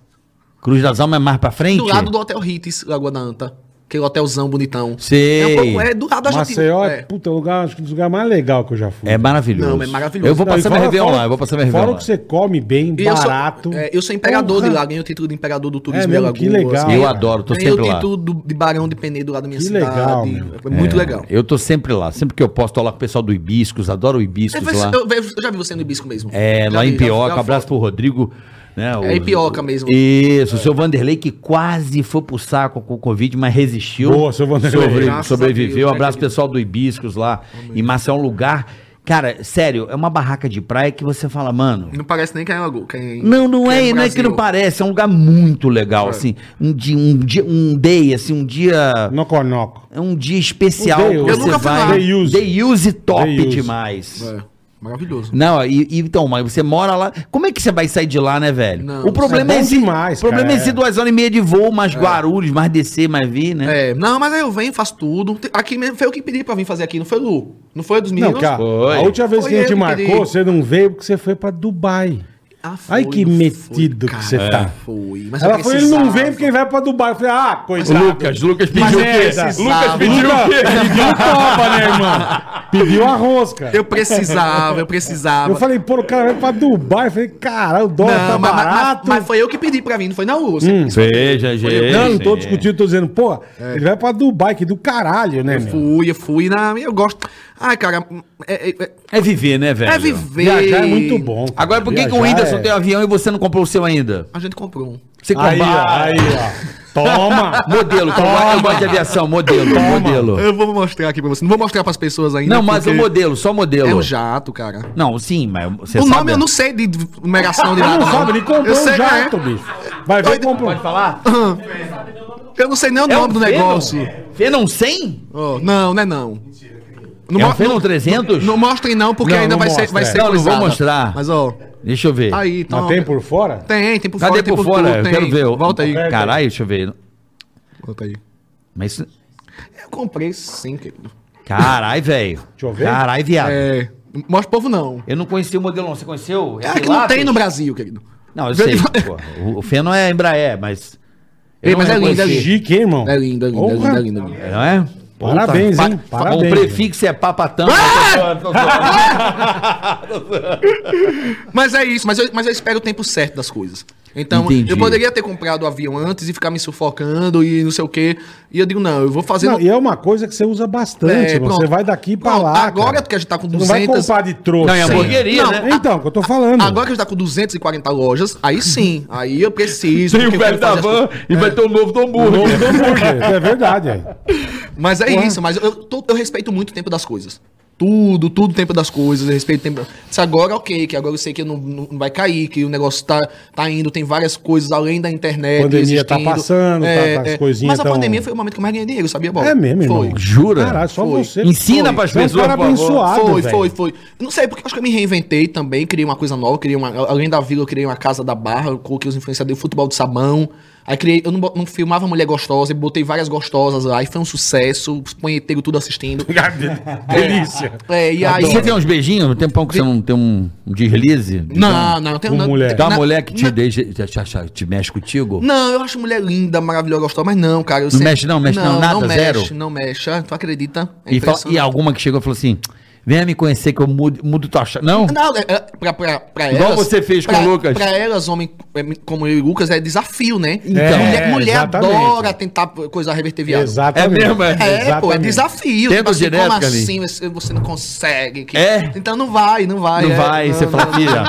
[SPEAKER 2] Cruz das Almas é mais pra frente?
[SPEAKER 3] Do lado do Hotel Ritz, Lagoa da Anta. Aquele hotelzão bonitão.
[SPEAKER 2] Sei.
[SPEAKER 3] É, um pouco, é do lado da
[SPEAKER 1] Maceió é,
[SPEAKER 3] É.
[SPEAKER 1] puta, lugar, acho que um dos lugares mais legal que eu já fui.
[SPEAKER 2] É maravilhoso.
[SPEAKER 3] Não, é maravilhoso.
[SPEAKER 2] Eu vou
[SPEAKER 1] Não,
[SPEAKER 2] passar
[SPEAKER 1] e
[SPEAKER 2] meu
[SPEAKER 1] fora-
[SPEAKER 2] Réveillon
[SPEAKER 1] fora-
[SPEAKER 2] lá, eu vou passar meu
[SPEAKER 1] Fora
[SPEAKER 2] Réveillon
[SPEAKER 1] o
[SPEAKER 2] lá.
[SPEAKER 1] que você come bem,
[SPEAKER 3] E
[SPEAKER 1] barato.
[SPEAKER 3] Eu sou, é, eu sou imperador
[SPEAKER 1] Porra, É
[SPEAKER 3] de lá, ganhei o título de imperador do turismo
[SPEAKER 1] mesmo?
[SPEAKER 3] da
[SPEAKER 1] Que
[SPEAKER 3] Lagoa,
[SPEAKER 1] legal.
[SPEAKER 2] Eu adoro, tô
[SPEAKER 3] Ganhei
[SPEAKER 2] sempre
[SPEAKER 3] o
[SPEAKER 2] lá.
[SPEAKER 3] título do- de Barão de Penedo lá da minha
[SPEAKER 1] Que
[SPEAKER 3] cidade.
[SPEAKER 1] legal, meu.
[SPEAKER 3] Foi muito
[SPEAKER 2] É,
[SPEAKER 3] legal.
[SPEAKER 2] Eu tô sempre lá. Sempre que eu posso, tô lá com o pessoal do Hibiscos, adoro o Hibiscos
[SPEAKER 3] Eu, eu-
[SPEAKER 2] lá.
[SPEAKER 3] É, assim, eu- eu já vi você no Ibisco mesmo.
[SPEAKER 2] É,
[SPEAKER 3] Já
[SPEAKER 2] lá
[SPEAKER 3] vi,
[SPEAKER 2] em
[SPEAKER 3] já vi,
[SPEAKER 2] Pioca,
[SPEAKER 3] já vi.
[SPEAKER 2] abraço pro Rodrigo. Né,
[SPEAKER 3] É
[SPEAKER 2] o-
[SPEAKER 3] Ipioca mesmo.
[SPEAKER 2] Isso, o
[SPEAKER 1] É.
[SPEAKER 2] seu Vanderlei que quase foi pro saco com o Covid, mas resistiu.
[SPEAKER 1] Boa, seu Vanderlei.
[SPEAKER 2] Sobre-
[SPEAKER 3] Graças a
[SPEAKER 2] sobreviveu.
[SPEAKER 3] Deus, né,
[SPEAKER 2] abraço pro
[SPEAKER 3] querido?
[SPEAKER 2] pessoal do Hibiscos lá. E Massa é um lugar. Cara, sério, é uma barraca de praia que você fala, mano.
[SPEAKER 3] Não parece nem que é em Lagoa. que é em-
[SPEAKER 2] Não, não
[SPEAKER 3] que
[SPEAKER 2] é,
[SPEAKER 3] no
[SPEAKER 2] não é que não
[SPEAKER 3] Brasil.
[SPEAKER 2] parece, é um lugar muito legal,
[SPEAKER 3] É.
[SPEAKER 2] assim. Um dia, um dia, um day, assim, um dia.
[SPEAKER 1] Noconoco.
[SPEAKER 2] É um dia especial.
[SPEAKER 1] Um day
[SPEAKER 2] que
[SPEAKER 1] use.
[SPEAKER 3] Eu nunca fui lá.
[SPEAKER 1] Day use.
[SPEAKER 2] Day use top
[SPEAKER 1] Day use.
[SPEAKER 2] demais.
[SPEAKER 3] É, maravilhoso.
[SPEAKER 1] Né?
[SPEAKER 2] Não, e, e então, mas você mora lá. Como é que você vai sair de lá, né, velho?
[SPEAKER 3] Não,
[SPEAKER 2] o problema
[SPEAKER 1] é
[SPEAKER 2] é,
[SPEAKER 1] bom
[SPEAKER 2] esse,
[SPEAKER 1] demais,
[SPEAKER 2] O problema
[SPEAKER 1] cara,
[SPEAKER 2] é esse
[SPEAKER 1] é.
[SPEAKER 2] duas horas e meia de voo, mais Guarulhos, mais descer, mais vir, né?
[SPEAKER 3] É, não, mas aí eu venho, faço tudo. Te- Aqui mesmo foi eu que pedi pra vir fazer aqui, não foi Lu? Não foi dos
[SPEAKER 1] Não,
[SPEAKER 3] meninos?
[SPEAKER 1] que a,
[SPEAKER 2] Foi.
[SPEAKER 1] a última vez
[SPEAKER 3] Foi
[SPEAKER 1] que a gente
[SPEAKER 3] eu que
[SPEAKER 1] marcou,
[SPEAKER 3] pedi.
[SPEAKER 1] você não veio porque você foi pra Dubai.
[SPEAKER 3] Ah,
[SPEAKER 1] Ai,
[SPEAKER 3] foi,
[SPEAKER 1] que
[SPEAKER 3] não
[SPEAKER 1] metido que você
[SPEAKER 3] cara,
[SPEAKER 1] tá.
[SPEAKER 3] Foi. Mas
[SPEAKER 1] Ela
[SPEAKER 3] eu
[SPEAKER 1] foi, ele não
[SPEAKER 3] precisava.
[SPEAKER 1] vem porque ele vai pra Dubai. Eu falei, ah, coisa.
[SPEAKER 2] Lucas
[SPEAKER 1] Mas é, exato.
[SPEAKER 3] Lucas
[SPEAKER 1] pediu o quê? Pediu toba, né, irmão? Pediu a rosca.
[SPEAKER 3] Eu precisava, eu precisava.
[SPEAKER 1] [laughs] Eu falei, pô, o cara vai pra Dubai. Eu falei, caralho, o dólar tá
[SPEAKER 3] mas, mas-
[SPEAKER 1] barato. Hum.
[SPEAKER 3] mas foi eu que pedi pra mim, não foi na Lu. Você-
[SPEAKER 2] Veja, gente.
[SPEAKER 1] não, não tô discutindo, tô dizendo, pô, ele vai pra Dubai, que do caralho, né, meu?
[SPEAKER 3] Fui, eu fui na. Eu gosto. Ai, cara, é, é- é-
[SPEAKER 2] É viver, né, velho?
[SPEAKER 3] é viver.
[SPEAKER 1] Viajar é muito bom. cara.
[SPEAKER 2] Agora, por que, que o
[SPEAKER 1] Viajar
[SPEAKER 2] Whindersson
[SPEAKER 1] é-
[SPEAKER 2] tem um avião e você não comprou o seu ainda?
[SPEAKER 3] A gente comprou um.
[SPEAKER 2] Você
[SPEAKER 1] Aí, ó,
[SPEAKER 2] Ah,
[SPEAKER 1] aí, ó. Toma!
[SPEAKER 2] Modelo, que eu gosto- eu gosto de aviação, modelo, modelo.
[SPEAKER 3] Eu vou mostrar aqui pra você. Não vou mostrar pras pessoas ainda.
[SPEAKER 2] Não, mas o
[SPEAKER 3] porque
[SPEAKER 2] modelo, só modelo.
[SPEAKER 3] É um jato, cara.
[SPEAKER 2] Não, sim, mas você
[SPEAKER 3] o
[SPEAKER 2] sabe...
[SPEAKER 3] nome eu não sei de
[SPEAKER 2] [laughs]
[SPEAKER 3] numeração de
[SPEAKER 1] Ele
[SPEAKER 3] nada.
[SPEAKER 1] não sabe, ele
[SPEAKER 3] eu
[SPEAKER 1] comprou um
[SPEAKER 3] sei,
[SPEAKER 1] jato,
[SPEAKER 3] é.
[SPEAKER 1] bicho. Vai um. ver,
[SPEAKER 3] Doido.
[SPEAKER 1] comprou.
[SPEAKER 2] Pode falar?
[SPEAKER 3] Eu não sei nem o
[SPEAKER 2] É
[SPEAKER 3] nome
[SPEAKER 2] um
[SPEAKER 3] do
[SPEAKER 2] Phenom?
[SPEAKER 3] negócio.
[SPEAKER 2] Phenom 100?
[SPEAKER 3] Ó, não, não é não. Não,
[SPEAKER 2] É um
[SPEAKER 3] mo-
[SPEAKER 2] Phenom
[SPEAKER 3] não-
[SPEAKER 2] 300?
[SPEAKER 3] não mostrem não, porque
[SPEAKER 1] Não,
[SPEAKER 3] ainda
[SPEAKER 1] não
[SPEAKER 3] vai, ser,
[SPEAKER 1] mostra,
[SPEAKER 3] vai
[SPEAKER 1] é.
[SPEAKER 3] ser
[SPEAKER 2] Não, não vou
[SPEAKER 3] coisada.
[SPEAKER 2] mostrar.
[SPEAKER 3] Mas ó,
[SPEAKER 2] Deixa eu ver.
[SPEAKER 3] aí, então...
[SPEAKER 1] Mas tem por fora?
[SPEAKER 3] Tem, tem por
[SPEAKER 2] Cadê
[SPEAKER 3] fora,
[SPEAKER 2] por
[SPEAKER 3] tem
[SPEAKER 2] fora?
[SPEAKER 3] tudo,
[SPEAKER 2] eu
[SPEAKER 3] tem.
[SPEAKER 2] quero ver. eu-
[SPEAKER 3] Volta aí.
[SPEAKER 1] Aperta
[SPEAKER 2] Caralho, deixa eu ver.
[SPEAKER 3] Volta aí.
[SPEAKER 2] Mas isso...
[SPEAKER 3] Eu comprei sim, querido.
[SPEAKER 2] Caralho, velho.
[SPEAKER 1] Deixa eu ver.
[SPEAKER 2] Caralho, viado.
[SPEAKER 3] É, não mostra o povo não.
[SPEAKER 2] Eu não conheci o modelo, não. Você conheceu?
[SPEAKER 3] É a que não
[SPEAKER 2] Pilatos?
[SPEAKER 3] tem no Brasil, querido.
[SPEAKER 2] Não, eu
[SPEAKER 3] [laughs]
[SPEAKER 2] sei. porra. O- O Feno é Embraer, mas. eu
[SPEAKER 3] Ei,
[SPEAKER 2] não
[SPEAKER 3] mas é
[SPEAKER 2] reconheci.
[SPEAKER 3] linda, linda.
[SPEAKER 1] Chique, hein, irmão?
[SPEAKER 3] É lindo, é lindo, é
[SPEAKER 1] Porra.
[SPEAKER 3] lindo, é lindo, é lindo.
[SPEAKER 2] Não é?
[SPEAKER 1] Parabéns,
[SPEAKER 2] Puta,
[SPEAKER 1] hein?
[SPEAKER 2] pa-
[SPEAKER 1] Parabéns.
[SPEAKER 2] O prefixo é papatão.
[SPEAKER 3] Ah!
[SPEAKER 2] [laughs]
[SPEAKER 3] Mas é isso, mas eu, mas eu espero o tempo certo das coisas. Então,
[SPEAKER 2] Entendi.
[SPEAKER 3] eu poderia ter comprado o avião antes e ficar me sufocando e não sei o quê. E eu digo, não, eu vou fazer.
[SPEAKER 1] Não,
[SPEAKER 3] no-
[SPEAKER 1] e é uma coisa que você usa bastante,
[SPEAKER 3] É,
[SPEAKER 1] irmão.
[SPEAKER 3] pronto.
[SPEAKER 1] Você vai daqui pra
[SPEAKER 3] Pronto,
[SPEAKER 1] lá.
[SPEAKER 3] agora
[SPEAKER 1] cara.
[SPEAKER 3] que a gente tá com
[SPEAKER 1] Você Não vai
[SPEAKER 3] 200
[SPEAKER 1] comprar de trouxa.
[SPEAKER 2] Não, é hamburgueria,
[SPEAKER 3] Não,
[SPEAKER 2] né?
[SPEAKER 1] Então, que eu tô falando.
[SPEAKER 3] Agora que a gente tá com 240 lojas, aí
[SPEAKER 1] [laughs]
[SPEAKER 3] sim, aí eu preciso.
[SPEAKER 2] Tem
[SPEAKER 3] porque
[SPEAKER 2] o
[SPEAKER 3] eu
[SPEAKER 2] velho
[SPEAKER 3] quero
[SPEAKER 2] da
[SPEAKER 3] fazer as
[SPEAKER 2] van e vai ter o novo do
[SPEAKER 1] O
[SPEAKER 2] hambúrguer.
[SPEAKER 1] nome do hambúrguer. É verdade, aí.
[SPEAKER 3] Mas é isso, mas eu, tô- eu respeito muito o tempo das coisas. Tudo, tudo o tempo das coisas, eu respeito o tempo. Se agora, ok, que agora eu sei que não, não não vai cair, que o negócio tá, tá indo, tem várias coisas além da internet. É,
[SPEAKER 1] Pandemia tá passando, tá- tá as coisinhas
[SPEAKER 3] Mas a
[SPEAKER 1] tão-
[SPEAKER 3] pandemia foi o momento que eu mais ganhei dinheiro, sabia, Bob?
[SPEAKER 1] É mesmo,
[SPEAKER 3] foi.
[SPEAKER 1] irmão.
[SPEAKER 2] Jura?
[SPEAKER 1] Caralho, só
[SPEAKER 3] Foi.
[SPEAKER 1] você.
[SPEAKER 2] Ensina
[SPEAKER 1] Foi.
[SPEAKER 2] pras
[SPEAKER 1] Você é um
[SPEAKER 2] pessoas,
[SPEAKER 1] cara
[SPEAKER 2] por favor.
[SPEAKER 1] abençoado,
[SPEAKER 3] Foi,
[SPEAKER 1] velho.
[SPEAKER 3] foi, foi. Não sei, porque eu acho que eu me reinventei também, criei uma coisa nova, criei uma. Além da vila, eu criei uma casa da barra, eu coloquei os influenciadores de futebol de sabão. Aí criei, eu não, bo- não filmava mulher gostosa, eu botei várias gostosas lá, e foi um sucesso, os punheteiros
[SPEAKER 1] [laughs]
[SPEAKER 3] tudo assistindo.
[SPEAKER 1] Delícia.
[SPEAKER 3] É, e aí.
[SPEAKER 2] Você tem uns beijinhos? Tem pão que você não tem um um deslize?
[SPEAKER 3] Não, não, tem
[SPEAKER 1] Com
[SPEAKER 3] não,
[SPEAKER 1] mulher.
[SPEAKER 2] Da
[SPEAKER 3] na-
[SPEAKER 2] mulher que te,
[SPEAKER 3] na-
[SPEAKER 2] deixa, te, te- te- te mexe contigo?
[SPEAKER 3] Não, eu acho mulher linda, maravilhosa, gostosa, mas não, cara. Eu não
[SPEAKER 2] mexe não, mexe não, nada,
[SPEAKER 3] não mexe,
[SPEAKER 2] zero?
[SPEAKER 3] Não mexe, ah, tu acredita? É
[SPEAKER 2] e, fala-
[SPEAKER 3] impressionante.
[SPEAKER 2] e alguma que chegou e falou assim: venha me conhecer que eu mudo, mudo tua chave. Não?
[SPEAKER 3] Não, é, é, pra, pra, pra
[SPEAKER 2] Igual
[SPEAKER 3] elas.
[SPEAKER 2] você fez com
[SPEAKER 3] pra-
[SPEAKER 2] o Lucas.
[SPEAKER 3] Pra elas, homem é, como eu e o Lucas, é desafio, né?
[SPEAKER 2] Então,
[SPEAKER 3] mulher mulher
[SPEAKER 1] exatamente.
[SPEAKER 3] adora tentar coisa reverter viado.
[SPEAKER 1] Exatamente.
[SPEAKER 2] É mesmo, é?
[SPEAKER 3] É, pô, é
[SPEAKER 1] Exatamente.
[SPEAKER 3] desafio.
[SPEAKER 2] Tenta direto,
[SPEAKER 3] como
[SPEAKER 2] Carlinhos.
[SPEAKER 3] assim você- você não consegue? que-
[SPEAKER 2] É.
[SPEAKER 3] Então não vai, não vai.
[SPEAKER 2] não
[SPEAKER 3] é,
[SPEAKER 2] vai, você
[SPEAKER 3] não,
[SPEAKER 2] fala,
[SPEAKER 3] não,
[SPEAKER 2] filha.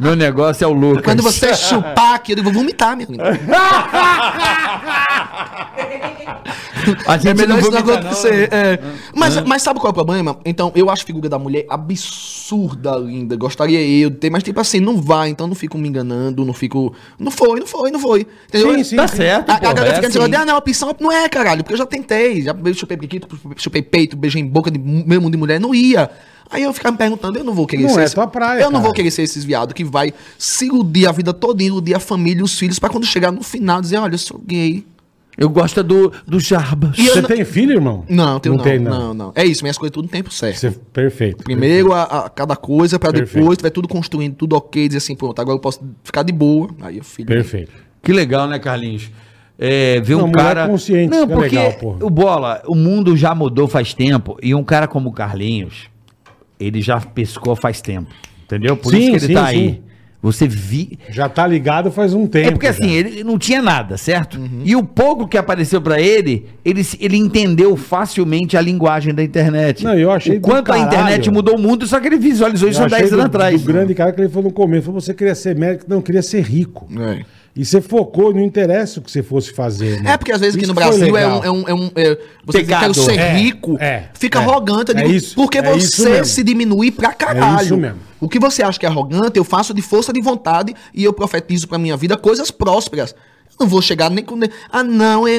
[SPEAKER 2] Meu negócio é o Lucas.
[SPEAKER 3] Quando você chupar aqui, eu vou vomitar, meu amigo.
[SPEAKER 2] A gente
[SPEAKER 3] É melhor
[SPEAKER 2] não
[SPEAKER 3] isso não
[SPEAKER 2] vomita,
[SPEAKER 3] acontecer. é. Mas, mas sabe qual é o problema? Então, eu acho a figura da mulher absurda, linda. Gostaria eu de ter, mas tipo assim, não vai, então não fico me enganando, não fico. Não foi, não foi, não foi. Entendeu?
[SPEAKER 1] Sim, sim.
[SPEAKER 2] Tá certo.
[SPEAKER 3] A, a
[SPEAKER 2] porra,
[SPEAKER 3] galera
[SPEAKER 2] é
[SPEAKER 3] fica dizendo,
[SPEAKER 2] assim.
[SPEAKER 3] ah, não, opção não é, caralho, porque eu já tentei. Já be- chupei pequito, chupei peito, beijei em boca de mu- mesmo de mulher, não ia. Aí eu ficava me perguntando, eu não vou querer
[SPEAKER 1] Não
[SPEAKER 3] ser.
[SPEAKER 1] é
[SPEAKER 3] esse-
[SPEAKER 1] tua praia,
[SPEAKER 3] Eu não vou
[SPEAKER 1] cara.
[SPEAKER 3] querer ser esses viado que vai se iludir a vida toda, iludir a família, os filhos, pra quando chegar no final dizer, olha, eu sou gay.
[SPEAKER 2] Eu gosto do, do Jarbas.
[SPEAKER 3] E eu
[SPEAKER 1] Você
[SPEAKER 3] não-
[SPEAKER 1] tem filho, irmão?
[SPEAKER 3] né? Não, tenho não.
[SPEAKER 1] tem,
[SPEAKER 3] não. não, É isso, minhas coisas tudo no tempo certo.
[SPEAKER 1] Você... Perfeito.
[SPEAKER 3] Primeiro a, a cada coisa, pra
[SPEAKER 1] Perfeito.
[SPEAKER 3] depois tu vai tudo construindo, tudo ok, dizer assim, pronto, agora eu posso ficar de boa. Aí eu filho. né?
[SPEAKER 1] Perfeito.
[SPEAKER 2] Que legal, né, Carlinhos? É, ver
[SPEAKER 1] Não,
[SPEAKER 2] um
[SPEAKER 1] mulher
[SPEAKER 2] cara.
[SPEAKER 1] consciente,
[SPEAKER 2] não,
[SPEAKER 1] isso que é
[SPEAKER 2] porque
[SPEAKER 1] legal, porra.
[SPEAKER 2] o bola, o mundo já mudou faz tempo e um cara como o Carlinhos, ele já pescou faz tempo, entendeu? Por
[SPEAKER 1] Sim,
[SPEAKER 2] isso que ele
[SPEAKER 1] sim,
[SPEAKER 2] tá
[SPEAKER 1] sim.
[SPEAKER 2] aí. Você vi,
[SPEAKER 1] Já tá ligado faz um tempo.
[SPEAKER 2] é porque assim,
[SPEAKER 1] já.
[SPEAKER 2] ele não tinha nada, certo? E o pouco que apareceu pra ele, ele, se- ele entendeu facilmente a linguagem da internet.
[SPEAKER 1] Não, eu achei
[SPEAKER 2] O
[SPEAKER 1] do
[SPEAKER 2] quanto a
[SPEAKER 1] caralho.
[SPEAKER 2] internet mudou o mundo, só que ele visualizou isso há 10 anos atrás.
[SPEAKER 1] O grande cara que ele falou no começo, falou, você queria ser médico, não, queria ser rico.
[SPEAKER 3] É.
[SPEAKER 1] E você focou, não interessa o que você fosse fazer. né?
[SPEAKER 3] É, porque às vezes aqui
[SPEAKER 1] Isso
[SPEAKER 3] no
[SPEAKER 1] que foi
[SPEAKER 3] Brasil é
[SPEAKER 1] legal.
[SPEAKER 3] um. É um, é um é, você diz,
[SPEAKER 2] Pecado.
[SPEAKER 3] quero ser
[SPEAKER 1] É,
[SPEAKER 3] rico,
[SPEAKER 1] é,
[SPEAKER 3] fica
[SPEAKER 1] é.
[SPEAKER 3] arrogante. Eu
[SPEAKER 1] É
[SPEAKER 3] digo,
[SPEAKER 1] isso,
[SPEAKER 3] porque
[SPEAKER 1] é isso
[SPEAKER 3] você
[SPEAKER 1] mesmo. É
[SPEAKER 3] se diminui pra caralho.
[SPEAKER 1] isso mesmo.
[SPEAKER 3] O que você acha que é arrogante, eu faço de força de vontade e eu profetizo pra minha vida coisas prósperas. Eu não vou chegar nem com. Ah, não, é,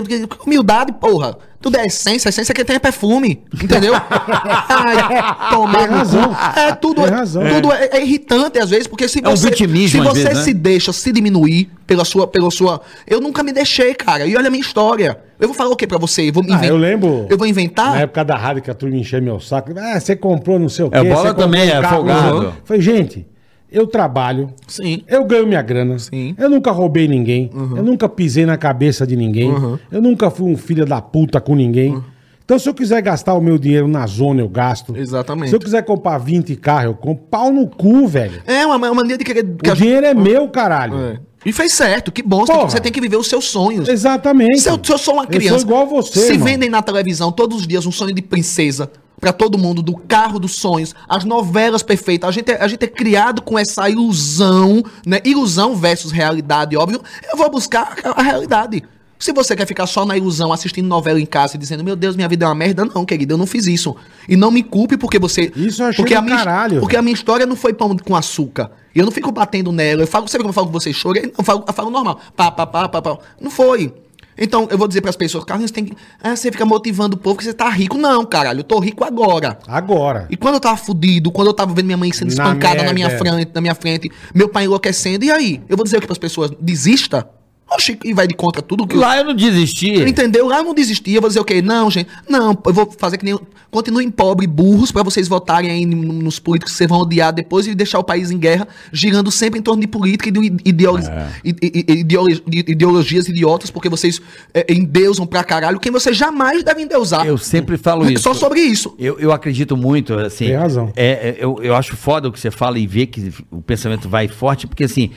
[SPEAKER 3] humildade, porra. Tudo é essência, essência que tem é perfume.
[SPEAKER 1] [laughs]
[SPEAKER 3] Entendeu? Ai, toma
[SPEAKER 1] Tem razão.
[SPEAKER 3] É tudo,
[SPEAKER 1] Tem razão.
[SPEAKER 3] tudo é, é irritante às vezes, porque se
[SPEAKER 2] É um
[SPEAKER 3] você,
[SPEAKER 2] vitimismo,
[SPEAKER 3] se,
[SPEAKER 2] às
[SPEAKER 3] você
[SPEAKER 2] vezes, né?
[SPEAKER 3] se deixa se diminuir pela sua, pela sua. Eu nunca me deixei, cara. E olha a minha história. Eu vou falar o que pra você? Eu vou
[SPEAKER 1] Ah,
[SPEAKER 3] inven-
[SPEAKER 1] eu lembro. Né?
[SPEAKER 3] Eu vou inventar?
[SPEAKER 1] Na época da rádio que a turma encheu meu saco. Ah, você comprou não sei o quê.
[SPEAKER 2] É, bola
[SPEAKER 1] você comprou um
[SPEAKER 2] também é
[SPEAKER 1] carro,
[SPEAKER 2] folgado.
[SPEAKER 1] não sei o quê. Falei, gente, eu trabalho,
[SPEAKER 3] Sim.
[SPEAKER 1] eu ganho minha grana,
[SPEAKER 3] Sim. Uhum.
[SPEAKER 1] eu nunca roubei ninguém, eu nunca pisei na cabeça de ninguém, eu nunca fui um filho da puta com ninguém.
[SPEAKER 3] Uhum.
[SPEAKER 1] Então, se eu quiser gastar o meu dinheiro na zona, eu gasto.
[SPEAKER 3] Exatamente.
[SPEAKER 1] Se eu quiser comprar 20 carros, eu compro. Pau no cu, velho.
[SPEAKER 3] É uma, uma mania de querer.
[SPEAKER 1] O dinheiro é meu, caralho.
[SPEAKER 3] É. E fez certo, que bom. você tem-
[SPEAKER 1] Porra.
[SPEAKER 3] Você tem que viver os seus sonhos.
[SPEAKER 1] Exatamente.
[SPEAKER 3] Se eu, se eu sou uma criança.
[SPEAKER 1] Eu sou igual você,
[SPEAKER 3] Se
[SPEAKER 1] irmão.
[SPEAKER 3] vendem na televisão todos os dias um sonho de princesa pra todo mundo, do carro dos sonhos, as novelas perfeitas. A gente, é, a gente é criado com essa ilusão, né? Ilusão versus realidade, óbvio. Eu vou buscar a, a realidade. Se você quer ficar só na ilusão, assistindo novela em casa e dizendo, meu Deus, minha vida é uma merda, não, querido, eu não fiz isso. E não me culpe porque você.
[SPEAKER 1] Isso eu achei
[SPEAKER 3] porque
[SPEAKER 1] do
[SPEAKER 3] a minha,
[SPEAKER 1] caralho.
[SPEAKER 3] Porque a minha história não foi pão com açúcar. E eu não fico batendo nela. Eu falo, sabe como eu falo com vocês? Chorei? Eu falo, eu falo normal. Pá, pá, pá, pá, pá. Não foi. Então, eu vou dizer para as pessoas, Carlinhos, tem que. Ah, você fica motivando o povo que você tá rico. Não, caralho, eu tô rico agora.
[SPEAKER 1] Agora.
[SPEAKER 3] E quando eu tava fudido, quando eu tava vendo minha mãe sendo
[SPEAKER 1] Na
[SPEAKER 3] espancada na
[SPEAKER 1] merda,
[SPEAKER 3] minha
[SPEAKER 1] é.
[SPEAKER 3] frente, na minha frente, meu pai enlouquecendo, e aí? Eu vou dizer o que pras pessoas? Desista? Oxi, e vai de contra tudo que.
[SPEAKER 2] Lá eu não desisti.
[SPEAKER 3] Entendeu? Lá eu não desistia, vou dizer o quê? Não, gente. Não, eu vou fazer que nem. Continuem pobre, burros, pra vocês votarem aí n- nos políticos que vocês vão odiar depois e deixar o país em guerra, girando sempre em torno de política e de ideolo-
[SPEAKER 2] É.
[SPEAKER 3] i- i- i- ideolo- i- ideologias idiotas, porque vocês é, endeusam pra caralho quem vocês jamais devem endeusar.
[SPEAKER 2] Eu sempre falo
[SPEAKER 3] É
[SPEAKER 2] isso.
[SPEAKER 3] Só sobre isso.
[SPEAKER 2] Eu, eu acredito muito, assim.
[SPEAKER 1] Tem razão.
[SPEAKER 2] É, é, eu, eu acho foda o que você fala e ver que o pensamento vai forte, porque assim,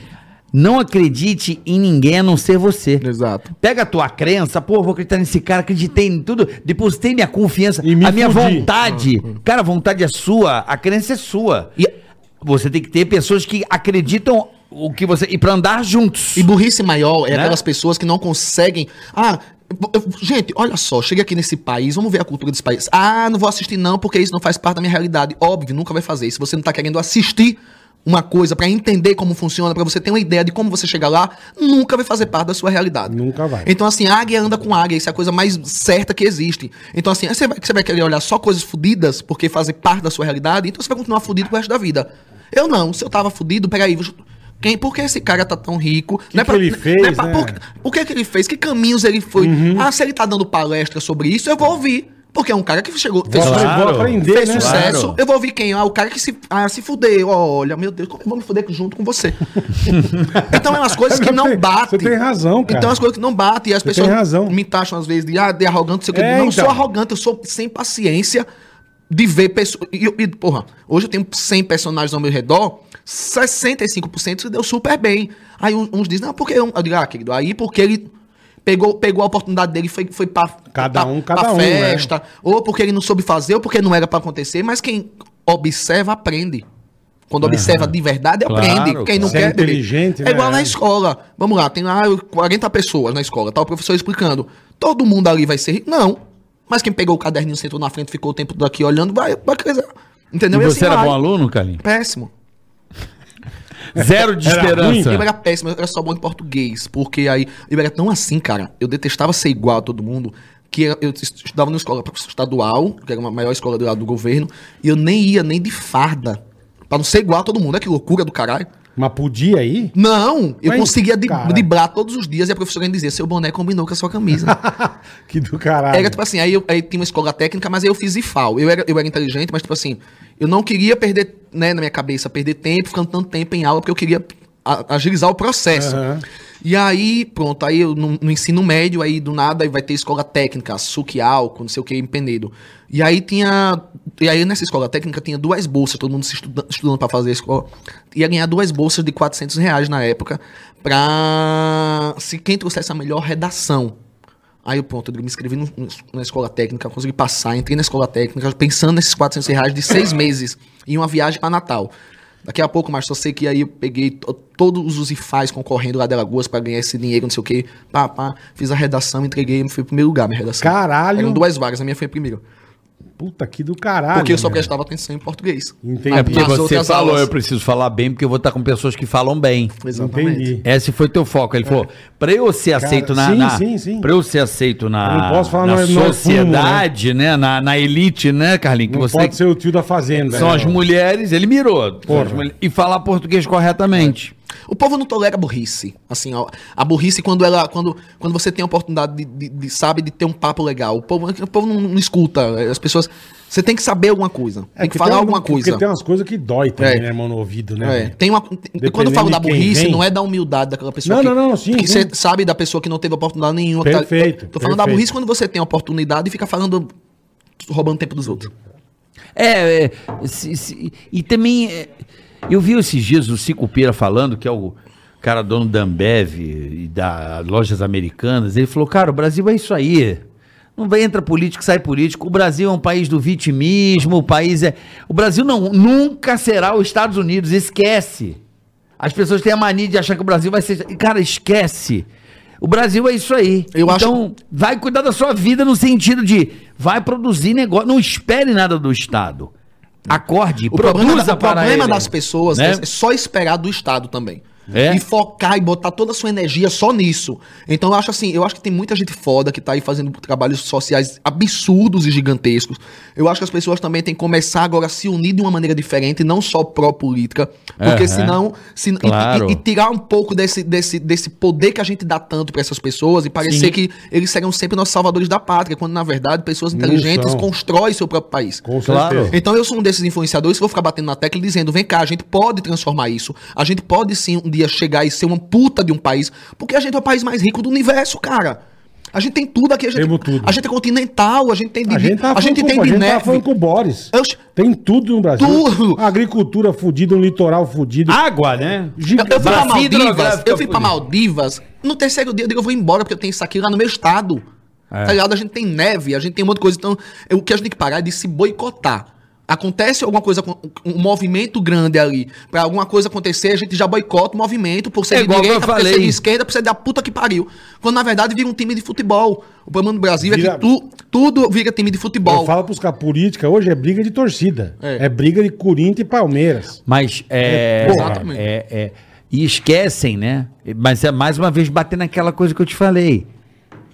[SPEAKER 2] não acredite em ninguém a não ser você.
[SPEAKER 3] Exato.
[SPEAKER 2] Pega a tua crença, pô, vou acreditar nesse cara, acreditei em tudo, depositei minha confiança,
[SPEAKER 1] E me
[SPEAKER 2] a minha
[SPEAKER 1] fudi.
[SPEAKER 2] vontade. Cara, a vontade é sua, a crença é sua.
[SPEAKER 3] E-
[SPEAKER 2] Você tem que ter pessoas que acreditam o que você. E pra andar juntos.
[SPEAKER 3] E burrice maior é
[SPEAKER 2] Né?
[SPEAKER 3] aquelas pessoas que não conseguem. Ah, eu- gente, olha só, cheguei aqui nesse país, vamos ver a cultura desse país. Ah, não vou assistir não, porque isso não faz parte da minha realidade. Óbvio, nunca vai fazer. E Se você não tá querendo assistir uma coisa pra entender como funciona, pra você ter uma ideia de como você chegar lá, nunca vai fazer parte da sua realidade.
[SPEAKER 1] Nunca vai.
[SPEAKER 3] Então, assim, águia anda com águia, isso é a coisa mais certa que existe. Então, assim, você vai, você vai querer olhar só coisas fodidas porque fazem parte da sua realidade, então você vai continuar fudido pro resto da vida. Eu não, se eu tava fudido, peraí, quem, por que esse cara tá tão rico?
[SPEAKER 1] que ele fez,
[SPEAKER 3] pra-
[SPEAKER 1] né? Uhum.
[SPEAKER 3] por que- o que, que ele fez? Que caminhos ele foi? Ah, se ele tá dando palestra sobre isso, eu vou ouvir. Porque é um cara que chegou, fez,
[SPEAKER 1] Vou,
[SPEAKER 2] Claro.
[SPEAKER 1] vou aprender,
[SPEAKER 3] fez
[SPEAKER 1] né?
[SPEAKER 2] Claro.
[SPEAKER 3] sucesso. Eu vou ouvir quem? Ah, o cara que se, ah, se fudeu. Olha, meu Deus, como eu vou me fuder junto
[SPEAKER 1] [laughs]
[SPEAKER 3] com você? então é umas coisas que não
[SPEAKER 1] Você
[SPEAKER 3] batem.
[SPEAKER 1] tem razão, cara.
[SPEAKER 3] Então é umas coisas que não batem. E as pessoas
[SPEAKER 1] tem razão.
[SPEAKER 3] me taxam às vezes de, ah, de arrogante, não sei o que.
[SPEAKER 1] É,
[SPEAKER 3] não
[SPEAKER 1] então.
[SPEAKER 3] sou arrogante, eu sou sem paciência de ver pessoas. E, eu- e, porra, hoje eu tenho 100 personagens ao meu redor, 65% se deu super bem. Aí um, uns, uns dizem, não, porque eu. eu digo, ah, querido, aí porque ele. Pegou, pegou a oportunidade dele e foi, foi pra,
[SPEAKER 1] Cada
[SPEAKER 3] pra-
[SPEAKER 1] um, cada
[SPEAKER 3] pra
[SPEAKER 1] um, né?
[SPEAKER 3] festa, ou porque ele não soube fazer, ou porque não era pra acontecer, mas quem observa, aprende. Quando observa de verdade,
[SPEAKER 2] Claro,
[SPEAKER 3] aprende. Quem não
[SPEAKER 1] claro.
[SPEAKER 3] quer.
[SPEAKER 1] Ser inteligente,
[SPEAKER 3] é igual
[SPEAKER 1] né?
[SPEAKER 3] na escola. Vamos lá, tem lá 40 pessoas na escola, tá o professor explicando. Todo mundo ali vai ser. rico? Não. Mas quem pegou o caderninho, sentou na frente, ficou o tempo todo aqui olhando, vai, vai crescer. Entendeu?
[SPEAKER 2] E
[SPEAKER 3] assim
[SPEAKER 2] você era
[SPEAKER 3] vai.
[SPEAKER 2] bom aluno, [laughs] Carlinhos?
[SPEAKER 3] Péssimo.
[SPEAKER 2] Zero de
[SPEAKER 1] Era
[SPEAKER 2] esperança.
[SPEAKER 1] ruim?
[SPEAKER 3] Eu era péssimo, eu é era só bom em português. Porque aí. Eu era tão assim, cara. Eu detestava ser igual a todo mundo. Que eu eu estudava numa escola estadual, que era uma maior escola do lado do governo. E eu nem ia nem de farda. Pra não ser igual a todo mundo. É que loucura do caralho.
[SPEAKER 1] Mas podia
[SPEAKER 3] [laughs]
[SPEAKER 1] ir?
[SPEAKER 3] Não, eu
[SPEAKER 1] Mas,
[SPEAKER 3] conseguia de,
[SPEAKER 1] cara.
[SPEAKER 3] driblar todos os dias e a professora ainda dizia: seu boné combinou com a sua camisa.
[SPEAKER 1] Que do caralho.
[SPEAKER 3] Era tipo assim, aí, eu, aí tinha uma escola técnica, mas aí eu fiz IFAL. Eu era, eu era inteligente, mas tipo assim, eu não queria perder, né, na minha cabeça, perder tempo, ficando tanto tempo em aula, porque eu queria a- agilizar o processo.
[SPEAKER 1] Aham.
[SPEAKER 3] E aí, pronto, aí eu no, no ensino médio, aí do nada aí vai ter escola técnica, suque álcool, não sei o que, em Penedo. E aí tinha. E aí nessa escola técnica tinha duas bolsas, todo mundo se estuda- estudando pra fazer a escola. Ia ganhar duas bolsas de 400 reais na época, pra. Se quem trouxesse a melhor redação. Aí eu, pronto, eu me inscrevi no- no- na escola técnica, consegui passar, entrei na escola técnica, pensando nesses 400 reais
[SPEAKER 1] [laughs]
[SPEAKER 3] de seis meses e uma viagem para Natal. Daqui a pouco, mas só sei que aí eu peguei to- todos os IFAs concorrendo lá de Alagoas para ganhar esse dinheiro, não sei o quê. Pá, pá, fiz a redação, entreguei, fui em primeiro lugar minha redação.
[SPEAKER 1] Caralho.
[SPEAKER 3] Eram duas vagas, a minha foi a primeira.
[SPEAKER 1] Puta que do caralho. né?
[SPEAKER 3] Porque eu só
[SPEAKER 1] meu.
[SPEAKER 3] prestava atenção em português.
[SPEAKER 1] Entendi.
[SPEAKER 2] É porque
[SPEAKER 3] Nas
[SPEAKER 2] você
[SPEAKER 3] outras
[SPEAKER 2] falou,
[SPEAKER 3] aulas.
[SPEAKER 2] eu preciso falar bem, porque eu vou estar com pessoas que falam bem.
[SPEAKER 1] Entendi.
[SPEAKER 2] Esse foi teu foco. Ele falou: pra eu ser aceito na.
[SPEAKER 1] É. sim,
[SPEAKER 2] na-
[SPEAKER 1] sim, sim.
[SPEAKER 2] Pra eu ser aceito na,
[SPEAKER 1] Eu não posso falar
[SPEAKER 2] na
[SPEAKER 1] no- no fumo,
[SPEAKER 2] sociedade, né? Na, na elite, né, Carlinhos? Que
[SPEAKER 1] Não
[SPEAKER 2] você
[SPEAKER 1] pode ser o tio da fazenda.
[SPEAKER 2] são
[SPEAKER 1] né?
[SPEAKER 2] as mulheres, ele mirou. São
[SPEAKER 1] Porra.
[SPEAKER 2] as mulher- e falar português corretamente.
[SPEAKER 3] O povo não tolera burrice. Assim, ó, a burrice quando ela. Quando, quando você tem a oportunidade de, de- de, sabe, de ter um papo legal. O povo, o povo não, não escuta. eh, As pessoas. Você tem que saber alguma
[SPEAKER 1] É,
[SPEAKER 3] coisa. tem
[SPEAKER 1] porque
[SPEAKER 3] que falar
[SPEAKER 1] um-
[SPEAKER 3] alguma
[SPEAKER 1] porque
[SPEAKER 3] coisa.
[SPEAKER 1] tem umas coisas que dói também,
[SPEAKER 3] É.
[SPEAKER 1] né, irmão, no ouvido, né?
[SPEAKER 3] É,
[SPEAKER 1] velho?
[SPEAKER 3] tem uma, quando eu falo
[SPEAKER 1] de
[SPEAKER 3] da
[SPEAKER 1] quem
[SPEAKER 3] burrice,
[SPEAKER 1] vem.
[SPEAKER 3] não é da humildade daquela pessoa.
[SPEAKER 1] Não,
[SPEAKER 3] que,
[SPEAKER 1] não, não, sim,
[SPEAKER 3] Que
[SPEAKER 1] sim.
[SPEAKER 3] você sabe da pessoa que não teve oportunidade nenhuma. que tá-
[SPEAKER 1] Perfeito,
[SPEAKER 3] Tô falando da
[SPEAKER 1] perfeito.
[SPEAKER 3] burrice quando você tem a oportunidade e fica falando. roubando tempo dos outros.
[SPEAKER 2] É, é, se- se- e também. é, eu vi esses dias o Cico Pira falando, que é o cara dono da Ambev e da Lojas Americanas. Ele falou: cara, o Brasil é isso aí. Não vai, entra político, sai político. O Brasil é um país do vitimismo, o país é. O Brasil não, nunca será os Estados Unidos, esquece. As pessoas têm a mania de achar que o Brasil vai ser. Cara, esquece. O Brasil é isso aí.
[SPEAKER 3] Eu acho-
[SPEAKER 2] então, vai cuidar da sua vida no sentido de vai produzir negócio. Não espere nada do Estado. Acorde,
[SPEAKER 3] O
[SPEAKER 2] produza
[SPEAKER 3] problema, da- o
[SPEAKER 2] para
[SPEAKER 3] problema
[SPEAKER 2] ele.
[SPEAKER 3] das pessoas
[SPEAKER 2] né?
[SPEAKER 3] é só esperar do Estado também.
[SPEAKER 2] É?
[SPEAKER 3] E focar e botar toda a sua energia só nisso. Então eu acho assim, eu acho que tem muita gente foda que tá aí fazendo trabalhos sociais absurdos e gigantescos. Eu acho que as pessoas também têm que começar agora a se unir de uma maneira diferente, não só pró-política. Porque
[SPEAKER 2] Aham.
[SPEAKER 3] senão. Se, e-
[SPEAKER 2] Claro.
[SPEAKER 3] e, e tirar um pouco desse, desse, desse poder que a gente dá tanto pra essas pessoas e parecer
[SPEAKER 2] Sim.
[SPEAKER 3] que eles serão sempre nossos salvadores da pátria, quando na verdade pessoas
[SPEAKER 1] Não
[SPEAKER 3] inteligentes
[SPEAKER 1] são.
[SPEAKER 3] constroem seu próprio país.
[SPEAKER 1] Com
[SPEAKER 2] Claro.
[SPEAKER 1] certeza.
[SPEAKER 3] Então eu sou um desses influenciadores que vou ficar batendo na tecla e dizendo: vem cá, a gente pode transformar isso. A gente pode sim um dia chegar e ser uma puta de um país, porque a gente é o país mais rico do universo, cara. A gente tem tudo aqui, a gente,
[SPEAKER 1] Temos tudo.
[SPEAKER 3] a gente é continental, a gente tem
[SPEAKER 1] A gente, tá
[SPEAKER 3] a gente
[SPEAKER 1] falando
[SPEAKER 3] tem
[SPEAKER 1] com, a gente
[SPEAKER 3] Diné.
[SPEAKER 1] tava falando com o Boris.
[SPEAKER 3] Eu-
[SPEAKER 1] Tem tudo no Brasil.
[SPEAKER 3] Tudo.
[SPEAKER 1] Agricultura fudida, um litoral fudido.
[SPEAKER 2] Água, né?
[SPEAKER 3] Eu, eu fui pra
[SPEAKER 2] Bacia
[SPEAKER 3] Maldivas,
[SPEAKER 2] hidrográfica
[SPEAKER 3] eu fui pra Maldivas, no terceiro dia eu digo, eu vou embora, porque eu tenho isso aqui lá no meu estado.
[SPEAKER 2] É.
[SPEAKER 3] Tá ligado? A gente tem neve, a gente tem um monte de coisa. Então, eu- o que a gente tem que parar é de se boicotar. Acontece alguma coisa, com- um movimento grande ali. Pra alguma coisa acontecer, a gente já boicota o movimento por ser
[SPEAKER 2] É
[SPEAKER 3] de
[SPEAKER 2] igual que
[SPEAKER 3] direita,
[SPEAKER 2] eu
[SPEAKER 3] por ser
[SPEAKER 2] falei.
[SPEAKER 3] de esquerda, por ser da puta que pariu. Quando na verdade vira um time de futebol. O problema do Brasil é
[SPEAKER 1] Vira-
[SPEAKER 3] que tu- tudo vira time de
[SPEAKER 1] Eu
[SPEAKER 3] futebol.
[SPEAKER 1] falo pros caras, política hoje é briga de torcida. É,
[SPEAKER 3] É.
[SPEAKER 1] briga de Corinthians e Palmeiras.
[SPEAKER 2] Mas é.
[SPEAKER 1] É,
[SPEAKER 3] exatamente.
[SPEAKER 2] é- é- e esquecem, né? Mas é mais uma vez bater naquela coisa que eu te falei.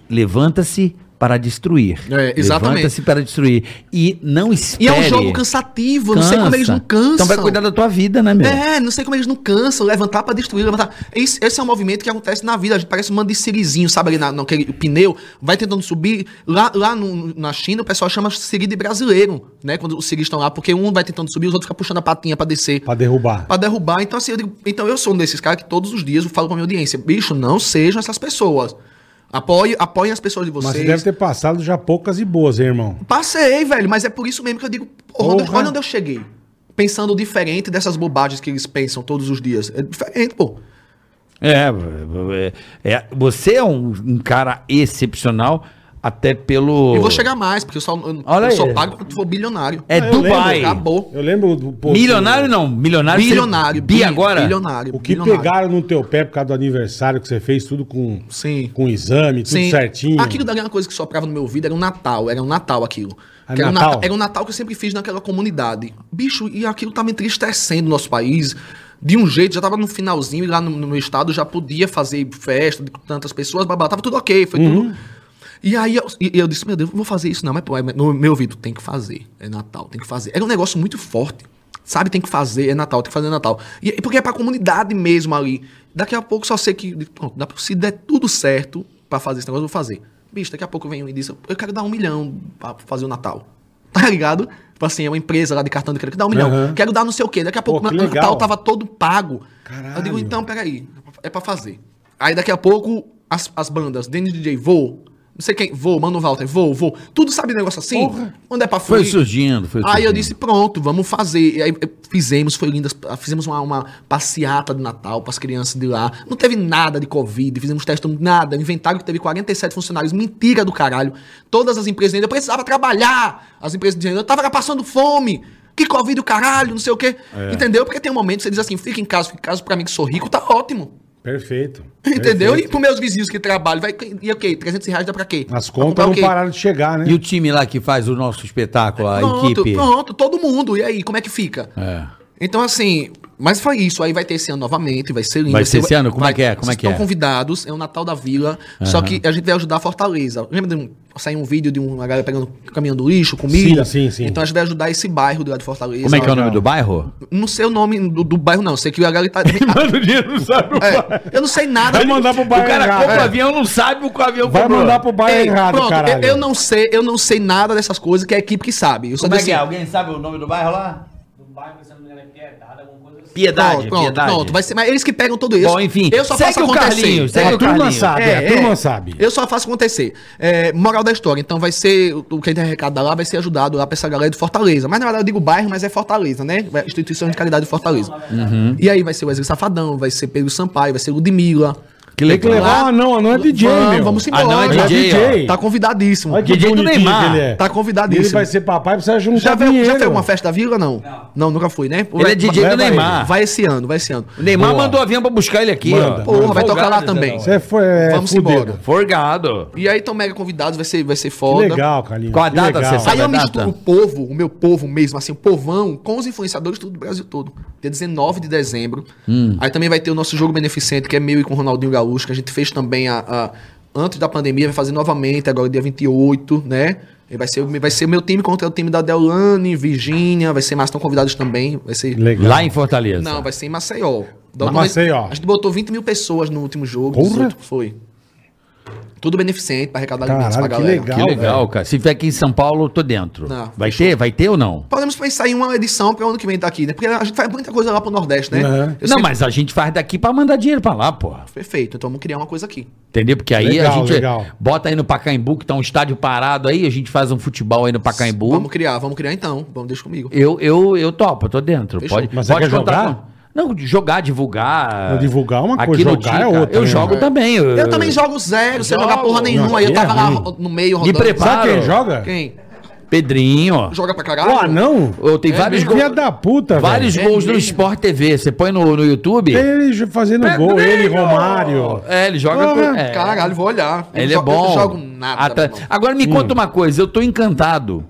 [SPEAKER 2] Levanta-se para destruir.
[SPEAKER 3] É, exatamente.
[SPEAKER 2] Levanta-se para destruir. E não espere.
[SPEAKER 3] E é um jogo cansativo, eu não sei como é eles não cansam.
[SPEAKER 2] Então vai cuidar da tua vida, né, meu?
[SPEAKER 3] É, não sei como eles não cansam, levantar pra destruir, levantar. Esse, esse é um movimento que acontece na vida, a gente parece um mando de sirizinho, sabe, ali na, naquele pneu, vai tentando subir. Lá, lá no- na China, o pessoal chama siri de brasileiro, né, quando os siris estão lá, porque um vai tentando subir, os outros ficam puxando a patinha pra descer.
[SPEAKER 1] Pra derrubar.
[SPEAKER 3] Pra derrubar, então assim, eu digo, então eu sou um desses caras que todos os dias eu falo pra minha audiência, bicho, não sejam essas pessoas. Apoie, apoiem as pessoas de
[SPEAKER 1] Mas você
[SPEAKER 3] vocês.
[SPEAKER 1] deve ter passado já poucas e boas, hein, irmão.
[SPEAKER 3] Passei, velho, mas é por isso mesmo que eu digo, porra, onde-
[SPEAKER 1] Porra.
[SPEAKER 3] olha onde eu cheguei. Pensando diferente dessas bobagens que eles pensam todos os dias. É diferente, pô.
[SPEAKER 2] É, é, é, você é um, um cara excepcional, até pelo.
[SPEAKER 3] E vou chegar mais, porque eu só, eu,
[SPEAKER 2] Olha
[SPEAKER 3] eu só
[SPEAKER 2] aí.
[SPEAKER 3] pago quando for bilionário.
[SPEAKER 2] É
[SPEAKER 1] Eu
[SPEAKER 2] Dubai.
[SPEAKER 1] lembro.
[SPEAKER 3] Acabou.
[SPEAKER 1] Eu lembro do pô,
[SPEAKER 2] Milionário não, milionário.
[SPEAKER 3] Bilionário.
[SPEAKER 2] Bi agora?
[SPEAKER 3] Bilionário.
[SPEAKER 1] O que
[SPEAKER 3] bilionário.
[SPEAKER 1] pegaram no teu pé por causa do aniversário que você fez, tudo com,
[SPEAKER 3] Sim.
[SPEAKER 1] com exame, tudo
[SPEAKER 3] Sim.
[SPEAKER 1] certinho.
[SPEAKER 3] Aquilo dali era uma coisa que soprava no meu ouvido, era um Natal, era um Natal aquilo.
[SPEAKER 1] Ah,
[SPEAKER 3] Que era, um
[SPEAKER 1] Natal?
[SPEAKER 3] Natal- era um Natal que eu sempre fiz naquela comunidade. Bicho, e aquilo tá me entristecendo o nosso país. De um jeito, já tava no finalzinho, e lá no, no meu estado já podia fazer festa com tantas pessoas, babá, tava tudo ok, foi
[SPEAKER 1] Uhum.
[SPEAKER 3] tudo. E aí eu, e eu disse, meu Deus, não vou fazer isso não, mas pô, é- no meu ouvido, tem que fazer, é Natal, tem que fazer. Era um negócio muito forte, sabe? Tem que fazer, é Natal, tem que fazer é Natal. E, e porque é pra comunidade mesmo ali. Daqui a pouco só sei que, pronto, dá pra- se der tudo certo pra fazer esse negócio, eu vou fazer. Bicho, daqui a pouco vem um e diz, eu quero dar um milhão pra fazer o Natal. [laughs] Tá ligado? Tipo assim, é uma empresa lá de cartão de crédito, dá um milhão,
[SPEAKER 1] Aham.
[SPEAKER 3] quero dar não sei o quê. Daqui a pouco
[SPEAKER 1] Pô,
[SPEAKER 3] o
[SPEAKER 1] que
[SPEAKER 3] Natal
[SPEAKER 1] legal.
[SPEAKER 3] tava todo pago.
[SPEAKER 1] Caralho.
[SPEAKER 3] Eu digo, então, peraí, é pra fazer. Aí daqui a pouco, as, as bandas, Dennis DJ, vou, não sei quem, vou, Mano Walter, vou, vou. Tudo sabe negócio assim? Onde é pra
[SPEAKER 2] Foi
[SPEAKER 3] fugir?
[SPEAKER 2] surgindo, foi surgindo.
[SPEAKER 3] Aí eu disse, pronto, vamos fazer. E aí eh, fizemos, foi lindo. as- Fizemos uma, uma passeata de Natal para as crianças de lá. Não teve nada de Covid, fizemos teste, nada. Inventário que teve 47 funcionários. Mentira do caralho. Todas as empresas dizendo, eu precisava trabalhar. As empresas dizendo, eu tava passando fome. Que Covid o caralho, não sei o quê.
[SPEAKER 1] É.
[SPEAKER 3] Entendeu? Porque tem um momento que você diz assim, fica em casa, fica em casa, pra mim que sou rico, tá ótimo. [laughs]
[SPEAKER 1] Perfeito.
[SPEAKER 3] Entendeu?
[SPEAKER 1] Perfeito.
[SPEAKER 3] E pros meus vizinhos que trabalham, vai, e ok, 300 reais dá pra quê?
[SPEAKER 1] As
[SPEAKER 3] Pra
[SPEAKER 1] contas
[SPEAKER 3] comprar o
[SPEAKER 1] não
[SPEAKER 3] quê?
[SPEAKER 1] pararam de chegar, né? [laughs]
[SPEAKER 2] E o time lá que faz o nosso espetáculo, a
[SPEAKER 3] Pronto,
[SPEAKER 2] equipe.
[SPEAKER 3] pronto, todo mundo. E aí, como é que fica?
[SPEAKER 2] É.
[SPEAKER 3] Então, assim, mas foi isso. Aí vai ter esse ano novamente, vai ser lindo.
[SPEAKER 2] Vai ser esse ano? Como é que é? Como é
[SPEAKER 3] vocês
[SPEAKER 2] que
[SPEAKER 3] estão
[SPEAKER 2] é?
[SPEAKER 3] convidados, é o Natal da Vila, só que a gente vai ajudar a Fortaleza. Lembra de um, sair um vídeo de uma galera pegando, caminhando lixo, comida?
[SPEAKER 1] Sim, sim, sim.
[SPEAKER 3] Então a gente vai ajudar esse bairro do lado de Fortaleza.
[SPEAKER 2] Como é que é o
[SPEAKER 1] Legal.
[SPEAKER 2] nome do bairro?
[SPEAKER 3] Não sei o nome do, do bairro, não. Sei que a galera tá...
[SPEAKER 2] Manda o dinheiro, não sabe o
[SPEAKER 3] É, eu não sei nada.
[SPEAKER 1] Vai mandar pro
[SPEAKER 2] O
[SPEAKER 1] bairro
[SPEAKER 2] cara
[SPEAKER 1] errado.
[SPEAKER 2] compra o
[SPEAKER 1] É.
[SPEAKER 2] avião, não sabe o que o avião
[SPEAKER 1] Vai
[SPEAKER 2] comprou.
[SPEAKER 1] mandar pro bairro
[SPEAKER 3] Ei,
[SPEAKER 1] errado,
[SPEAKER 3] pronto,
[SPEAKER 1] caralho.
[SPEAKER 3] eu, eu não sei, eu não sei nada dessas coisas que é a equipe que sabe. Eu só
[SPEAKER 2] Como é
[SPEAKER 3] digo
[SPEAKER 2] que é?
[SPEAKER 3] assim,
[SPEAKER 2] Alguém sabe o nome do bairro lá?
[SPEAKER 4] do bairro, se eu não me engano, é Piedade, alguma coisa assim.
[SPEAKER 2] Piedade,
[SPEAKER 3] pronto, pronto,
[SPEAKER 2] piedade.
[SPEAKER 3] pronto. Vai ser, mas eles que pegam tudo isso.
[SPEAKER 2] Bom, enfim,
[SPEAKER 3] Eu só
[SPEAKER 2] segue
[SPEAKER 3] faço
[SPEAKER 2] o
[SPEAKER 3] acontecer.
[SPEAKER 2] Carlinhos,
[SPEAKER 3] É,
[SPEAKER 2] segue
[SPEAKER 1] a
[SPEAKER 2] o
[SPEAKER 1] turma
[SPEAKER 2] Carlinhos.
[SPEAKER 1] sabe,
[SPEAKER 3] É,
[SPEAKER 1] a turma
[SPEAKER 3] é.
[SPEAKER 1] sabe.
[SPEAKER 3] Eu só faço acontecer. É, moral da história. Então vai ser. o- O que tem arrecadado lá vai ser ajudado lá pra essa galera de Fortaleza. Mas na verdade eu digo bairro, mas é Fortaleza, né? É
[SPEAKER 2] Uhum.
[SPEAKER 3] Instituição de Caridade de Fortaleza. E aí vai ser o Wesley Safadão, vai ser Pedro Sampaio, vai ser Ludmilla. Então,
[SPEAKER 2] Que
[SPEAKER 1] Tem que levar o anão, anão é DJ,
[SPEAKER 3] vamos,
[SPEAKER 1] meu.
[SPEAKER 3] Vamos embora.
[SPEAKER 2] Anão é
[SPEAKER 1] Ele
[SPEAKER 2] DJ, ó.
[SPEAKER 3] Tá convidadíssimo.
[SPEAKER 1] Olha que
[SPEAKER 2] DJ do
[SPEAKER 1] bonitinho
[SPEAKER 2] Neymar.
[SPEAKER 1] que ele é.
[SPEAKER 3] Tá convidadíssimo.
[SPEAKER 1] Ele vai ser papai, precisa juntar
[SPEAKER 3] Já veio, já
[SPEAKER 1] dinheiro.
[SPEAKER 3] veio uma festa da Vila, não?
[SPEAKER 4] Não.
[SPEAKER 3] nunca fui, né?
[SPEAKER 2] Ele é DJ do
[SPEAKER 1] Leva ele.
[SPEAKER 2] Neymar.
[SPEAKER 3] Vai esse ano, vai esse ano.
[SPEAKER 2] O Neymar
[SPEAKER 1] Boa.
[SPEAKER 2] mandou o avião pra buscar ele aqui,
[SPEAKER 1] Manda.
[SPEAKER 2] ó.
[SPEAKER 3] Porra, vai tocar lá
[SPEAKER 4] Folgado,
[SPEAKER 3] também.
[SPEAKER 4] Zé
[SPEAKER 1] Você foi é,
[SPEAKER 3] Vamos
[SPEAKER 1] fudido.
[SPEAKER 3] embora.
[SPEAKER 2] Forgado.
[SPEAKER 3] E aí estão mega convidados, vai ser, vai ser
[SPEAKER 1] Que
[SPEAKER 3] foda.
[SPEAKER 1] legal, Carlinhos.
[SPEAKER 2] Qual a
[SPEAKER 1] que
[SPEAKER 2] data,
[SPEAKER 1] legal.
[SPEAKER 2] você sabe?
[SPEAKER 3] Aí eu
[SPEAKER 2] Sabe a
[SPEAKER 3] misturo
[SPEAKER 2] data?
[SPEAKER 3] o povo, o meu povo mesmo, assim, o povão, com os influenciadores do Brasil todo. Dia 19 de dezembro.
[SPEAKER 1] Hum.
[SPEAKER 3] Aí também vai ter o nosso jogo beneficente, que é meu e com o Ronaldinho Gaúcho, que a gente fez também a, a- antes da pandemia, vai fazer novamente, agora dia 28, né? E vai ser o vai ser meu time contra o time da Delane, Virgínia, vai ser massa, estão convidados também. Vai ser.
[SPEAKER 1] Legal.
[SPEAKER 2] Lá em Fortaleza.
[SPEAKER 3] Não, vai ser em Maceió.
[SPEAKER 1] Mas
[SPEAKER 3] Da última vez-
[SPEAKER 1] Maceió.
[SPEAKER 3] A gente botou 20 mil pessoas no último jogo.
[SPEAKER 1] Porra.
[SPEAKER 3] 18, foi. Tudo beneficente pra arrecadar alimentos pra
[SPEAKER 1] Caralho, que
[SPEAKER 3] galera.
[SPEAKER 2] Que
[SPEAKER 1] Legal,
[SPEAKER 2] legal, cara. Se tiver aqui em São Paulo, eu tô dentro.
[SPEAKER 3] Não,
[SPEAKER 2] vai ter? Vai ter ou não?
[SPEAKER 3] Podemos pensar em uma edição pra ano que vem tá aqui, né? Porque a gente faz muita coisa lá pro Nordeste, né?
[SPEAKER 1] Uhum.
[SPEAKER 3] Eu
[SPEAKER 2] não,
[SPEAKER 3] sempre-
[SPEAKER 2] mas a gente faz daqui pra mandar dinheiro pra lá, porra.
[SPEAKER 3] Perfeito, então vamos criar uma coisa aqui.
[SPEAKER 2] Entendeu? Porque aí
[SPEAKER 1] Legal,
[SPEAKER 2] a gente
[SPEAKER 1] legal.
[SPEAKER 2] bota aí no Pacaembu, que tá um estádio parado aí, a gente faz um futebol aí no Pacaembu.
[SPEAKER 3] Vamos criar, vamos criar então. Vamos, deixa comigo.
[SPEAKER 2] Eu, eu, eu topo, eu tô dentro.
[SPEAKER 3] Fechou.
[SPEAKER 2] Pode,
[SPEAKER 1] Mas você
[SPEAKER 2] pode
[SPEAKER 1] quer
[SPEAKER 2] contar
[SPEAKER 1] jogar?
[SPEAKER 2] com- Não, de jogar, divulgar.
[SPEAKER 1] Não, divulgar é uma
[SPEAKER 2] Aqui
[SPEAKER 1] coisa,
[SPEAKER 2] no
[SPEAKER 1] jogar é
[SPEAKER 2] Dica,
[SPEAKER 1] outra,
[SPEAKER 2] Eu
[SPEAKER 1] né?
[SPEAKER 2] jogo
[SPEAKER 1] É.
[SPEAKER 2] também.
[SPEAKER 3] Eu, também jogo zero, sem
[SPEAKER 2] jogo.
[SPEAKER 3] jogar porra nenhuma.
[SPEAKER 1] Não,
[SPEAKER 3] aí eu
[SPEAKER 1] aqui
[SPEAKER 3] tava
[SPEAKER 1] é
[SPEAKER 3] lá
[SPEAKER 1] ruim.
[SPEAKER 3] ro- no meio
[SPEAKER 2] Me prepara.
[SPEAKER 1] Sabe quem
[SPEAKER 2] Claro.
[SPEAKER 1] joga?
[SPEAKER 3] Quem?
[SPEAKER 2] Pedrinho.
[SPEAKER 3] Joga pra caralho?
[SPEAKER 1] O anão?
[SPEAKER 2] Eu tenho vários
[SPEAKER 3] É mesmo? É
[SPEAKER 1] Filha
[SPEAKER 2] gols.
[SPEAKER 1] da puta,
[SPEAKER 2] Vários
[SPEAKER 1] velho.
[SPEAKER 2] gols no
[SPEAKER 3] mesmo?
[SPEAKER 2] Sport TV. Você põe no, no YouTube.
[SPEAKER 1] Tem ele fazendo gol, ele, Romário.
[SPEAKER 2] É, ele joga.
[SPEAKER 1] Porra.
[SPEAKER 2] com- é.
[SPEAKER 3] Caralho, vou olhar. Eu
[SPEAKER 2] Ele é
[SPEAKER 3] jo- Eu
[SPEAKER 2] bom.
[SPEAKER 3] não jogo nada.
[SPEAKER 2] Atra-
[SPEAKER 3] meu irmão.
[SPEAKER 2] Agora me conta uma coisa, eu tô encantado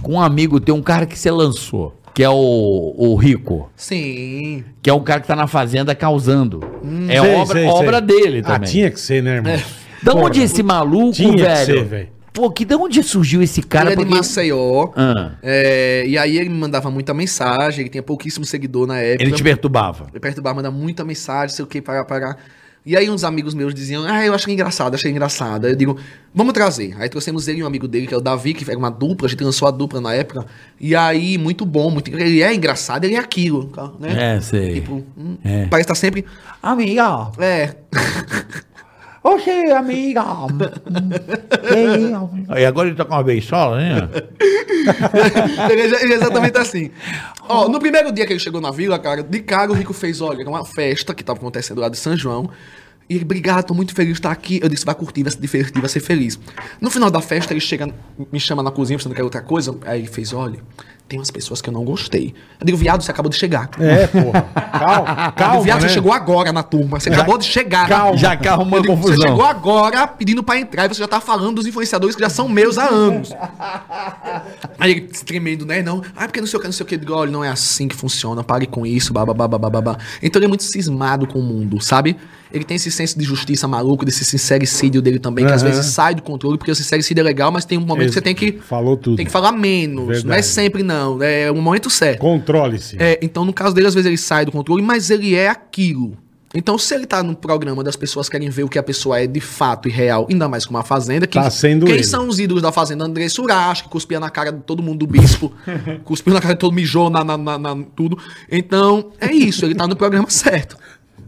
[SPEAKER 2] com um amigo teu, um cara que você lançou, que é o, o Rico,
[SPEAKER 3] Sim.
[SPEAKER 2] que é um cara que tá na fazenda causando.
[SPEAKER 3] Hum.
[SPEAKER 2] é
[SPEAKER 1] Sei,
[SPEAKER 2] obra,
[SPEAKER 1] sei, sei.
[SPEAKER 2] obra dele
[SPEAKER 1] Ah,
[SPEAKER 2] também.
[SPEAKER 1] tinha que ser, né,
[SPEAKER 3] É.
[SPEAKER 1] irmão?
[SPEAKER 2] Da onde esse maluco,
[SPEAKER 1] Tinha que
[SPEAKER 2] velho?
[SPEAKER 1] ser, velho.
[SPEAKER 2] Pô, que da onde surgiu esse
[SPEAKER 3] Ele
[SPEAKER 2] cara?
[SPEAKER 3] é de
[SPEAKER 2] Porque-
[SPEAKER 3] Maceió.
[SPEAKER 2] Ah,
[SPEAKER 3] É, e aí ele me mandava muita mensagem, ele tinha pouquíssimo seguidor na época.
[SPEAKER 2] ele te perturbava.
[SPEAKER 3] Me perturbava, mandava muita mensagem, sei o que, parar, parar. E aí uns amigos meus diziam, ah, eu achei engraçado, achei engraçado. Aí eu digo, vamos trazer. Aí trouxemos ele e um amigo dele, que é o Davi, que era uma dupla, a gente lançou a dupla na época. E aí, muito bom, muito Ele é engraçado, ele é aquilo, né?
[SPEAKER 2] É, sei.
[SPEAKER 3] Tipo, hum,
[SPEAKER 2] É.
[SPEAKER 3] parece estar sempre.
[SPEAKER 2] Amiga,
[SPEAKER 3] É. [laughs]
[SPEAKER 2] oxe, [laughs] amiga. e agora ele tá com uma beiçola, né?
[SPEAKER 3] [laughs] ele, é, ele é exatamente assim. Ó, no primeiro dia que ele chegou na vila, cara, de cara o Rico fez, olha, era uma festa que tava acontecendo lá de São João. E ele, obrigado, tô muito feliz de estar aqui. Eu disse, vai curtir, vai se divertir, vai ser feliz. No final da festa, ele chega, me chama na cozinha, você não quer outra coisa? Aí ele fez, olha, tem umas pessoas que eu não gostei. Eu digo, viado, você acabou de chegar.
[SPEAKER 1] É, porra.
[SPEAKER 3] [laughs]
[SPEAKER 1] Calma,
[SPEAKER 3] Calma,
[SPEAKER 1] calma,
[SPEAKER 3] viado,
[SPEAKER 1] né? É.
[SPEAKER 3] você chegou agora na turma, você acabou de chegar.
[SPEAKER 2] Calma. Já que arrumou
[SPEAKER 3] Eu digo,
[SPEAKER 2] confusão.
[SPEAKER 3] Você chegou agora pedindo pra entrar e você já tá falando dos influenciadores que já são meus há
[SPEAKER 1] [laughs]
[SPEAKER 3] anos. Aí ele se tremendo, né? Não. Ah, porque não sei o que, não sei o que. Eu digo, Olha, não é assim que funciona. Pare com isso, babá, babá, babá. Então ele é muito cismado com o mundo, sabe? Ele tem esse senso de justiça maluco, desse sincericídio dele também, que às
[SPEAKER 1] Aham.
[SPEAKER 3] vezes sai do controle, porque o sincericídio é legal, mas tem um momento que você tem que,
[SPEAKER 1] Falou tudo.
[SPEAKER 3] tem que falar menos. Não é
[SPEAKER 1] Verdade.
[SPEAKER 3] sempre, não. É um momento certo.
[SPEAKER 1] Controle-se.
[SPEAKER 3] É, então no caso dele, às vezes ele sai do controle, mas ele é aquilo. Então, se ele tá num programa das pessoas querem ver o que a pessoa é de fato e real, ainda mais com uma fazenda, quem,
[SPEAKER 1] Tá sendo
[SPEAKER 3] quem
[SPEAKER 1] ele.
[SPEAKER 3] são os ídolos da fazenda? André Suracho, que cuspia na cara de todo mundo do
[SPEAKER 1] [laughs]
[SPEAKER 3] bispo, cuspiu na cara de todo mijou na, na, na- na- tudo. Então, é isso, ele tá no programa [laughs] certo.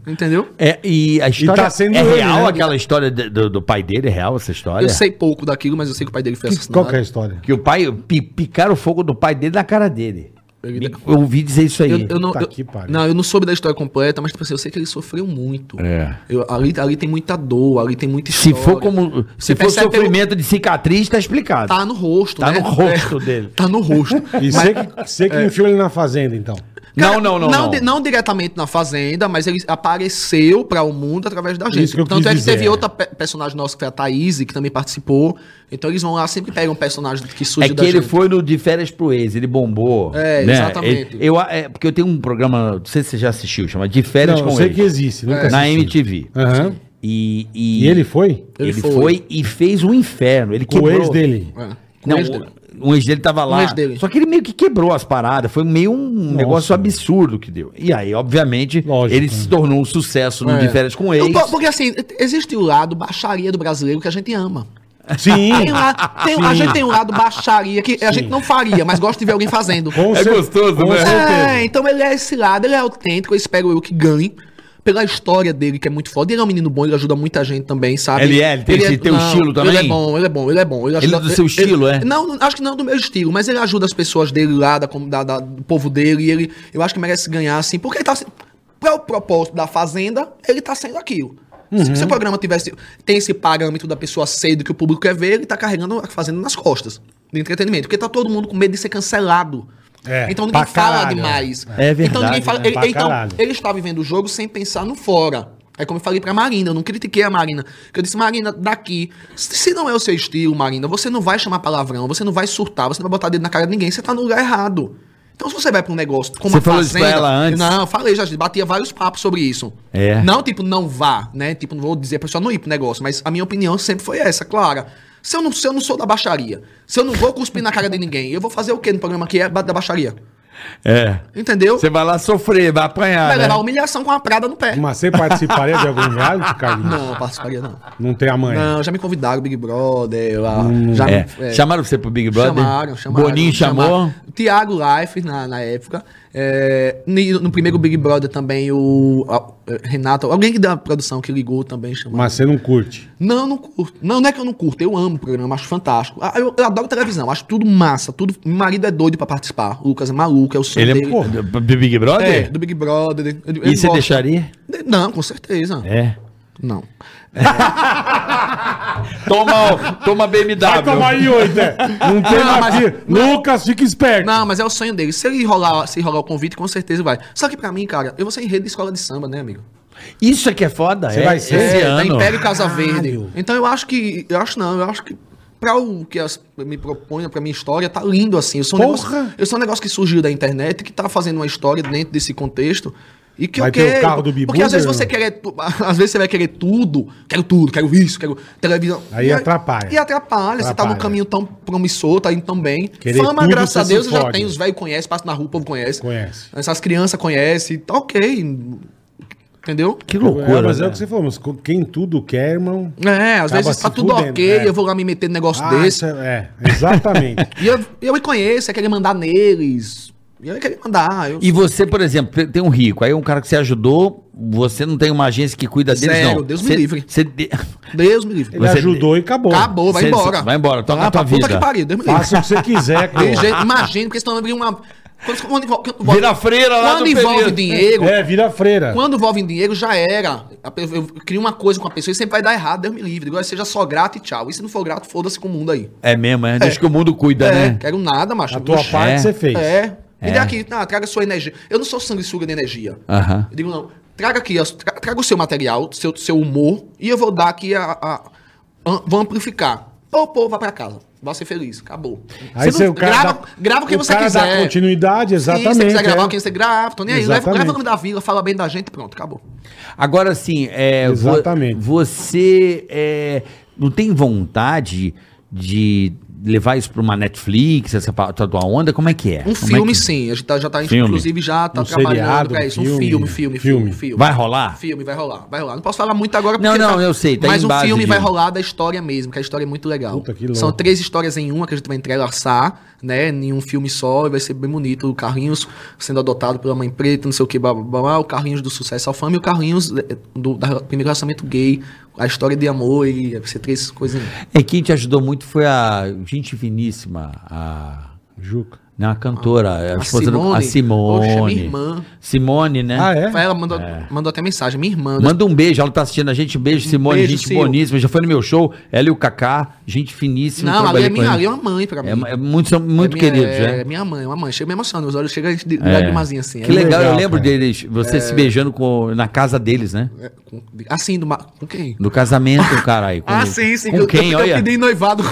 [SPEAKER 3] Entendeu?
[SPEAKER 2] É, e a história
[SPEAKER 1] tá sendo
[SPEAKER 2] é
[SPEAKER 1] ele,
[SPEAKER 2] real
[SPEAKER 1] né?
[SPEAKER 2] aquela história de- do, do pai dele, é real essa história?
[SPEAKER 3] Eu sei pouco daquilo, mas eu sei que o pai dele foi
[SPEAKER 1] Que-
[SPEAKER 3] assassinado.
[SPEAKER 1] Qual que é a história?
[SPEAKER 2] Que o pai pi, picaram o fogo do pai dele na cara dele.
[SPEAKER 3] Ele-
[SPEAKER 2] Me- Eu ouvi dizer isso aí.
[SPEAKER 3] Eu, eu não,
[SPEAKER 1] Puta
[SPEAKER 3] eu-
[SPEAKER 1] que pariu.
[SPEAKER 3] não, eu não soube da história completa, mas tipo assim, eu sei que ele sofreu muito.
[SPEAKER 2] É.
[SPEAKER 3] Eu- ali, ali tem muita dor, ali tem muita
[SPEAKER 2] se
[SPEAKER 3] história.
[SPEAKER 2] for como se
[SPEAKER 3] Você
[SPEAKER 2] for
[SPEAKER 3] percebe pelo-
[SPEAKER 2] sofrimento de cicatriz, tá explicado.
[SPEAKER 3] Tá no rosto,
[SPEAKER 2] Tá
[SPEAKER 3] né?
[SPEAKER 2] no rosto dele.
[SPEAKER 3] Tá no rosto.
[SPEAKER 1] [laughs] E você que, você que enfiou ele na fazenda, então.
[SPEAKER 2] Não,
[SPEAKER 3] Cara,
[SPEAKER 2] não, não, não.
[SPEAKER 3] di- não diretamente na Fazenda, mas ele apareceu para o mundo através da gente.
[SPEAKER 1] Isso que eu
[SPEAKER 3] Tanto
[SPEAKER 1] quis
[SPEAKER 3] é que
[SPEAKER 1] dizer.
[SPEAKER 3] teve outra pe- personagem nossa, que foi a Thaís, que também participou. Então eles vão lá, sempre pegam um personagem que
[SPEAKER 2] É
[SPEAKER 3] surge
[SPEAKER 2] que ele
[SPEAKER 3] gente.
[SPEAKER 2] foi no de férias pro ex, ele bombou. né?
[SPEAKER 3] É, exatamente.
[SPEAKER 2] Ele- eu, é, porque eu tenho um programa, não sei se você já assistiu, chama De
[SPEAKER 1] Não,
[SPEAKER 2] Férias
[SPEAKER 1] eu
[SPEAKER 2] com
[SPEAKER 1] sei
[SPEAKER 2] Ex,
[SPEAKER 1] que existe. Nunca
[SPEAKER 2] na
[SPEAKER 1] assisti.
[SPEAKER 2] MTV.
[SPEAKER 1] Aham.
[SPEAKER 2] E,
[SPEAKER 1] E ele foi?
[SPEAKER 2] ele,
[SPEAKER 3] Ele
[SPEAKER 2] foi.
[SPEAKER 3] foi.
[SPEAKER 2] e fez um inferno. Ele
[SPEAKER 1] Com o
[SPEAKER 2] quebrou.
[SPEAKER 1] ex dele.
[SPEAKER 3] É, com
[SPEAKER 2] Não,
[SPEAKER 3] eles dele.
[SPEAKER 2] o, o ex dele tava lá.
[SPEAKER 3] ex dele.
[SPEAKER 2] Só que ele meio que quebrou as paradas. Foi meio um negócio absurdo que deu. E aí, obviamente,
[SPEAKER 1] Lógico,
[SPEAKER 2] ele
[SPEAKER 1] né?
[SPEAKER 2] se tornou um sucesso no
[SPEAKER 3] É.
[SPEAKER 2] De Férias com Ex.
[SPEAKER 3] Eu po- Porque assim, existe o lado baixaria do brasileiro que a gente ama.
[SPEAKER 1] Sim.
[SPEAKER 3] [laughs] Tem um
[SPEAKER 2] Ah,
[SPEAKER 3] lado- tem- a gente tem um lado baixaria que a gente não faria, mas gosta de ver alguém fazendo.
[SPEAKER 1] Com
[SPEAKER 2] É
[SPEAKER 1] cer-
[SPEAKER 2] gostoso,
[SPEAKER 1] com
[SPEAKER 2] né?
[SPEAKER 1] certeza.
[SPEAKER 3] É, então ele é esse lado, ele é autêntico, eu espero eu que ganhe. Pela história dele, que é muito foda. Ele é um menino bom, ele ajuda muita gente também, sabe?
[SPEAKER 2] Ele é, ele tem esse teu estilo também?
[SPEAKER 3] Ele é bom, ele é bom, ele é bom. Ele,
[SPEAKER 2] é do seu estilo, é?
[SPEAKER 3] Não, não- acho que não do meu estilo, mas ele ajuda as pessoas dele lá, da, com- da- da- do povo dele, e é ele, eu acho que merece ganhar, assim, porque ele tá... se- Pra o propósito da Fazenda, ele tá sendo aquilo.
[SPEAKER 2] Uhum.
[SPEAKER 3] Se, se o programa tivesse. Tem esse parâmetro da pessoa ser do que o público quer ver, ele tá carregando, fazendo nas costas de entretenimento. Porque tá todo mundo com medo de ser cancelado.
[SPEAKER 1] É,
[SPEAKER 3] então ninguém
[SPEAKER 1] pra
[SPEAKER 3] fala
[SPEAKER 1] caralho,
[SPEAKER 3] demais.
[SPEAKER 2] é. É
[SPEAKER 3] Então ninguém
[SPEAKER 2] verdade,
[SPEAKER 3] fala.
[SPEAKER 2] né?
[SPEAKER 3] Ele,
[SPEAKER 1] Pra
[SPEAKER 3] então,
[SPEAKER 1] caralho.
[SPEAKER 3] ele está vivendo o jogo sem pensar no fora. É como eu falei pra Marina, eu não critiquei a Marina. Que eu disse, Marina, daqui, se se não é o seu estilo, Marina, você não vai chamar palavrão, você não vai surtar, você não vai botar dedo na cara de ninguém, você tá no lugar errado. Então se você vai pra um negócio como
[SPEAKER 2] Você
[SPEAKER 3] a
[SPEAKER 2] falou isso pra ela antes?
[SPEAKER 3] Não, Ah, eu falei, já batia vários papos sobre isso.
[SPEAKER 2] É.
[SPEAKER 3] Não, tipo, não vá, né? Tipo, não vou dizer pra pessoa não ir pro negócio, mas a minha opinião sempre foi essa, clara. Se eu não, se eu não sou da baixaria, se eu não vou cuspir na cara de ninguém, eu vou fazer o quê no programa que é ba- da baixaria?
[SPEAKER 2] É.
[SPEAKER 3] Entendeu?
[SPEAKER 2] Você vai lá sofrer, vai apanhar.
[SPEAKER 3] Vai
[SPEAKER 2] né?
[SPEAKER 3] levar humilhação com uma prada no pé.
[SPEAKER 1] Mas você participaria de algum reality, Carlinhos?
[SPEAKER 3] Não, participaria não.
[SPEAKER 1] Não tem amanhã.
[SPEAKER 3] Não, já me convidaram, Big Brother. lá, já me-
[SPEAKER 2] É.
[SPEAKER 3] é,
[SPEAKER 2] Chamaram você pro Big Brother?
[SPEAKER 3] chamaram, chamaram.
[SPEAKER 2] Boninho chamou.
[SPEAKER 3] chamaram. Tiago Life na, na época. É, ni- no primeiro Big Brother também o a- é, Renato, alguém da produção que ligou também chamou.
[SPEAKER 1] Mas você não curte.
[SPEAKER 3] Não, não curto. Não, não é que eu não curto, eu amo o programa, acho fantástico. Ah, Eu, eu adoro televisão, acho tudo massa, tudo. Meu marido é doido pra participar. O Lucas é maluco, é o sonho
[SPEAKER 2] Ele é
[SPEAKER 3] dele.
[SPEAKER 2] pô, do do Big
[SPEAKER 3] É,
[SPEAKER 2] Brother?
[SPEAKER 3] do Big Brother. ele- ele-
[SPEAKER 2] E
[SPEAKER 3] ele
[SPEAKER 2] você
[SPEAKER 3] gosta.
[SPEAKER 2] deixaria?
[SPEAKER 3] Não, com certeza.
[SPEAKER 2] É.
[SPEAKER 3] Não.
[SPEAKER 2] Toma, o- toma BMW.
[SPEAKER 1] Vai tomar aí oito, é. Não tem
[SPEAKER 3] Não, mas-
[SPEAKER 1] mais. Lucas, fica esperto.
[SPEAKER 3] Não, mas é o sonho dele. Se ele rolar, se rolar o convite, com certeza vai. Só que pra mim, cara, eu vou ser enredo de escola de samba, né, amigo?
[SPEAKER 2] Isso é que é foda.
[SPEAKER 1] Você
[SPEAKER 2] é,
[SPEAKER 1] vai ser?
[SPEAKER 2] esse
[SPEAKER 1] É,
[SPEAKER 3] da
[SPEAKER 2] ano.
[SPEAKER 3] Império Casa Verde. Então eu acho que. Eu acho não, eu acho que. Pra o que as, me proponha, pra minha história, tá lindo assim. Eu sou, um
[SPEAKER 1] Porra!
[SPEAKER 3] Negócio, eu sou um negócio que surgiu da internet, que tá fazendo uma história dentro desse contexto. E que
[SPEAKER 1] Vai
[SPEAKER 3] eu
[SPEAKER 1] ter o
[SPEAKER 3] quero.
[SPEAKER 1] carro do Bibu,
[SPEAKER 3] porque às vezes
[SPEAKER 1] meu?
[SPEAKER 3] você quer. tu- [laughs] Às vezes você vai querer tudo. Quero tudo, quero isso, quero televisão.
[SPEAKER 1] Aí
[SPEAKER 3] E
[SPEAKER 1] atrapalha.
[SPEAKER 3] E atrapalha. Você tá num
[SPEAKER 1] Atrapalha.
[SPEAKER 3] caminho tão promissor, tá indo tão bem.
[SPEAKER 1] Querer
[SPEAKER 3] Fama,
[SPEAKER 1] tudo,
[SPEAKER 3] graças a
[SPEAKER 1] você
[SPEAKER 3] Deus,
[SPEAKER 1] se
[SPEAKER 3] eu já
[SPEAKER 1] fode.
[SPEAKER 3] tenho. Os velhos conhecem, passa na rua, o povo conhece.
[SPEAKER 1] Conhece.
[SPEAKER 3] Essas crianças conhecem. Tá ok. Entendeu?
[SPEAKER 2] Que
[SPEAKER 1] É,
[SPEAKER 2] loucura.
[SPEAKER 1] mas é
[SPEAKER 2] né?
[SPEAKER 1] o que você falou, mas co- quem tudo quer, irmão.
[SPEAKER 3] É, às
[SPEAKER 1] Acaba
[SPEAKER 3] vezes tá
[SPEAKER 1] se
[SPEAKER 3] tudo
[SPEAKER 1] fudendo,
[SPEAKER 3] ok,
[SPEAKER 1] é.
[SPEAKER 3] eu vou lá me meter no negócio
[SPEAKER 1] Ah,
[SPEAKER 3] desse.
[SPEAKER 1] isso é, é, exatamente.
[SPEAKER 3] E eu, eu me conheço, é querer mandar neles. E eu queria mandar. Eu...
[SPEAKER 2] E você, por exemplo, te- tem um rico, aí um cara que você ajudou, você não tem uma agência que cuida deles,
[SPEAKER 3] Zero,
[SPEAKER 2] não.
[SPEAKER 3] Deus me
[SPEAKER 2] Você-
[SPEAKER 3] livre.
[SPEAKER 2] Você de-
[SPEAKER 3] Deus me livre.
[SPEAKER 1] Ele
[SPEAKER 2] Você-
[SPEAKER 1] ajudou e acabou.
[SPEAKER 3] Acabou, vai
[SPEAKER 2] você-
[SPEAKER 3] embora.
[SPEAKER 2] você- Vai embora, toca
[SPEAKER 3] Ah,
[SPEAKER 2] a tua
[SPEAKER 3] pra Puta que
[SPEAKER 2] vida.
[SPEAKER 3] pariu, Deus me livre.
[SPEAKER 1] Faça o que você
[SPEAKER 3] [laughs]
[SPEAKER 1] quiser, cara.
[SPEAKER 3] De jeito- Imagina, porque senão abrir uma. Quando, quando, envolve- quando
[SPEAKER 2] Vira freira lá do
[SPEAKER 3] envolve
[SPEAKER 2] Penedo.
[SPEAKER 3] dinheiro,
[SPEAKER 1] É, vira freira.
[SPEAKER 3] quando envolve dinheiro, já era. A pe- Eu crio uma coisa com a pessoa e sempre vai dar errado, Deus me livre. Agora seja só grato e tchau. E se não for grato, foda-se com o mundo aí.
[SPEAKER 2] É mesmo, é. Deixa que o mundo cuida,
[SPEAKER 3] É,
[SPEAKER 2] né?
[SPEAKER 3] quero nada, macho.
[SPEAKER 1] A tua
[SPEAKER 3] Oxi.
[SPEAKER 1] parte
[SPEAKER 2] É.
[SPEAKER 1] você fez.
[SPEAKER 3] É. Me
[SPEAKER 2] É.
[SPEAKER 3] dê aqui, tá, traga sua energia. Eu não sou sanguessuga de energia.
[SPEAKER 2] Aham.
[SPEAKER 3] Eu digo, não, traga aqui, as- tra- traga o seu material, seu, seu humor, e eu vou dar aqui a. a- am- vou amplificar. Pô, pô, vá pra casa. Vai ser feliz, acabou.
[SPEAKER 1] Aí você,
[SPEAKER 3] não-
[SPEAKER 1] o cara
[SPEAKER 3] grava,
[SPEAKER 1] dá-
[SPEAKER 3] grava o que
[SPEAKER 1] o
[SPEAKER 3] você
[SPEAKER 1] cara
[SPEAKER 3] quiser.
[SPEAKER 1] dá continuidade,
[SPEAKER 3] Se você
[SPEAKER 1] exatamente,
[SPEAKER 3] quiser gravar
[SPEAKER 1] é.
[SPEAKER 3] quem você grava, tô nem aí. Leva,
[SPEAKER 1] Exatamente.
[SPEAKER 3] leva o nome da vila, fala bem da gente, pronto, acabou.
[SPEAKER 2] Agora sim, é, vo-
[SPEAKER 1] Exatamente.
[SPEAKER 2] você é, não tem vontade de levar isso pra uma Netflix, essa pa- tua tua onda? Como é que é?
[SPEAKER 3] Um
[SPEAKER 2] Como é
[SPEAKER 3] filme,
[SPEAKER 2] que-
[SPEAKER 3] sim. A gente tá, já tá,
[SPEAKER 2] Filme.
[SPEAKER 3] inclusive, já tá
[SPEAKER 1] Um
[SPEAKER 3] trabalhando
[SPEAKER 1] seriado,
[SPEAKER 3] pra isso. Um
[SPEAKER 1] filme,
[SPEAKER 3] filme, filme, filme,
[SPEAKER 1] filme.
[SPEAKER 3] filme.
[SPEAKER 2] Vai rolar?
[SPEAKER 3] Filme, vai rolar, vai rolar. Não posso falar muito agora
[SPEAKER 2] Não, não,
[SPEAKER 3] tá-
[SPEAKER 2] eu sei, tá
[SPEAKER 3] mas
[SPEAKER 2] em
[SPEAKER 3] um
[SPEAKER 2] base
[SPEAKER 3] filme
[SPEAKER 2] de-
[SPEAKER 3] vai rolar da história mesmo, que a história é muito legal.
[SPEAKER 1] Puta, que louco.
[SPEAKER 3] São três histórias em uma que a gente vai entrelaçar, né? Em um filme só, e vai ser bem bonito. O Carrinhos sendo adotado pela mãe preta, não sei o que, blá, blá, blá, blá, o Carrinhos do sucesso ao fama e o Carrinhos eh, do, da- primeiro relacionamento gay, a história de amor e vai ser três coisas.
[SPEAKER 2] É, quem te ajudou muito foi a gente finíssima, a,
[SPEAKER 1] Juca.
[SPEAKER 2] não, Né, a cantora, é a, esposa do a Simone.
[SPEAKER 3] Ah, Simone. Poxa, minha irmã.
[SPEAKER 2] Simone, né?
[SPEAKER 1] Ah, é?
[SPEAKER 3] Ela mandou, mandou até mensagem, minha irmã.
[SPEAKER 2] Manda um beijo, ela tá assistindo a gente. Um beijo, Simone,
[SPEAKER 3] beijo,
[SPEAKER 2] gente
[SPEAKER 3] Sil.
[SPEAKER 2] boníssima. Já foi no meu show, ela e o Kaká, gente finíssima.
[SPEAKER 3] Não, ali
[SPEAKER 2] trabalhei
[SPEAKER 3] é
[SPEAKER 2] com
[SPEAKER 3] minha, ali
[SPEAKER 2] eles.
[SPEAKER 3] é uma mãe pra mim.
[SPEAKER 2] é, é muito, são muito
[SPEAKER 3] É minha-
[SPEAKER 2] queridos,
[SPEAKER 3] é,
[SPEAKER 2] né?
[SPEAKER 3] minha mãe, uma mãe. Chega me emocionando, os olhos chegam de lagrimazinha assim.
[SPEAKER 2] Que legal,
[SPEAKER 1] legal,
[SPEAKER 2] eu lembro
[SPEAKER 1] cara.
[SPEAKER 2] deles, você se beijando com, na casa deles, né?
[SPEAKER 3] É, com- assim, do ma... com quem?
[SPEAKER 2] Do
[SPEAKER 3] [laughs]
[SPEAKER 2] casamento, caralho. Com,
[SPEAKER 3] Ah, sim, sim.
[SPEAKER 2] Com
[SPEAKER 3] eu,
[SPEAKER 2] quem,
[SPEAKER 3] eu,
[SPEAKER 2] olha?
[SPEAKER 3] eu pedi em noivado.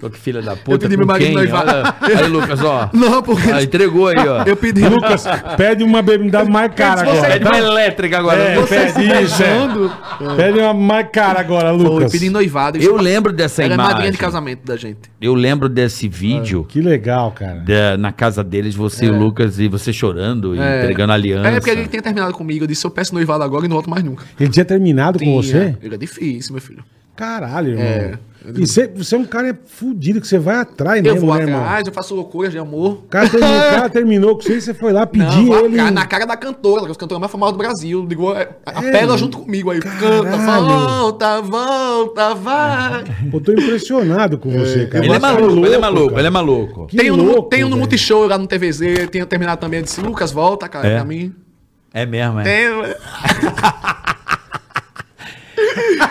[SPEAKER 2] Tô que filha da puta.
[SPEAKER 3] Eu pedi
[SPEAKER 2] com
[SPEAKER 3] meu marido
[SPEAKER 2] quem?
[SPEAKER 3] noivado.
[SPEAKER 2] Olha-
[SPEAKER 3] [laughs]
[SPEAKER 2] Aí, Lucas, ó.
[SPEAKER 3] Não, porque-
[SPEAKER 2] Ah, entregou aí, ó.
[SPEAKER 3] Eu pedi.
[SPEAKER 1] Lucas, pede uma bebida mais cara
[SPEAKER 3] Antes você- tá
[SPEAKER 1] agora.
[SPEAKER 2] Pede uma elétrica agora.
[SPEAKER 1] É,
[SPEAKER 2] Você-
[SPEAKER 1] pede isso, é. Pede uma mais cara agora,
[SPEAKER 3] Foi, eu
[SPEAKER 1] Lucas.
[SPEAKER 3] pedi em noivado.
[SPEAKER 2] Eu lembro dessa
[SPEAKER 3] Ela é madrinha
[SPEAKER 2] imagem.
[SPEAKER 3] de casamento da gente.
[SPEAKER 2] Eu lembro desse vídeo.
[SPEAKER 1] Que legal, cara.
[SPEAKER 2] da- na casa deles, você e o Lucas, e você chorando e entregando a aliança.
[SPEAKER 3] É porque ele tinha terminado comigo. Eu disse: eu peço noivado agora e não volto mais nunca.
[SPEAKER 1] Ele tinha terminado com
[SPEAKER 3] Tinha.
[SPEAKER 1] você?
[SPEAKER 3] Ele é difícil, meu filho.
[SPEAKER 1] Caralho, irmão.
[SPEAKER 3] É.
[SPEAKER 1] E você, você é um cara fudido, que você vai atrás
[SPEAKER 3] Eu
[SPEAKER 1] mesmo,
[SPEAKER 3] vou
[SPEAKER 1] né, irmão?
[SPEAKER 3] atrás, eu faço loucuras de amor.
[SPEAKER 1] O cara, terminou, o
[SPEAKER 3] [laughs]
[SPEAKER 1] cara terminou com você e você foi lá
[SPEAKER 3] Não,
[SPEAKER 1] pedir
[SPEAKER 3] vou
[SPEAKER 1] ele.
[SPEAKER 3] atrás, na cara da cantora, que é a cantora mais famosa do Brasil. Ligou, é, apela
[SPEAKER 1] mano.
[SPEAKER 3] junto comigo aí. Canta,
[SPEAKER 1] Caralho.
[SPEAKER 3] volta, volta, vai.
[SPEAKER 1] Eu tô impressionado com você, cara.
[SPEAKER 2] Ele é
[SPEAKER 1] Você
[SPEAKER 2] maluco, ele é maluco,
[SPEAKER 1] cara.
[SPEAKER 2] ele é maluco.
[SPEAKER 1] Que
[SPEAKER 3] tem um, no-
[SPEAKER 1] louco,
[SPEAKER 3] tem um no
[SPEAKER 1] velho.
[SPEAKER 3] Multishow lá no TVZ, tem terminado também. Eu disse, Lucas, volta, cara,
[SPEAKER 2] É.
[SPEAKER 3] pra mim.
[SPEAKER 2] É mesmo, é.
[SPEAKER 3] Tem.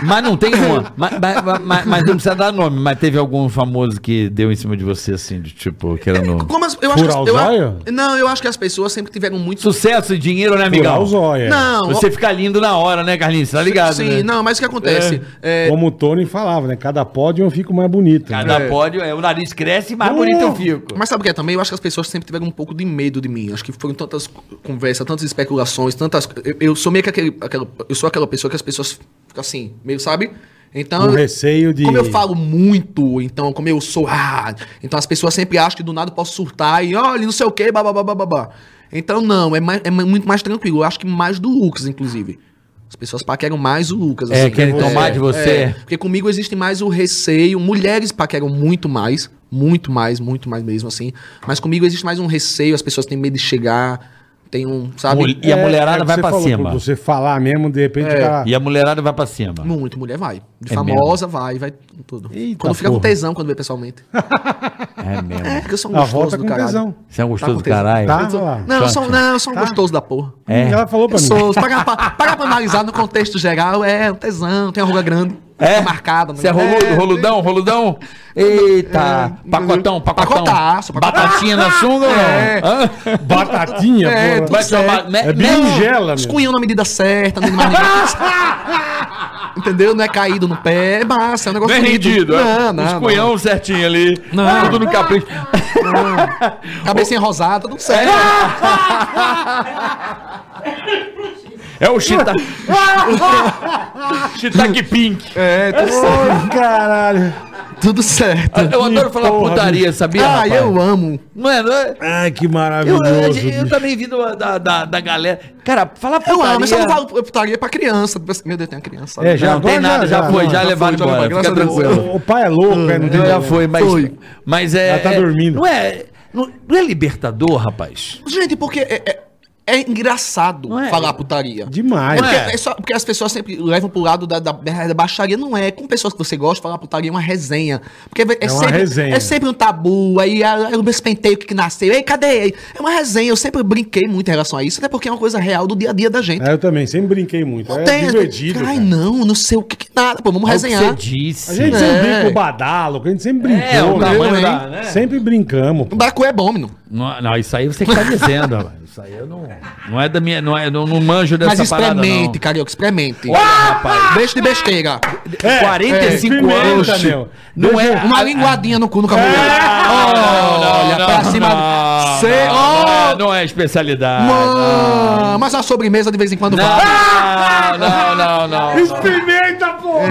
[SPEAKER 2] Mas não tem nome. mas, mas- mas- mas- mas não precisa dar nome. Mas teve algum famoso que deu em cima de você, assim, de tipo, querendo.
[SPEAKER 3] Como as- eu acho
[SPEAKER 1] Furar o
[SPEAKER 3] que, eu, a-
[SPEAKER 1] zóio?
[SPEAKER 3] Não, eu acho que as pessoas sempre tiveram muito.
[SPEAKER 2] Sucesso e dinheiro, né,
[SPEAKER 1] Furar
[SPEAKER 2] amigão?
[SPEAKER 1] o zóio. é.
[SPEAKER 3] Não,
[SPEAKER 2] Você fica lindo na hora, né, Carlinhos? Você tá ligado?
[SPEAKER 3] Sim,
[SPEAKER 2] né?
[SPEAKER 3] não, mas o que acontece? É,
[SPEAKER 1] Como o Tony falava, né? Cada pódio eu fico mais bonito. né?
[SPEAKER 2] Cada pódio, é, o nariz cresce, mais
[SPEAKER 1] Uh!
[SPEAKER 2] bonito eu fico.
[SPEAKER 3] Mas sabe o que é também? Eu acho que as pessoas sempre tiveram um pouco de medo de mim. Acho que foram tantas conversas, tantas especulações, tantas. Eu, eu sou meio que aquele, aquela. Eu sou aquela pessoa que as pessoas ficam assim, meio, sabe? Então.
[SPEAKER 1] Com receio de-
[SPEAKER 3] Como eu falo muito, então, como eu sou. Ah, então as pessoas sempre acham que do nada eu posso surtar e olha, não sei o quê, babá, babá, babá. Então, não, é, mais, é muito mais tranquilo. Eu acho que mais do Lucas, inclusive. As pessoas paqueram mais o Lucas. assim, né? É,
[SPEAKER 2] É, querem tomar de você.
[SPEAKER 3] Porque comigo existe mais o receio. Mulheres paqueram muito mais. Muito mais, muito mais mesmo, assim. Mas comigo existe mais um receio, as pessoas têm medo de chegar. Tem um, sabe?
[SPEAKER 2] Mulher- E a mulherada
[SPEAKER 1] É, o que
[SPEAKER 2] vai
[SPEAKER 1] você
[SPEAKER 2] pra
[SPEAKER 1] falou,
[SPEAKER 2] cima.
[SPEAKER 1] pra Você falar mesmo, de repente,
[SPEAKER 3] É.
[SPEAKER 1] o cara...
[SPEAKER 2] E a mulherada vai pra cima.
[SPEAKER 3] Muito, mulher vai. De
[SPEAKER 2] É
[SPEAKER 3] famosa, vai, vai com tudo.
[SPEAKER 1] Eita
[SPEAKER 3] quando fica com
[SPEAKER 1] porra.
[SPEAKER 3] tesão quando vê pessoalmente.
[SPEAKER 2] É mesmo.
[SPEAKER 3] É, porque eu sou um
[SPEAKER 1] a
[SPEAKER 3] gostoso
[SPEAKER 1] volta
[SPEAKER 3] do
[SPEAKER 1] com
[SPEAKER 3] caralho.
[SPEAKER 1] tesão.
[SPEAKER 2] Você é um gostoso do
[SPEAKER 3] tesão.
[SPEAKER 2] caralho.
[SPEAKER 1] Tá?
[SPEAKER 3] Eu sou-
[SPEAKER 1] lá.
[SPEAKER 3] Não, eu sou,
[SPEAKER 2] Tá.
[SPEAKER 3] não, eu sou um gostoso da porra.
[SPEAKER 2] É.
[SPEAKER 1] Ela falou pra
[SPEAKER 3] Eu
[SPEAKER 1] mim.
[SPEAKER 3] sou, para, para, para pra analisar no contexto geral, é um tesão, tem uma ruga grande,
[SPEAKER 2] É?
[SPEAKER 3] fica marcada.
[SPEAKER 2] Você é
[SPEAKER 3] né?
[SPEAKER 2] rolu- roludão, roludão? Eita! pacotão, pacotão.
[SPEAKER 3] Pacotaço, pacotaço.
[SPEAKER 2] Batatinha na sunga ou não?
[SPEAKER 3] É.
[SPEAKER 2] Hã?
[SPEAKER 1] Batatinha,
[SPEAKER 3] É,
[SPEAKER 1] porra.
[SPEAKER 2] Vai tomar. né? me- me-
[SPEAKER 1] É berinjela, meu.
[SPEAKER 3] Escunhão na medida certa, não é mais
[SPEAKER 1] [laughs]
[SPEAKER 3] ninguém- Entendeu? Não é caído no pé, é massa, é um negócio
[SPEAKER 2] Bem
[SPEAKER 3] bonito.
[SPEAKER 2] rendido,
[SPEAKER 3] Não, não,
[SPEAKER 2] Os cunhão certinho ali. Tá
[SPEAKER 3] Não.
[SPEAKER 2] Tudo no capricho.
[SPEAKER 3] não. Cabecinha rosada, tudo certo.
[SPEAKER 2] É o [laughs] chita... Shiitake Pink.
[SPEAKER 3] É, tudo certo.
[SPEAKER 1] Ai, caralho.
[SPEAKER 3] Tudo certo.
[SPEAKER 2] Ah, Eu adoro falar
[SPEAKER 1] porra,
[SPEAKER 2] putaria, sabia?
[SPEAKER 3] Ah,
[SPEAKER 2] rapaz?
[SPEAKER 3] eu amo.
[SPEAKER 2] Não é, não é?
[SPEAKER 1] Ai, que
[SPEAKER 2] Eu,
[SPEAKER 1] maravilhoso.
[SPEAKER 2] eu- eu
[SPEAKER 1] bicho.
[SPEAKER 2] também vi do- da, da, da galera. Cara, falar putaria.
[SPEAKER 3] Eu amo, eu só não falo putaria pra criança. Meu Deus, tem uma criança.
[SPEAKER 1] É,
[SPEAKER 2] Já não
[SPEAKER 1] agora
[SPEAKER 2] tem nada, já, foi, já,
[SPEAKER 1] não.
[SPEAKER 2] levaram
[SPEAKER 3] já
[SPEAKER 2] embora.
[SPEAKER 3] levou,
[SPEAKER 2] Fica
[SPEAKER 3] graças a Deus.
[SPEAKER 2] tranquilo.
[SPEAKER 1] O, o pai é louco, velho. Não tem
[SPEAKER 2] Já
[SPEAKER 1] problema.
[SPEAKER 2] foi, mas.
[SPEAKER 3] Foi.
[SPEAKER 2] Mas é.
[SPEAKER 1] Ela tá
[SPEAKER 2] é-
[SPEAKER 1] dormindo.
[SPEAKER 2] Não é. Não, não é libertador, rapaz?
[SPEAKER 3] Gente, porque é, é- é engraçado
[SPEAKER 2] Não é?
[SPEAKER 3] falar putaria.
[SPEAKER 1] Demais.
[SPEAKER 3] É porque,
[SPEAKER 2] é?
[SPEAKER 3] é só- porque as pessoas sempre levam pro lado da, da, da baixaria. Não é. Com pessoas que você gosta, falar putaria é uma resenha. Porque
[SPEAKER 1] uma
[SPEAKER 3] é, sempre,
[SPEAKER 1] resenha.
[SPEAKER 3] é sempre um tabu. Aí é o despenteio que nasceu. Ei, cadê ele? É uma resenha. Eu sempre brinquei muito em relação a isso. Até porque é uma coisa real do dia a dia da gente.
[SPEAKER 1] É, eu também, sempre brinquei muito. É
[SPEAKER 3] Tem- né?
[SPEAKER 1] divertido.
[SPEAKER 3] Ai,
[SPEAKER 1] cara.
[SPEAKER 3] não, não sei o que, que nada. Pô, vamos
[SPEAKER 2] É o que
[SPEAKER 3] resenhar.
[SPEAKER 2] Você disse.
[SPEAKER 1] A gente
[SPEAKER 3] É.
[SPEAKER 1] sempre brinca o badalo, a gente sempre brincou.
[SPEAKER 2] É, o
[SPEAKER 1] né?
[SPEAKER 2] tamanho
[SPEAKER 3] hein?
[SPEAKER 2] da, né?
[SPEAKER 1] Sempre brincamos.
[SPEAKER 3] O Bacu é bom, menino.
[SPEAKER 2] Não, não, isso aí você que tá dizendo, rapaz. Isso aí eu não. Não é da minha. Não, é, não, não manjo dessa
[SPEAKER 3] Mas é
[SPEAKER 2] parada,
[SPEAKER 3] experimente,
[SPEAKER 2] não.
[SPEAKER 3] carioca, experimente.
[SPEAKER 2] Olha, rapaz.
[SPEAKER 3] Deixa de besteira.
[SPEAKER 2] 45
[SPEAKER 1] é, pimenta,
[SPEAKER 2] anos.
[SPEAKER 1] meu.
[SPEAKER 2] Não é.
[SPEAKER 3] Uma linguadinha no cu no cabelo. Ah, Olha, pra cima. Cê-
[SPEAKER 2] não,
[SPEAKER 3] Ó,
[SPEAKER 2] não é especialidade.
[SPEAKER 3] mano, Mas a sobremesa de vez em quando
[SPEAKER 2] Não,
[SPEAKER 3] vai.
[SPEAKER 2] não, não, não. não.
[SPEAKER 1] Experimenta, pô!
[SPEAKER 2] Não,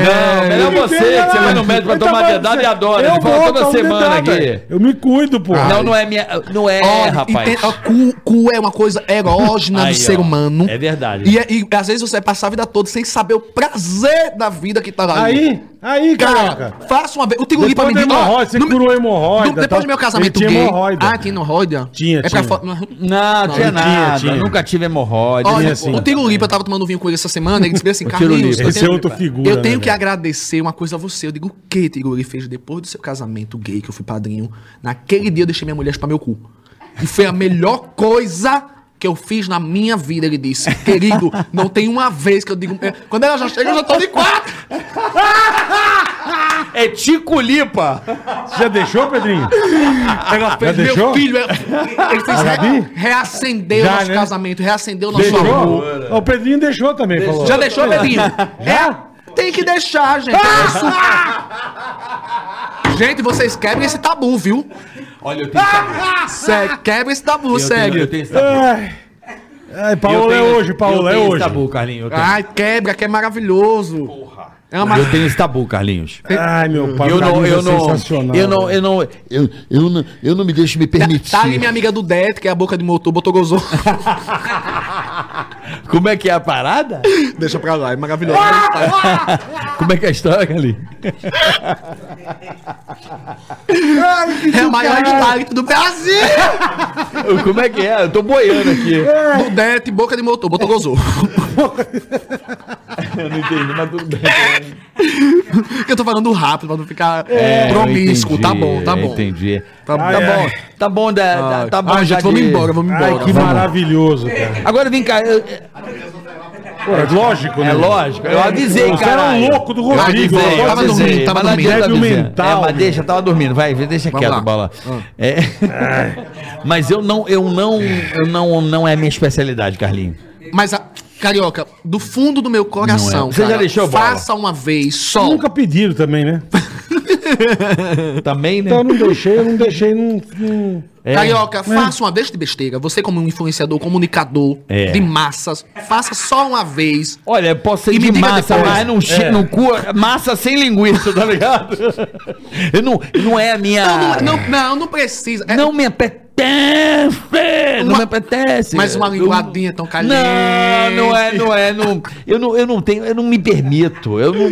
[SPEAKER 2] melhor você, que você vai no médico pra
[SPEAKER 1] tá
[SPEAKER 2] tomar dedada e adora. Ele fala toda semana aqui.
[SPEAKER 1] Eu me cuido, pô.
[SPEAKER 2] Não, não é minha. Não é,
[SPEAKER 3] Olha,
[SPEAKER 2] rapaz.
[SPEAKER 3] e tem- ó, cu, cu é uma coisa erógena
[SPEAKER 2] Aí,
[SPEAKER 3] do ser
[SPEAKER 2] ó,
[SPEAKER 3] humano.
[SPEAKER 2] é verdade.
[SPEAKER 3] E, é- e às vezes você vai passar a vida toda sem saber o prazer da vida que tá lá.
[SPEAKER 1] Aí, aí,
[SPEAKER 3] Cara,
[SPEAKER 1] caraca.
[SPEAKER 3] faça uma vez. O Tiguri pra
[SPEAKER 1] Depois
[SPEAKER 3] mim
[SPEAKER 1] da
[SPEAKER 3] diz, ó,
[SPEAKER 1] hemorroida, você
[SPEAKER 3] no-
[SPEAKER 1] curou a hemorroida.
[SPEAKER 3] no- Depois do meu casamento
[SPEAKER 1] Ele
[SPEAKER 3] gay.
[SPEAKER 1] tinha hemorroida.
[SPEAKER 3] Ah, tinha hemorroida?
[SPEAKER 1] Tinha,
[SPEAKER 3] é
[SPEAKER 1] tinha.
[SPEAKER 3] Pra fo-
[SPEAKER 2] Não,
[SPEAKER 3] Não,
[SPEAKER 2] tinha
[SPEAKER 1] tinha,
[SPEAKER 2] nada.
[SPEAKER 1] tinha.
[SPEAKER 2] Nunca tive hemorroide. assim.
[SPEAKER 1] Tinha
[SPEAKER 3] Olha,
[SPEAKER 1] sim.
[SPEAKER 3] o Tiro Lipa, eu tava tomando vinho com ele essa semana, ele
[SPEAKER 1] [laughs]
[SPEAKER 3] disse bem assim,
[SPEAKER 2] O Tiro
[SPEAKER 3] Carlinhos,
[SPEAKER 2] Lipa.
[SPEAKER 3] eu
[SPEAKER 1] Esse é
[SPEAKER 3] tenho-
[SPEAKER 1] outro figura,
[SPEAKER 3] Eu tenho
[SPEAKER 1] né,
[SPEAKER 3] que
[SPEAKER 1] velho?
[SPEAKER 3] agradecer uma coisa a você. Eu digo, o que, Tiro? Ele fez depois do seu casamento gay, que eu fui padrinho. Naquele dia eu deixei minha mulher chupar meu cu. E foi a melhor coisa que eu fiz na minha vida, ele disse. Querido, não tem uma vez que eu digo... é, Quando ela já chega, eu já tô de quatro.
[SPEAKER 2] É Tico Lipa.
[SPEAKER 1] Você já deixou, Pedrinho? já
[SPEAKER 3] Meu
[SPEAKER 1] deixou?
[SPEAKER 3] filho, é- ele fez
[SPEAKER 1] A
[SPEAKER 3] re,
[SPEAKER 1] Gabi?
[SPEAKER 3] reacendeu
[SPEAKER 1] Já,
[SPEAKER 3] nosso
[SPEAKER 1] né?
[SPEAKER 3] casamento, reacendeu nosso amor.
[SPEAKER 1] Deixou? Ó, O Pedrinho deixou também, falou.
[SPEAKER 3] Já deixou, Pedrinho? É, tem que deixar, gente. É Gente, vocês quebrem esse tabu, viu?
[SPEAKER 2] Olha, eu tenho
[SPEAKER 3] Sério, quebra esse tabu,
[SPEAKER 2] Sério.
[SPEAKER 3] sério.
[SPEAKER 2] tenho esse
[SPEAKER 1] Ai, ai, Paola é hoje, Paola é
[SPEAKER 2] Eu tenho
[SPEAKER 1] hoje.
[SPEAKER 2] esse tabu, Carlinhos. Eu tenho,
[SPEAKER 3] Ai, quebra, que é maravilhoso. Porra. É uma...
[SPEAKER 2] eu tenho esse tabu, Carlinhos.
[SPEAKER 1] Ai, meu pai,
[SPEAKER 2] Eu
[SPEAKER 1] o
[SPEAKER 2] não,
[SPEAKER 1] Carlinhos
[SPEAKER 2] eu
[SPEAKER 1] é
[SPEAKER 2] não,
[SPEAKER 1] sensacional.
[SPEAKER 2] eu não, eu não,
[SPEAKER 5] Eu, eu, não, eu não me deixo me permitir.
[SPEAKER 3] Tá ali minha amiga do Det, que é a boca de motor, botou gozou.
[SPEAKER 2] como é que é a parada?
[SPEAKER 3] [laughs] Deixa pra lá, é maravilhoso.
[SPEAKER 2] Como é que é a história, Carlinhos?
[SPEAKER 3] é o maior style do Brasil.
[SPEAKER 2] Como é que é? Eu tô boiando aqui.
[SPEAKER 3] do Det, boca de motor, botou gozou. [laughs]
[SPEAKER 2] Eu não entendi, mas tudo bem.
[SPEAKER 3] Porque eu tô falando rápido pra não ficar
[SPEAKER 2] É,
[SPEAKER 3] promíscuo.
[SPEAKER 2] eu
[SPEAKER 3] Tá bom, tá
[SPEAKER 2] eu
[SPEAKER 3] bom.
[SPEAKER 2] Entendi. Tá,
[SPEAKER 3] Tá bom.
[SPEAKER 1] Ai,
[SPEAKER 2] bom,
[SPEAKER 1] ai.
[SPEAKER 2] tá bom, da, da- tá bom
[SPEAKER 3] Ai,
[SPEAKER 2] já
[SPEAKER 3] gente, vamos
[SPEAKER 2] de- tá
[SPEAKER 3] embora, vamos
[SPEAKER 1] Ai,
[SPEAKER 3] embora.
[SPEAKER 1] que
[SPEAKER 3] vamos.
[SPEAKER 1] maravilhoso, cara.
[SPEAKER 2] Agora vem cá, eu-
[SPEAKER 1] Pô, é lógico, né?
[SPEAKER 2] É lógico, eu avisei,
[SPEAKER 1] Você era
[SPEAKER 2] caralho.
[SPEAKER 1] um louco do
[SPEAKER 2] Eu
[SPEAKER 1] Rodrigo,
[SPEAKER 2] avisei,
[SPEAKER 1] agora
[SPEAKER 2] eu
[SPEAKER 3] tava
[SPEAKER 2] avisei,
[SPEAKER 3] dormindo, tava
[SPEAKER 2] mas não
[SPEAKER 3] dormindo.
[SPEAKER 2] adianta
[SPEAKER 1] Débil
[SPEAKER 2] avisar.
[SPEAKER 1] mental,
[SPEAKER 2] É, mas
[SPEAKER 1] meu.
[SPEAKER 2] deixa, tava dormindo, vai, deixa
[SPEAKER 3] Vamos
[SPEAKER 2] quieto,
[SPEAKER 3] lá. Ah.
[SPEAKER 2] bola. É. [laughs] mas eu não, eu não, eu não, não é minha especialidade, Carlinho.
[SPEAKER 3] Mas, a, Carioca, do fundo do meu
[SPEAKER 2] Não
[SPEAKER 3] coração,
[SPEAKER 2] é. Você já deixou a bola?
[SPEAKER 3] faça uma vez só.
[SPEAKER 1] Nunca pediram também, né?
[SPEAKER 2] Também, né?
[SPEAKER 1] Então eu não deixei, eu não deixei, não. não-
[SPEAKER 2] É.
[SPEAKER 3] Carioca, faça uma vez de besteira. Você, como um influenciador, comunicador
[SPEAKER 2] É.
[SPEAKER 3] de massas, faça só uma vez.
[SPEAKER 2] Olha, posso ser
[SPEAKER 3] E
[SPEAKER 2] de
[SPEAKER 3] me diga
[SPEAKER 2] massa,
[SPEAKER 3] depois. É.
[SPEAKER 2] mas não, che- não cua massa sem linguiça, tá ligado? Eu não, não é a minha.
[SPEAKER 3] Não, não, não, não, não precisa. É,
[SPEAKER 2] Não me apetece! Não
[SPEAKER 3] Uma-
[SPEAKER 2] me apetece!
[SPEAKER 3] Mas uma
[SPEAKER 2] Eu-
[SPEAKER 3] linguadinha tão caliente.
[SPEAKER 2] Não, não é, não é. Não, eu, não, eu não tenho, eu não me permito. Eu não.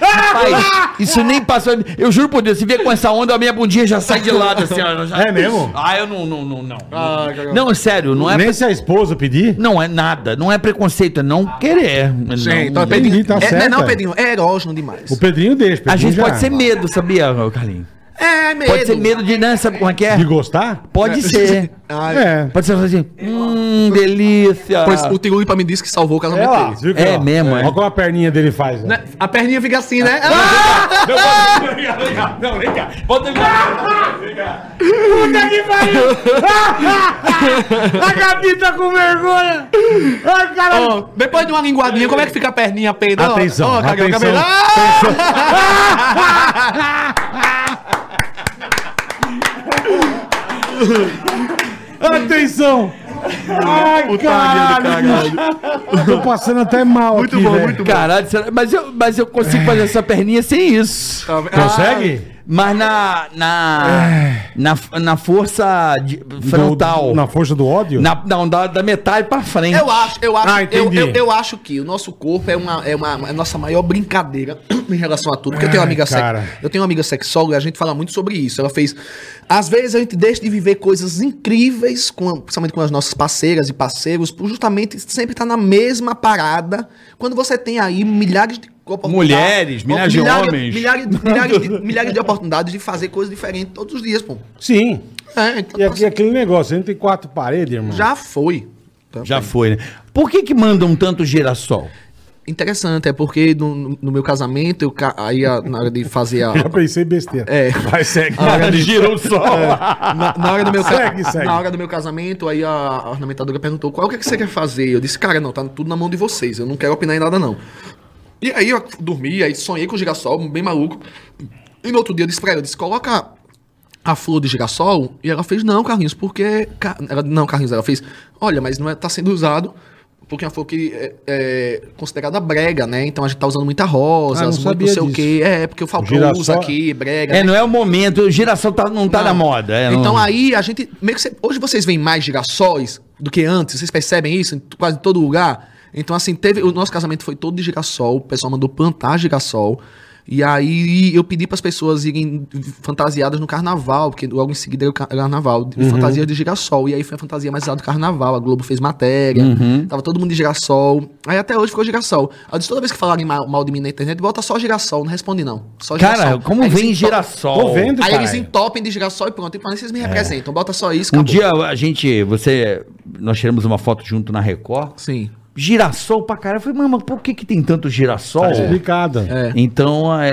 [SPEAKER 2] Rapaz, isso nem passou. Eu juro por Deus, se vier com essa onda, a minha bundinha já sai de lado assim, ó, já-
[SPEAKER 1] É mesmo?
[SPEAKER 2] Ah, eu não, não, não, não.
[SPEAKER 3] Ah, Carioca.
[SPEAKER 2] Não, sério, não é.
[SPEAKER 1] Nem se a esposa pedir.
[SPEAKER 2] Não é nada, não é preconceito, é não querer.
[SPEAKER 3] Gente,
[SPEAKER 2] não,
[SPEAKER 3] ó, Pedrinho,
[SPEAKER 1] tá
[SPEAKER 3] é,
[SPEAKER 1] certo,
[SPEAKER 3] não, é
[SPEAKER 1] é.
[SPEAKER 3] não, Pedrinho, é erógeno demais.
[SPEAKER 1] O Pedrinho deixa. Pedrinho
[SPEAKER 2] a gente
[SPEAKER 1] já-
[SPEAKER 2] pode ser medo, sabia, Carlinhos?
[SPEAKER 3] É medo.
[SPEAKER 2] Pode ser medo de, né? Sabe como é que é?
[SPEAKER 1] De gostar?
[SPEAKER 2] Pode
[SPEAKER 1] [laughs]
[SPEAKER 2] ser.
[SPEAKER 3] Ai,
[SPEAKER 1] É.
[SPEAKER 2] Pode ser assim, hum, delícia.
[SPEAKER 3] Pois o Tirulipa me disse que salvou o
[SPEAKER 1] É
[SPEAKER 3] casamento
[SPEAKER 1] lá,
[SPEAKER 3] dele.
[SPEAKER 1] você viu que
[SPEAKER 2] É
[SPEAKER 1] ó,
[SPEAKER 2] mesmo, é.
[SPEAKER 1] Olha como a perninha dele faz. ó.
[SPEAKER 3] Né? A perninha fica assim, né?
[SPEAKER 1] Não, vem cá.
[SPEAKER 2] Bota ele lá.
[SPEAKER 1] Puta que pariu! a Gabi tá com vergonha! Ai, caralho!
[SPEAKER 3] Ó, depois de uma linguadinha, como é que fica a perninha peida? Ó,
[SPEAKER 1] Atenção,
[SPEAKER 3] ó, Carioca,
[SPEAKER 1] atenção.
[SPEAKER 3] beleza. Ah!
[SPEAKER 1] Atenção! Ai, caralho! Tô passando até mal
[SPEAKER 3] Muito
[SPEAKER 1] aqui,
[SPEAKER 3] bom,
[SPEAKER 1] velho.
[SPEAKER 3] muito bom.
[SPEAKER 2] Caralho, será- mas, eu, mas eu consigo fazer essa perninha sem isso.
[SPEAKER 3] Ah,
[SPEAKER 1] Consegue?
[SPEAKER 2] Mas na. Na. Na, na força de- frontal.
[SPEAKER 1] É. Do- na força do ódio?
[SPEAKER 2] Na- não, da, da metade pra frente.
[SPEAKER 3] Eu acho, eu acho,
[SPEAKER 1] Ah,
[SPEAKER 3] eu,
[SPEAKER 1] entendi.
[SPEAKER 3] eu, eu acho que o nosso corpo é uma, é uma é a nossa maior brincadeira [clears throat] em relação a tudo. Porque eu tenho uma
[SPEAKER 1] Ai,
[SPEAKER 3] amiga sex,
[SPEAKER 1] cara.
[SPEAKER 3] eu tenho uma amiga sexóloga, a gente fala muito sobre isso. Ela fez, às vezes a gente deixa de viver coisas incríveis, com, principalmente com as nossas parceiras e parceiros, por justamente sempre estar na mesma parada. Quando você tem aí milhares de oportunidades-
[SPEAKER 2] Mulheres, milhares de homens.
[SPEAKER 3] Milhares, milhares,
[SPEAKER 1] [laughs]
[SPEAKER 3] de, milhares de oportunidades de fazer coisas diferentes todos os dias, pô.
[SPEAKER 1] Sim.
[SPEAKER 3] É, então,
[SPEAKER 1] E aqui, é- aquele negócio, a gente tem quatro paredes, irmão.
[SPEAKER 3] já foi. Tá?
[SPEAKER 2] Já foi, né? Por que que mandam tanto girassol?
[SPEAKER 3] Interessante, é porque no, no- no meu casamento, eu ca- aí a- na hora de fazer a.
[SPEAKER 1] [laughs] Já pensei besteira.
[SPEAKER 3] É.
[SPEAKER 1] Vai, segue.
[SPEAKER 2] Ah, Girou só.
[SPEAKER 3] Na, na hora
[SPEAKER 1] [laughs]
[SPEAKER 3] do meu ca-
[SPEAKER 1] Segue, segue.
[SPEAKER 3] na hora do meu casamento, aí a, a ornamentadora perguntou qual que, é que você quer fazer. Eu disse, cara, não, tá tudo na mão de vocês, eu não quero opinar em nada, não. E aí eu dormi, aí sonhei com o girassol, bem maluco. E no outro dia eu disse pra ela, eu disse, coloca a flor de girassol. E ela fez, não, Carlinhos, porque. Ca- Ela, não, Carlinhos, ela fez, olha, mas não é, tá sendo usado. Porque é uma flor que é, é considerada brega, né? Então a gente tá usando muita rosa,
[SPEAKER 1] Ah, não
[SPEAKER 3] muito não
[SPEAKER 1] sabia
[SPEAKER 3] sei o
[SPEAKER 1] disso.
[SPEAKER 3] quê. É, porque o Falcão
[SPEAKER 1] Girassol-
[SPEAKER 3] usa aqui, brega.
[SPEAKER 2] É,
[SPEAKER 3] né?
[SPEAKER 2] não é o momento, o girassol tá- não tá na moda. é,
[SPEAKER 3] então
[SPEAKER 2] não-
[SPEAKER 3] aí a gente. Meio que cê- hoje vocês veem mais girassóis do que antes, vocês percebem isso em t- quase todo lugar. Então, assim, teve. O nosso casamento foi todo de girassol, o pessoal mandou plantar girassol. E aí eu pedi para as pessoas irem fantasiadas no carnaval, porque logo em seguida era o ca- carnaval,
[SPEAKER 2] Uhum.
[SPEAKER 3] de fantasia de girassol. E aí foi a fantasia mais usada do carnaval, a Globo fez matéria,
[SPEAKER 2] Uhum.
[SPEAKER 3] tava todo mundo de girassol. Aí até hoje ficou girassol. Eu disse, toda vez que falarem ma- mal, de mim na internet, bota só girassol, não responde não. Só
[SPEAKER 2] Cara,
[SPEAKER 3] girassol.
[SPEAKER 2] como
[SPEAKER 3] Aí assim, eles
[SPEAKER 2] vem
[SPEAKER 3] entoam-
[SPEAKER 2] girassol?
[SPEAKER 1] Tô vendo,
[SPEAKER 3] Aí eles
[SPEAKER 1] cara.
[SPEAKER 3] entopem de girassol e pronto. E falam, vocês me representam, bota só isso,
[SPEAKER 2] É. Um dia a gente, você, nós tiramos uma foto junto na Record.
[SPEAKER 3] Sim.
[SPEAKER 2] Girassol pra caralho. Eu falei, mama, por que que tem tanto girassol?
[SPEAKER 1] Tá explicada.
[SPEAKER 3] É.
[SPEAKER 2] Então, é,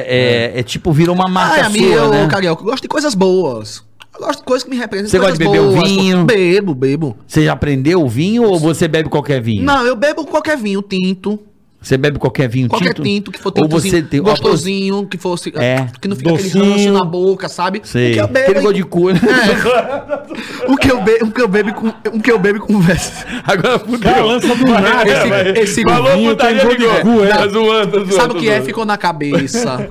[SPEAKER 2] é- é tipo, virou uma marca
[SPEAKER 3] Ai, amigo,
[SPEAKER 2] sua,
[SPEAKER 3] eu,
[SPEAKER 2] né?
[SPEAKER 3] carioca, eu gosto de coisas boas. Eu gosto de coisas que me representam.
[SPEAKER 2] Você gosta
[SPEAKER 3] coisas
[SPEAKER 2] de beber o
[SPEAKER 3] boas,
[SPEAKER 2] vinho?
[SPEAKER 3] pô. Bebo, bebo.
[SPEAKER 2] Você já aprendeu o vinho ou você bebe qualquer vinho?
[SPEAKER 3] Não, eu bebo qualquer vinho, tinto.
[SPEAKER 2] Você bebe qualquer vinho
[SPEAKER 3] Qualquer tinto, que for
[SPEAKER 2] Um Ou você tem... um
[SPEAKER 3] gostosinho, que fosse.
[SPEAKER 2] É.
[SPEAKER 3] Que não fica
[SPEAKER 1] Docinho.
[SPEAKER 3] aquele ranço na boca, sabe?
[SPEAKER 2] Sei.
[SPEAKER 3] O É que eu
[SPEAKER 2] Aquele
[SPEAKER 3] bebo.
[SPEAKER 2] gosto de cu. né?
[SPEAKER 3] O que eu bebo, o que eu bebo com. O que eu bebo com [laughs]
[SPEAKER 2] [laughs] Agora fudeu.
[SPEAKER 1] lança do nada,
[SPEAKER 3] Esse-
[SPEAKER 1] velho.
[SPEAKER 3] esse
[SPEAKER 1] Falou
[SPEAKER 3] vinho
[SPEAKER 1] putaria,
[SPEAKER 2] tem gosto de
[SPEAKER 1] ligou.
[SPEAKER 2] cu,
[SPEAKER 1] é.
[SPEAKER 2] Tá zoando, tá zoando,
[SPEAKER 3] Sabe o que
[SPEAKER 2] tá
[SPEAKER 3] é?
[SPEAKER 2] zoando.
[SPEAKER 3] Ficou na cabeça.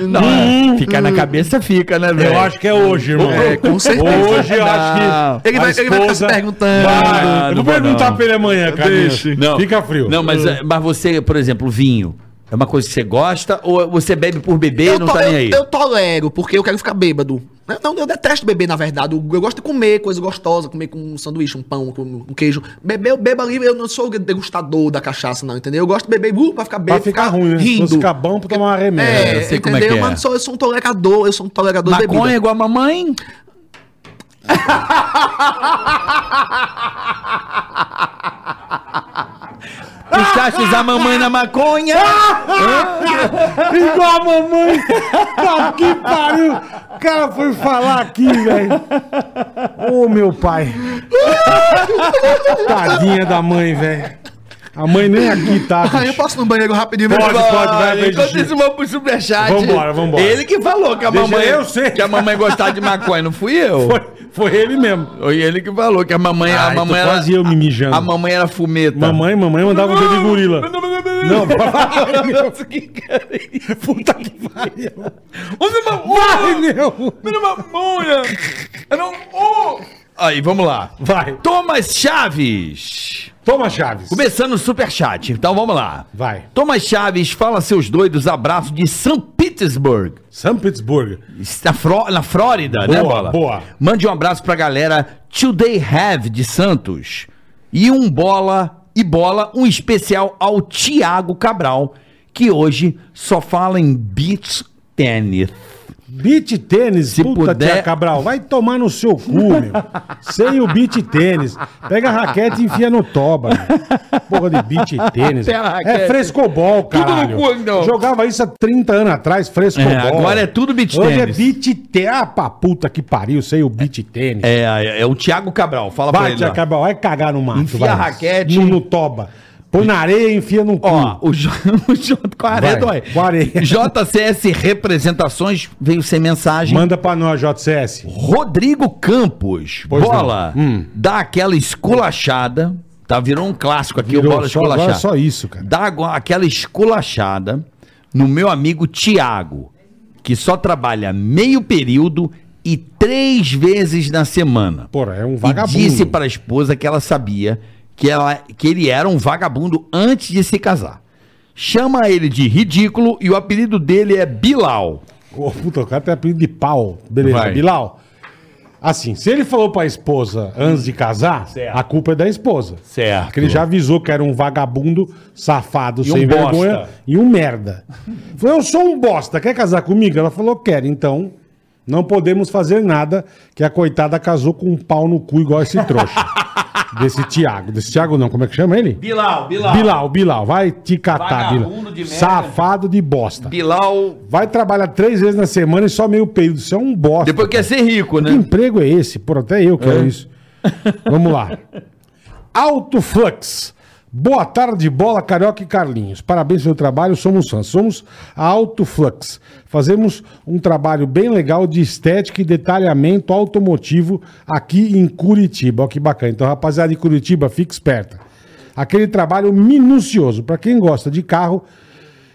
[SPEAKER 2] Não,
[SPEAKER 3] Hum.
[SPEAKER 2] é, ficar na cabeça fica, né, velho?
[SPEAKER 1] Eu acho que é hoje, irmão.
[SPEAKER 3] É, com certeza.
[SPEAKER 1] Hoje eu acho que.
[SPEAKER 3] Ele
[SPEAKER 1] a
[SPEAKER 3] vai- ele vai ficar se perguntando.
[SPEAKER 1] Vai.
[SPEAKER 2] Não,
[SPEAKER 1] eu
[SPEAKER 2] não
[SPEAKER 1] vou
[SPEAKER 2] vai
[SPEAKER 1] perguntar
[SPEAKER 2] não.
[SPEAKER 1] pra ele amanhã, cara.
[SPEAKER 2] Não.
[SPEAKER 1] Fica frio.
[SPEAKER 2] Não, mas, é, mas você, por exemplo, vinho. É uma coisa que você gosta ou você bebe por beber e não
[SPEAKER 3] to-
[SPEAKER 2] tá nem aí?
[SPEAKER 3] eu tolero, porque eu quero ficar bêbado. Eu, não, eu detesto beber, na verdade. Eu, eu gosto de comer coisa gostosa, comer com um sanduíche, um pão, com um queijo. Beber, eu bebo ali, eu não sou degustador da cachaça, não, entendeu? Eu gosto de beber uh, pra ficar
[SPEAKER 1] Pra
[SPEAKER 3] bêbado,
[SPEAKER 1] ficar ruim, né? Se
[SPEAKER 3] rindo.
[SPEAKER 1] fosse ficar bom pra tomar
[SPEAKER 3] É,
[SPEAKER 1] remédio.
[SPEAKER 2] eu sei
[SPEAKER 3] entendeu?
[SPEAKER 2] como é que é.
[SPEAKER 3] Mas eu sou, eu sou um tolerador, eu sou um tolerador de
[SPEAKER 2] Maconha é
[SPEAKER 3] bebida.
[SPEAKER 2] igual a mamãe? Deixastes a tá mamãe na maconha.
[SPEAKER 1] [laughs] Igual a mamãe. Tá que pariu. O cara foi falar aqui, velho. Ô, meu
[SPEAKER 3] [laughs]
[SPEAKER 1] pai. Tadinha da mãe, velho. A mãe nem aqui tá.
[SPEAKER 2] é
[SPEAKER 3] Ah, eu
[SPEAKER 1] bicho.
[SPEAKER 3] posso ir no banheiro rapidinho?
[SPEAKER 1] Pode,
[SPEAKER 3] mesmo?
[SPEAKER 1] pode, vai, vai,
[SPEAKER 2] Enquanto
[SPEAKER 1] Gigi.
[SPEAKER 2] isso, vamos pro superchat.
[SPEAKER 1] Vambora, vambora.
[SPEAKER 2] Ele que falou que a
[SPEAKER 1] Deixa
[SPEAKER 2] mamãe.
[SPEAKER 1] eu sei.
[SPEAKER 2] Que a mamãe gostava de maconha, não fui eu.
[SPEAKER 1] Foi, foi ele mesmo.
[SPEAKER 2] Foi ele que falou que a mamãe. a
[SPEAKER 1] Ai, tô
[SPEAKER 2] mamãe era,
[SPEAKER 1] quase eu me mijando.
[SPEAKER 2] A mamãe era fumeta.
[SPEAKER 1] Mamãe, mamãe mandava um dedo de gorila. Não, vai, meu.
[SPEAKER 2] Nossa, que cara é isso?
[SPEAKER 1] [laughs] Puta que pariu.
[SPEAKER 2] Uma mamãe,
[SPEAKER 1] Vai, meu.
[SPEAKER 2] uma mamonha. Era um- oh. Aí, vamos lá.
[SPEAKER 1] Vai.
[SPEAKER 2] Thomas Chaves.
[SPEAKER 1] Toma, Chaves.
[SPEAKER 2] Começando o superchat, então vamos lá.
[SPEAKER 1] Vai.
[SPEAKER 2] Thomas Chaves, fala seus doidos, abraço de São Petersburg.
[SPEAKER 1] São Petersburgo.
[SPEAKER 2] Na, Fró- na Flórida, né,
[SPEAKER 1] Boa,
[SPEAKER 2] Bola?
[SPEAKER 1] boa.
[SPEAKER 2] Mande um abraço pra galera Today Have de Santos. E um bola e bola, um especial ao Tiago Cabral, que hoje só fala em beach tennis.
[SPEAKER 1] Beat tênis,
[SPEAKER 2] Se
[SPEAKER 1] puta
[SPEAKER 2] puder-
[SPEAKER 1] tia Cabral, vai tomar no seu cu, meu. Sem o beat tênis. Pega a raquete e enfia no toba. Meu. Porra
[SPEAKER 2] [laughs]
[SPEAKER 1] de beat tênis.
[SPEAKER 2] Pega a
[SPEAKER 1] É
[SPEAKER 2] raquete.
[SPEAKER 1] frescobol,
[SPEAKER 2] Tudo no
[SPEAKER 1] caralho.
[SPEAKER 2] cu, não.
[SPEAKER 1] Jogava isso há 30 anos atrás, frescobol.
[SPEAKER 2] É, agora é tudo beach
[SPEAKER 1] Hoje
[SPEAKER 2] tênis.
[SPEAKER 1] é beat tênis. Ah, pra puta que pariu, sei o beat tênis.
[SPEAKER 2] É, é, é o Tiago Cabral, fala pra
[SPEAKER 1] Vai,
[SPEAKER 2] ele.
[SPEAKER 1] tia
[SPEAKER 2] ó.
[SPEAKER 1] Cabral, vai cagar no mato.
[SPEAKER 2] Enfia
[SPEAKER 1] vai.
[SPEAKER 2] a raquete.
[SPEAKER 1] No, no toba. Põe na areia e enfia no cu.
[SPEAKER 2] Ó, o, J, [laughs] o J, com a areia
[SPEAKER 1] Vai,
[SPEAKER 2] dói.
[SPEAKER 1] com a areia.
[SPEAKER 2] JCS Representações veio sem mensagem.
[SPEAKER 1] Manda pra nós, JCS.
[SPEAKER 2] Rodrigo Campos,
[SPEAKER 1] Pois não. Hum.
[SPEAKER 2] bola, dá aquela esculachada, tá? Virou um clássico aqui
[SPEAKER 1] Virou
[SPEAKER 2] o bola
[SPEAKER 1] só- agora
[SPEAKER 2] esculachada.
[SPEAKER 1] é só isso, cara.
[SPEAKER 2] Dá agora aquela esculachada no meu amigo Tiago, que só trabalha meio período e três vezes na semana.
[SPEAKER 1] Porra, é um
[SPEAKER 2] E disse
[SPEAKER 1] vagabundo.
[SPEAKER 2] para a esposa que ela sabia que, ela, que ele era um vagabundo antes de se casar. Chama ele de ridículo e o apelido dele é Bilal.
[SPEAKER 1] Ô, puta, o cara tem apelido de pau. Beleza,
[SPEAKER 2] Vai.
[SPEAKER 1] Bilal. Assim, se ele falou pra esposa antes de casar, a culpa é da esposa.
[SPEAKER 2] Certo.
[SPEAKER 1] Porque ele já avisou que era um vagabundo, safado, sem
[SPEAKER 2] um bosta.
[SPEAKER 1] vergonha e um merda. Falou, eu sou um bosta, quer casar comigo? Ela falou, quero. Então, não podemos fazer nada, que a coitada casou com um pau no cu igual esse
[SPEAKER 2] [laughs]
[SPEAKER 1] trouxa. desse Tiago. Desse Tiago não, como é que chama ele?
[SPEAKER 2] Bilal, Bilal.
[SPEAKER 1] Bilal, Bilal, vai te catar,
[SPEAKER 2] Vagabundo
[SPEAKER 1] Bilal.
[SPEAKER 2] de merda.
[SPEAKER 1] Safado de bosta.
[SPEAKER 2] Bilal
[SPEAKER 1] Vai trabalhar três vezes na semana e só meio período. Isso é um bosta.
[SPEAKER 2] Depois quer ser rico,
[SPEAKER 1] Que
[SPEAKER 2] né?
[SPEAKER 1] emprego é esse? Por até eu quero isso. Vamos lá. Alto Flux. Boa tarde, bola, carioca e Carlinhos. Parabéns pelo trabalho, somos fãs. Somos a Alto Flux. Fazemos um trabalho bem legal de estética e detalhamento automotivo aqui em Curitiba. Olha que bacana. Então, rapaziada de Curitiba, fique esperta. Aquele trabalho minucioso. Para quem gosta de carro,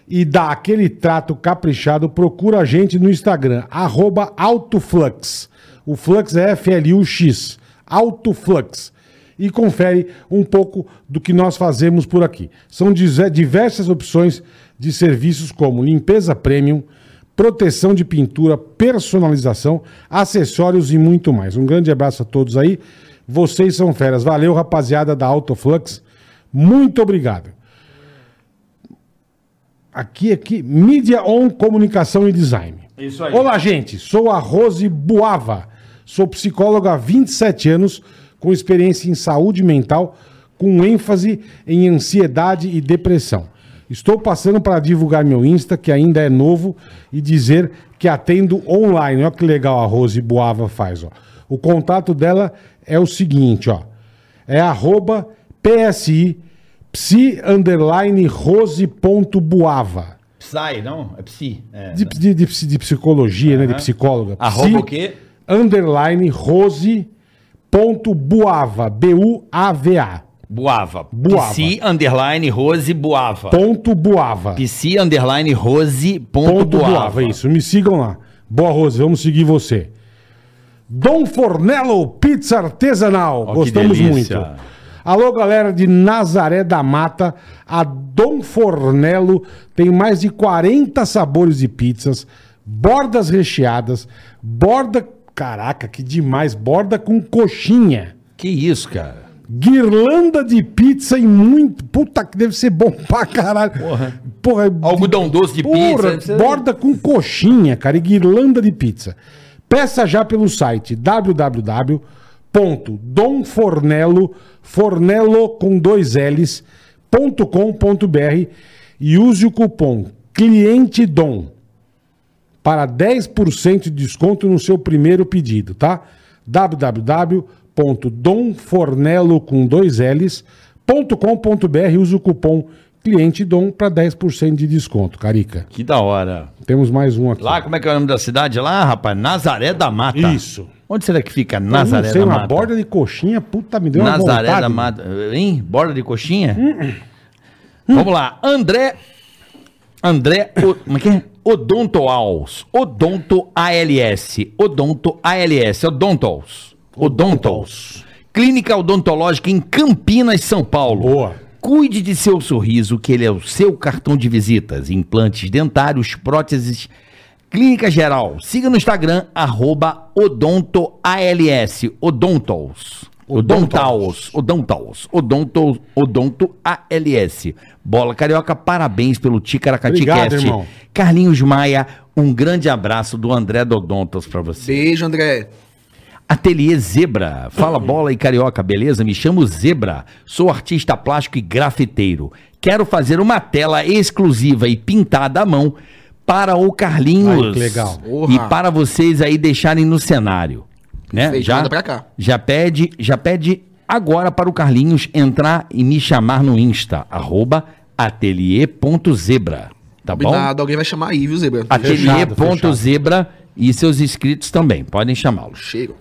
[SPEAKER 1] e dá aquele trato caprichado, procura a gente no Instagram, arroba Autoflux. O Flux é F-L-U-X, Autoflux. E confere um pouco do que nós fazemos por aqui. São dize- diversas opções de serviços como limpeza premium, proteção de pintura, personalização, acessórios e muito mais. Um grande abraço a todos aí. Vocês são feras. Valeu, rapaziada da Autoflux. Muito obrigado. Aqui, aqui, Mídia On Comunicação e Design. Isso aí. Olá, gente. Sou a Rose Buava. Sou psicóloga há 27 anos, com experiência em saúde mental, com ênfase em ansiedade e depressão. Estou passando para divulgar meu Insta, que ainda é novo, e dizer que atendo online. Olha que legal a Rose Buava faz. Ó. O contato dela é o seguinte, ó. É arroba PSI psi underline rose ponto buava.
[SPEAKER 2] Psy, não? É psi. É.
[SPEAKER 1] De, de, de psi- de psicologia, né? De psicóloga.
[SPEAKER 2] Arroba
[SPEAKER 1] Psi
[SPEAKER 2] o quê?
[SPEAKER 1] Underline rose ponto buava. B-U-A-V-A.
[SPEAKER 2] Boava.
[SPEAKER 1] Boava.
[SPEAKER 2] Psi, underline, Rose, Boava.
[SPEAKER 1] Ponto buava.
[SPEAKER 2] Psi, underline, Rose, ponto,
[SPEAKER 1] Ponto
[SPEAKER 2] Boava.
[SPEAKER 1] Boava, é isso. Me sigam lá. Boa, Rose, vamos seguir você. Dom Fornello Pizza Artesanal.
[SPEAKER 2] Ó, que
[SPEAKER 1] Gostamos muito.
[SPEAKER 2] delícia.
[SPEAKER 1] Alô, galera de Nazaré da Mata. A Dom Fornello tem mais de 40 sabores de pizzas, bordas recheadas, borda. Caraca, que demais! Borda com coxinha.
[SPEAKER 2] Que isso, cara?
[SPEAKER 1] Guirlanda de pizza e muito. Puta que deve ser bom pra caralho. Porra.
[SPEAKER 2] Algodão doce de
[SPEAKER 1] Porra,
[SPEAKER 2] pizza.
[SPEAKER 1] borda com coxinha, cara, e guirlanda de pizza. Peça já pelo site www.domfornelo, fornelo com dois L's, clientedom.com.br e use o cupom ClienteDom para 10% de desconto no seu primeiro pedido, tá? www.domfornelo com dois L's .com.br usa o cupom ClienteDom para 10% de desconto, Carica.
[SPEAKER 2] Que da hora.
[SPEAKER 1] Temos mais um aqui.
[SPEAKER 2] Lá, como é que é o nome da cidade lá, rapaz? Nazaré da Mata.
[SPEAKER 1] Isso.
[SPEAKER 2] Onde será que fica
[SPEAKER 1] Eu não
[SPEAKER 2] Nazaré
[SPEAKER 1] sei,
[SPEAKER 2] da
[SPEAKER 1] uma
[SPEAKER 2] Mata?
[SPEAKER 1] borda de coxinha, puta, me deu uma Hum.
[SPEAKER 2] Nazaré
[SPEAKER 1] vontade.
[SPEAKER 2] da Mata. Hein? Borda de coxinha? Vamos lá. André. André. O, como é que é? Odontoals. Odonto ALS. Odonto ALS. Odontoals. Odontoals. Clínica odontológica em Campinas, São Paulo.
[SPEAKER 1] Boa.
[SPEAKER 2] Cuide de seu sorriso, que ele é o seu cartão de visitas. Implantes dentários, próteses, clínica geral. Siga no Instagram, arroba odontoals, odontos. Odontaos, odontaos, odonto, odonto ALS. Bola Carioca, parabéns pelo
[SPEAKER 1] Obrigado,
[SPEAKER 2] Ticaracaticast.
[SPEAKER 1] irmão.
[SPEAKER 2] Carlinhos Maia, um grande abraço do André do Odontos pra você.
[SPEAKER 3] Beijo, André.
[SPEAKER 2] Ateliê Zebra. Fala
[SPEAKER 1] Uhum.
[SPEAKER 2] bola e carioca, beleza? Me chamo Zebra. Sou artista plástico e grafiteiro. Quero fazer uma tela exclusiva e pintada à mão para o Carlinhos.
[SPEAKER 1] Ai, que legal.
[SPEAKER 2] E
[SPEAKER 3] Porra.
[SPEAKER 2] para vocês aí deixarem no cenário, né?
[SPEAKER 3] Perfeito,
[SPEAKER 2] já
[SPEAKER 3] manda pra cá.
[SPEAKER 2] já pede, já pede agora para o Carlinhos entrar e me chamar no Insta arroba ateliê.zebra, tá bom? é
[SPEAKER 3] Combinado, alguém vai chamar aí, viu, Zebra?
[SPEAKER 1] Fechado, fechado.
[SPEAKER 2] Ateliê.zebra e seus inscritos também, podem chamá-los.
[SPEAKER 3] Cheiro.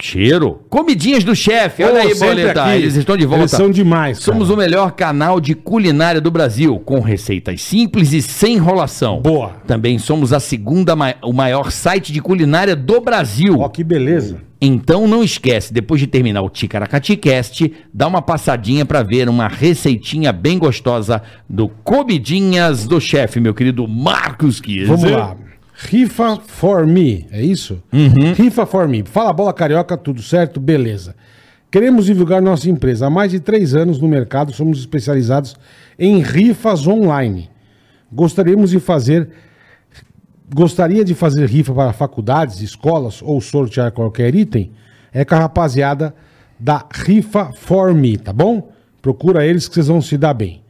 [SPEAKER 2] Cheiro. Comidinhas do chefe. Olha
[SPEAKER 1] Ô,
[SPEAKER 2] aí,
[SPEAKER 1] sempre
[SPEAKER 2] boleta.
[SPEAKER 1] aqui.
[SPEAKER 2] Eles estão de volta.
[SPEAKER 1] Eles são demais, cara.
[SPEAKER 2] Somos o melhor canal de culinária do Brasil, com receitas simples e sem enrolação.
[SPEAKER 1] Boa.
[SPEAKER 2] Também somos a segunda, ma- o maior site de culinária do Brasil.
[SPEAKER 1] Ó, que beleza.
[SPEAKER 2] Então não esquece, depois de terminar o Ticaracati Cast, dá uma passadinha pra ver uma receitinha bem gostosa do Comidinhas do Chefe, meu querido Marcos Kies.
[SPEAKER 1] Vamos lá. Rifa for me, é isso? Rifa for me. Fala bola carioca, tudo certo? Beleza. Queremos divulgar nossa empresa. Há mais de três anos no mercado, somos especializados em rifas online. Gostaríamos de fazer. Gostaria de fazer rifa para faculdades, escolas ou sortear qualquer item? É com a rapaziada da Rifa For Me, tá bom? Procura eles que vocês vão se dar bem.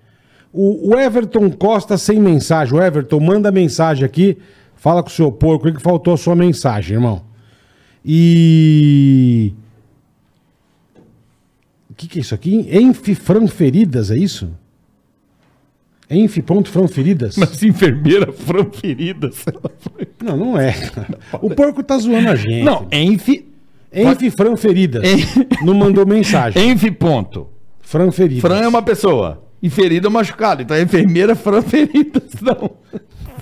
[SPEAKER 1] O, o Everton Costa sem mensagem. O Everton, manda mensagem aqui. Fala com o seu porco aí que faltou a sua mensagem, irmão. E. O que, que é isso aqui? Enfifranferidas, é isso? Enfi.franferidas?
[SPEAKER 2] enfermeira [laughs] franferida, sei lá.
[SPEAKER 1] Não, não é. O porco tá zoando a gente.
[SPEAKER 2] Não, enfe...
[SPEAKER 1] Enfifranferidas.
[SPEAKER 2] Em-
[SPEAKER 1] Não mandou mensagem.
[SPEAKER 2] Enfe ponto.
[SPEAKER 1] Franferidas.
[SPEAKER 2] Fran é uma pessoa. E ferida é machucado. Então é enfermeira Fran [laughs] ferida. Não.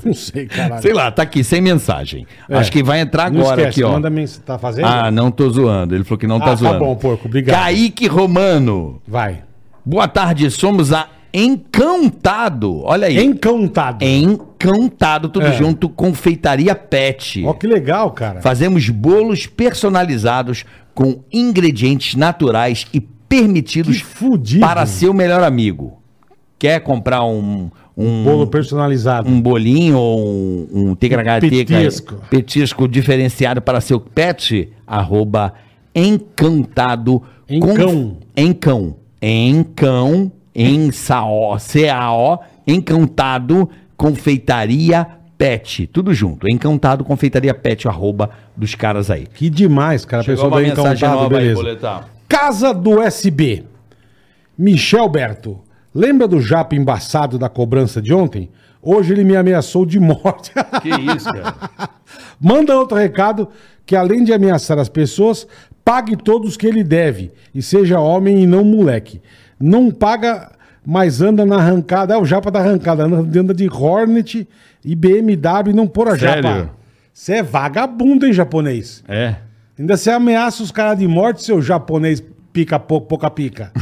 [SPEAKER 1] Não sei, caralho.
[SPEAKER 2] Sei lá, tá aqui, sem mensagem.
[SPEAKER 1] É.
[SPEAKER 2] Acho que vai entrar
[SPEAKER 1] Não
[SPEAKER 2] agora
[SPEAKER 1] esquece,
[SPEAKER 2] aqui, ó.
[SPEAKER 1] Manda mensagem. Tá fazendo?
[SPEAKER 2] Ah, não tô zoando. Ele falou que não
[SPEAKER 1] Ah,
[SPEAKER 2] tá
[SPEAKER 1] tá
[SPEAKER 2] zoando.
[SPEAKER 1] bom, porco, obrigado.
[SPEAKER 2] Kaique Romano.
[SPEAKER 1] Vai.
[SPEAKER 2] Boa tarde, somos a Encantado. Olha aí.
[SPEAKER 1] Encantado.
[SPEAKER 2] Encantado, tudo
[SPEAKER 1] É.
[SPEAKER 2] junto, confeitaria pet.
[SPEAKER 1] Ó, que legal, cara.
[SPEAKER 2] Fazemos bolos personalizados com ingredientes naturais e permitidos
[SPEAKER 1] Que fudido.
[SPEAKER 2] para seu melhor amigo. Quer comprar um, um,
[SPEAKER 1] Bolo personalizado.
[SPEAKER 2] um bolinho ou um, um tegra-tegra-
[SPEAKER 1] Petisco.
[SPEAKER 2] petisco diferenciado para seu pet? Arroba encantado.
[SPEAKER 1] Encão.
[SPEAKER 2] Encão. Encão. Em sao, C-A-O. Encantado. Confeitaria Pet. Tudo junto. Encantado Confeitaria Pet. Arroba dos caras aí.
[SPEAKER 1] Que demais, cara. Pessoal da Encantado, beleza.
[SPEAKER 2] boletar.
[SPEAKER 1] Casa do SB. Michel Berto. Lembra do japa embaçado da cobrança de ontem? Hoje ele me ameaçou de morte. [laughs]
[SPEAKER 2] Que isso, cara.
[SPEAKER 1] Manda outro recado que além de ameaçar as pessoas, pague todos que ele deve e seja homem e não moleque. Não paga, mas anda na arrancada. É o japa da arrancada, anda, anda de Hornet e BMW e não pôr a
[SPEAKER 2] Sério?
[SPEAKER 1] japa. Você é vagabundo, hein, japonês?
[SPEAKER 2] é.
[SPEAKER 1] Ainda você ameaça os caras de morte, seu japonês pica pou-
[SPEAKER 2] [laughs]
[SPEAKER 1] pouca pica.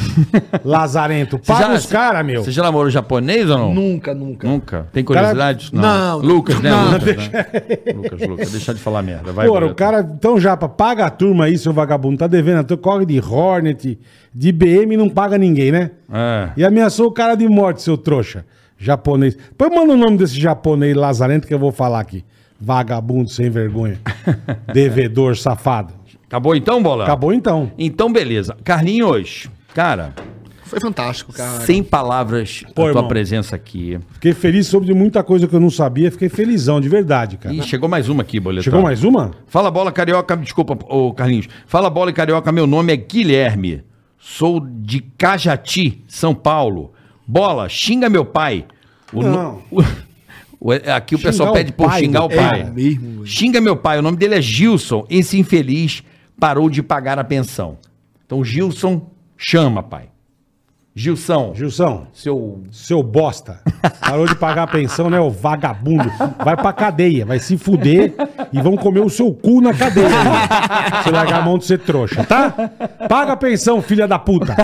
[SPEAKER 1] Lazarento.
[SPEAKER 2] Você
[SPEAKER 1] Paga
[SPEAKER 2] já-
[SPEAKER 1] os caras, meu.
[SPEAKER 2] Você já namorou japonês ou não?
[SPEAKER 3] Nunca, nunca.
[SPEAKER 2] Nunca. Tem curiosidade?
[SPEAKER 3] Não.
[SPEAKER 2] Lucas, né?
[SPEAKER 3] Não,
[SPEAKER 2] Lucas, né? Lucas, Lucas, deixa de falar merda. Vai,
[SPEAKER 1] Porra, o
[SPEAKER 2] Boleto.
[SPEAKER 1] cara. Então, Japa, paga a turma aí, seu vagabundo. Tá devendo. Tu corre de Hornet, de BM e não paga ninguém, né?
[SPEAKER 2] É.
[SPEAKER 1] E ameaçou o cara de morte, seu trouxa. Japonês. Põe, manda o nome desse japonês lazarento que eu vou falar aqui. Vagabundo
[SPEAKER 2] [laughs]
[SPEAKER 1] sem vergonha. Devedor safado.
[SPEAKER 2] Acabou então, Bola?
[SPEAKER 1] Acabou então.
[SPEAKER 2] Então, beleza. Carlinhos, cara,
[SPEAKER 3] Foi fantástico, cara.
[SPEAKER 2] Sem palavras
[SPEAKER 1] Pô,
[SPEAKER 2] a tua
[SPEAKER 1] irmão.
[SPEAKER 2] presença aqui.
[SPEAKER 1] Fiquei feliz sobre muita coisa que eu não sabia. Fiquei felizão, de verdade, cara.
[SPEAKER 2] Ih, tá. chegou mais uma aqui, boletão.
[SPEAKER 1] Chegou mais uma?
[SPEAKER 2] Fala bola carioca, desculpa, ô Carlinhos. Fala bola e carioca, meu nome é Guilherme. Sou de Cajati, São Paulo. Bola, xinga meu pai. O no-
[SPEAKER 1] Não.
[SPEAKER 2] [laughs] o- é, Aqui o
[SPEAKER 1] Xingar
[SPEAKER 2] pessoal
[SPEAKER 1] o
[SPEAKER 2] pede por
[SPEAKER 1] pai é
[SPEAKER 2] xingar
[SPEAKER 1] do
[SPEAKER 2] o pai.
[SPEAKER 1] cara.
[SPEAKER 5] mesmo, velho.
[SPEAKER 2] Xinga meu pai, o nome dele é Gilson. Esse infeliz parou de pagar a pensão. Então Gilson chama, pai. Gilson,
[SPEAKER 1] Gilson,
[SPEAKER 2] seu
[SPEAKER 1] seu bosta. Parou de pagar a pensão, né, ô vagabundo? Vai pra cadeia, vai se fuder e vão comer o seu cu na cadeia. irmão. Se largar a mão de ser trouxa, tá? Paga a pensão, filha da puta.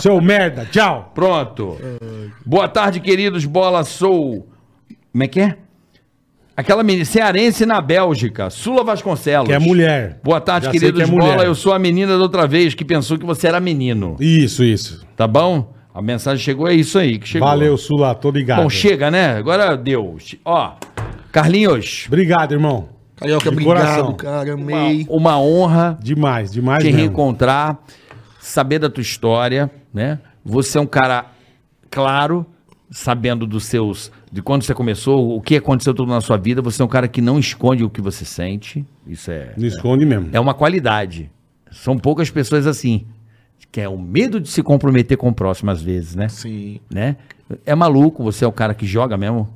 [SPEAKER 1] Seu merda, tchau.
[SPEAKER 2] Pronto. Boa tarde, queridos. Bola Sou. Como é que é? Aquela menina cearense na Bélgica, Sula Vasconcelos.
[SPEAKER 1] Que é mulher.
[SPEAKER 2] Boa tarde,
[SPEAKER 1] Já sei
[SPEAKER 2] queridos.
[SPEAKER 1] que é mulher.
[SPEAKER 2] Bola, eu sou a menina da outra vez que pensou que você era menino.
[SPEAKER 1] Isso, isso.
[SPEAKER 2] Tá bom? A mensagem chegou, é isso aí que chegou.
[SPEAKER 1] Valeu, Sula, tô ligado.
[SPEAKER 2] Bom, chega, né? Agora deu. Ó, Carlinhos,
[SPEAKER 1] Obrigado, irmão.
[SPEAKER 3] Carioca,
[SPEAKER 1] De
[SPEAKER 3] obrigado,
[SPEAKER 1] coração.
[SPEAKER 3] cara.
[SPEAKER 2] uma,
[SPEAKER 3] Amei.
[SPEAKER 2] uma honra
[SPEAKER 1] Demais, demais
[SPEAKER 2] te
[SPEAKER 1] mesmo.
[SPEAKER 2] reencontrar, saber da tua história, né? Você é um cara claro, sabendo dos seus de quando você começou, o que aconteceu tudo na sua vida, você é um cara que não esconde o que você sente. Isso é
[SPEAKER 1] Não esconde mesmo.
[SPEAKER 2] é uma qualidade. São poucas pessoas assim, que é o medo de se comprometer com o próximo às vezes, né?
[SPEAKER 3] Sim.
[SPEAKER 2] né? É maluco, você é o cara que joga mesmo.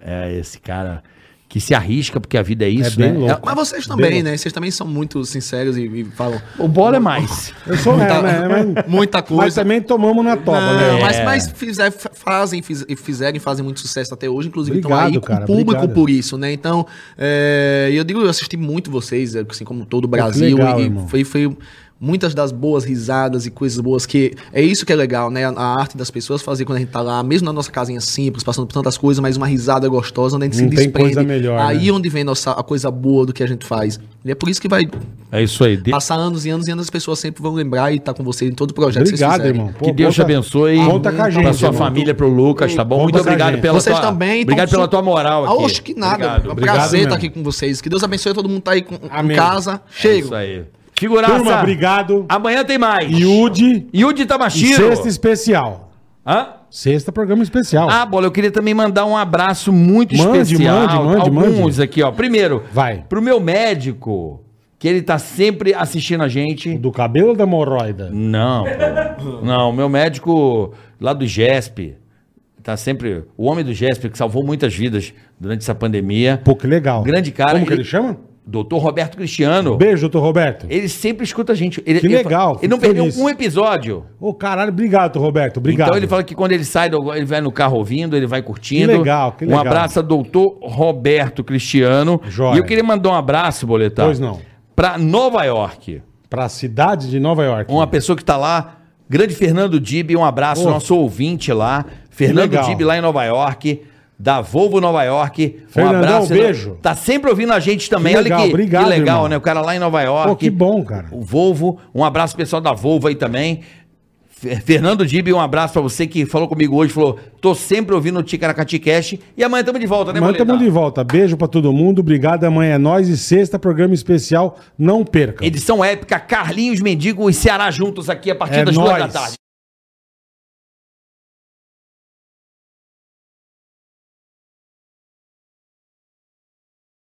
[SPEAKER 2] É esse cara que se arrisca porque a vida é isso,
[SPEAKER 1] bem
[SPEAKER 2] né?
[SPEAKER 1] louco.
[SPEAKER 3] Mas vocês também, né? Vocês também são muito sinceros e, e falam.
[SPEAKER 2] O bola é mais.
[SPEAKER 1] Eu sou
[SPEAKER 3] Muita-
[SPEAKER 1] é, né? Mas,
[SPEAKER 3] muita tá- coisa.
[SPEAKER 1] [laughs] Mas é, também tomamos na toba,
[SPEAKER 3] Não,
[SPEAKER 1] né?
[SPEAKER 3] mas, mas fizer- fa- fazem, fiz- e fizeram e fazem muito sucesso até hoje, inclusive estão
[SPEAKER 1] Obrigado,
[SPEAKER 3] aí com
[SPEAKER 1] cara,
[SPEAKER 3] o público
[SPEAKER 1] obrigado.
[SPEAKER 3] por isso, né? Então, é, eu digo, eu assisti muito vocês, assim como todo o
[SPEAKER 1] que
[SPEAKER 3] Brasil,
[SPEAKER 1] legal, irmão.
[SPEAKER 3] e foi, foi muitas das boas risadas e coisas boas que é isso que é legal, né? A, a arte das pessoas fazer quando a gente tá lá, mesmo na nossa casinha simples, passando por tantas coisas, mas uma risada gostosa, onde a gente
[SPEAKER 1] Não
[SPEAKER 3] se
[SPEAKER 1] tem
[SPEAKER 3] desprende.
[SPEAKER 1] coisa melhor,
[SPEAKER 3] aí
[SPEAKER 1] né?
[SPEAKER 3] onde vem nossa, a coisa boa do que a gente faz. E é por isso que vai
[SPEAKER 2] É isso aí. De-
[SPEAKER 3] passar anos e anos e anos, as pessoas sempre vão lembrar e estar com você em todo o projeto que vocês
[SPEAKER 1] Obrigado,
[SPEAKER 3] fizerem.
[SPEAKER 1] irmão. Pô,
[SPEAKER 2] que Deus
[SPEAKER 1] conta-
[SPEAKER 2] te abençoe.
[SPEAKER 1] Conta com a gente.
[SPEAKER 2] Pra sua
[SPEAKER 1] irmão.
[SPEAKER 2] família, pro Lucas, tá bom?
[SPEAKER 1] Conta
[SPEAKER 2] Muito
[SPEAKER 1] com a
[SPEAKER 2] obrigado
[SPEAKER 1] gente.
[SPEAKER 2] pela
[SPEAKER 3] vocês
[SPEAKER 2] tua...
[SPEAKER 3] também. tão
[SPEAKER 2] Obrigado pela
[SPEAKER 3] su-
[SPEAKER 2] tua moral aqui.
[SPEAKER 3] Oxe, que nada. É
[SPEAKER 2] Obrigado.
[SPEAKER 3] um
[SPEAKER 1] Obrigado
[SPEAKER 3] prazer
[SPEAKER 1] mesmo.
[SPEAKER 3] estar aqui com vocês. Que Deus abençoe todo mundo que tá aí com, com
[SPEAKER 1] Amém.
[SPEAKER 3] casa.
[SPEAKER 2] É
[SPEAKER 3] Chego.
[SPEAKER 2] isso aí. Figuraça.
[SPEAKER 1] Turma, obrigado.
[SPEAKER 2] Amanhã tem mais.
[SPEAKER 1] Yudi.
[SPEAKER 2] Yudi
[SPEAKER 1] E
[SPEAKER 2] Tamashiro.
[SPEAKER 1] sexta especial.
[SPEAKER 2] Hã?
[SPEAKER 1] Sexta programa especial.
[SPEAKER 2] Ah, bola, eu queria também mandar um abraço muito
[SPEAKER 1] Mande,
[SPEAKER 2] especial.
[SPEAKER 1] mande, mande,
[SPEAKER 2] alguns
[SPEAKER 1] mande.
[SPEAKER 2] aqui, ó. Primeiro,
[SPEAKER 1] Vai.
[SPEAKER 2] pro meu médico, que ele tá sempre assistindo a gente.
[SPEAKER 1] Do cabelo ou da hemorroida?
[SPEAKER 2] Não, pô. não, meu médico lá do GESP, tá sempre, o homem do GESP que salvou muitas vidas durante essa pandemia,
[SPEAKER 1] Pô, que legal.
[SPEAKER 2] Grande cara,
[SPEAKER 1] Como que
[SPEAKER 2] ele-
[SPEAKER 1] ele chama?
[SPEAKER 2] doutor Roberto Cristiano,
[SPEAKER 1] Beijo, doutor Roberto.
[SPEAKER 2] ele sempre escuta a gente. Ele,
[SPEAKER 1] Que
[SPEAKER 2] ele-
[SPEAKER 1] legal,
[SPEAKER 2] Ele não
[SPEAKER 1] fico
[SPEAKER 2] perdeu
[SPEAKER 1] feliz.
[SPEAKER 2] um episódio.
[SPEAKER 1] Ô, caralho, obrigado, doutor Roberto. Obrigado.
[SPEAKER 2] Então ele fala que quando ele sai, do- ele vai no carro ouvindo, ele vai curtindo.
[SPEAKER 1] Que legal, que
[SPEAKER 2] Um
[SPEAKER 1] legal.
[SPEAKER 2] abraço a doutor Roberto Cristiano.
[SPEAKER 1] Joia.
[SPEAKER 2] E eu queria mandar um abraço, Boletar.
[SPEAKER 1] Pois não.
[SPEAKER 2] Pra Nova York.
[SPEAKER 1] Pra cidade de Nova York.
[SPEAKER 2] Uma pessoa que tá lá, grande Fernando Dib, um abraço,
[SPEAKER 1] Pô.
[SPEAKER 2] nosso ouvinte lá. Fernando
[SPEAKER 1] legal.
[SPEAKER 2] Dib lá em Nova York. Da Volvo Nova York. Um
[SPEAKER 1] Fernandão, beijo.
[SPEAKER 2] Tá sempre ouvindo a gente também.
[SPEAKER 1] Que
[SPEAKER 2] Olha
[SPEAKER 1] legal,
[SPEAKER 2] que,
[SPEAKER 1] obrigado,
[SPEAKER 2] que legal,
[SPEAKER 1] irmão.
[SPEAKER 2] né? O cara lá em Nova York.
[SPEAKER 1] Pô, que bom, cara.
[SPEAKER 2] O Volvo. Um abraço pessoal da Volvo aí também. Fer- Fernando Dib, um abraço pra você que falou comigo hoje, falou, tô sempre ouvindo o Ticaracati Cash. E amanhã tamo de volta, né,
[SPEAKER 1] Amanhã tamo de
[SPEAKER 2] Boleta?
[SPEAKER 1] volta. Beijo pra todo mundo. Obrigado. Amanhã é nós. E sexta, programa especial. Não percam.
[SPEAKER 2] Edição épica, Carlinhos Mendigo e Ceará juntos aqui a partir
[SPEAKER 1] É
[SPEAKER 2] das duas da
[SPEAKER 1] nóis.
[SPEAKER 2] tarde.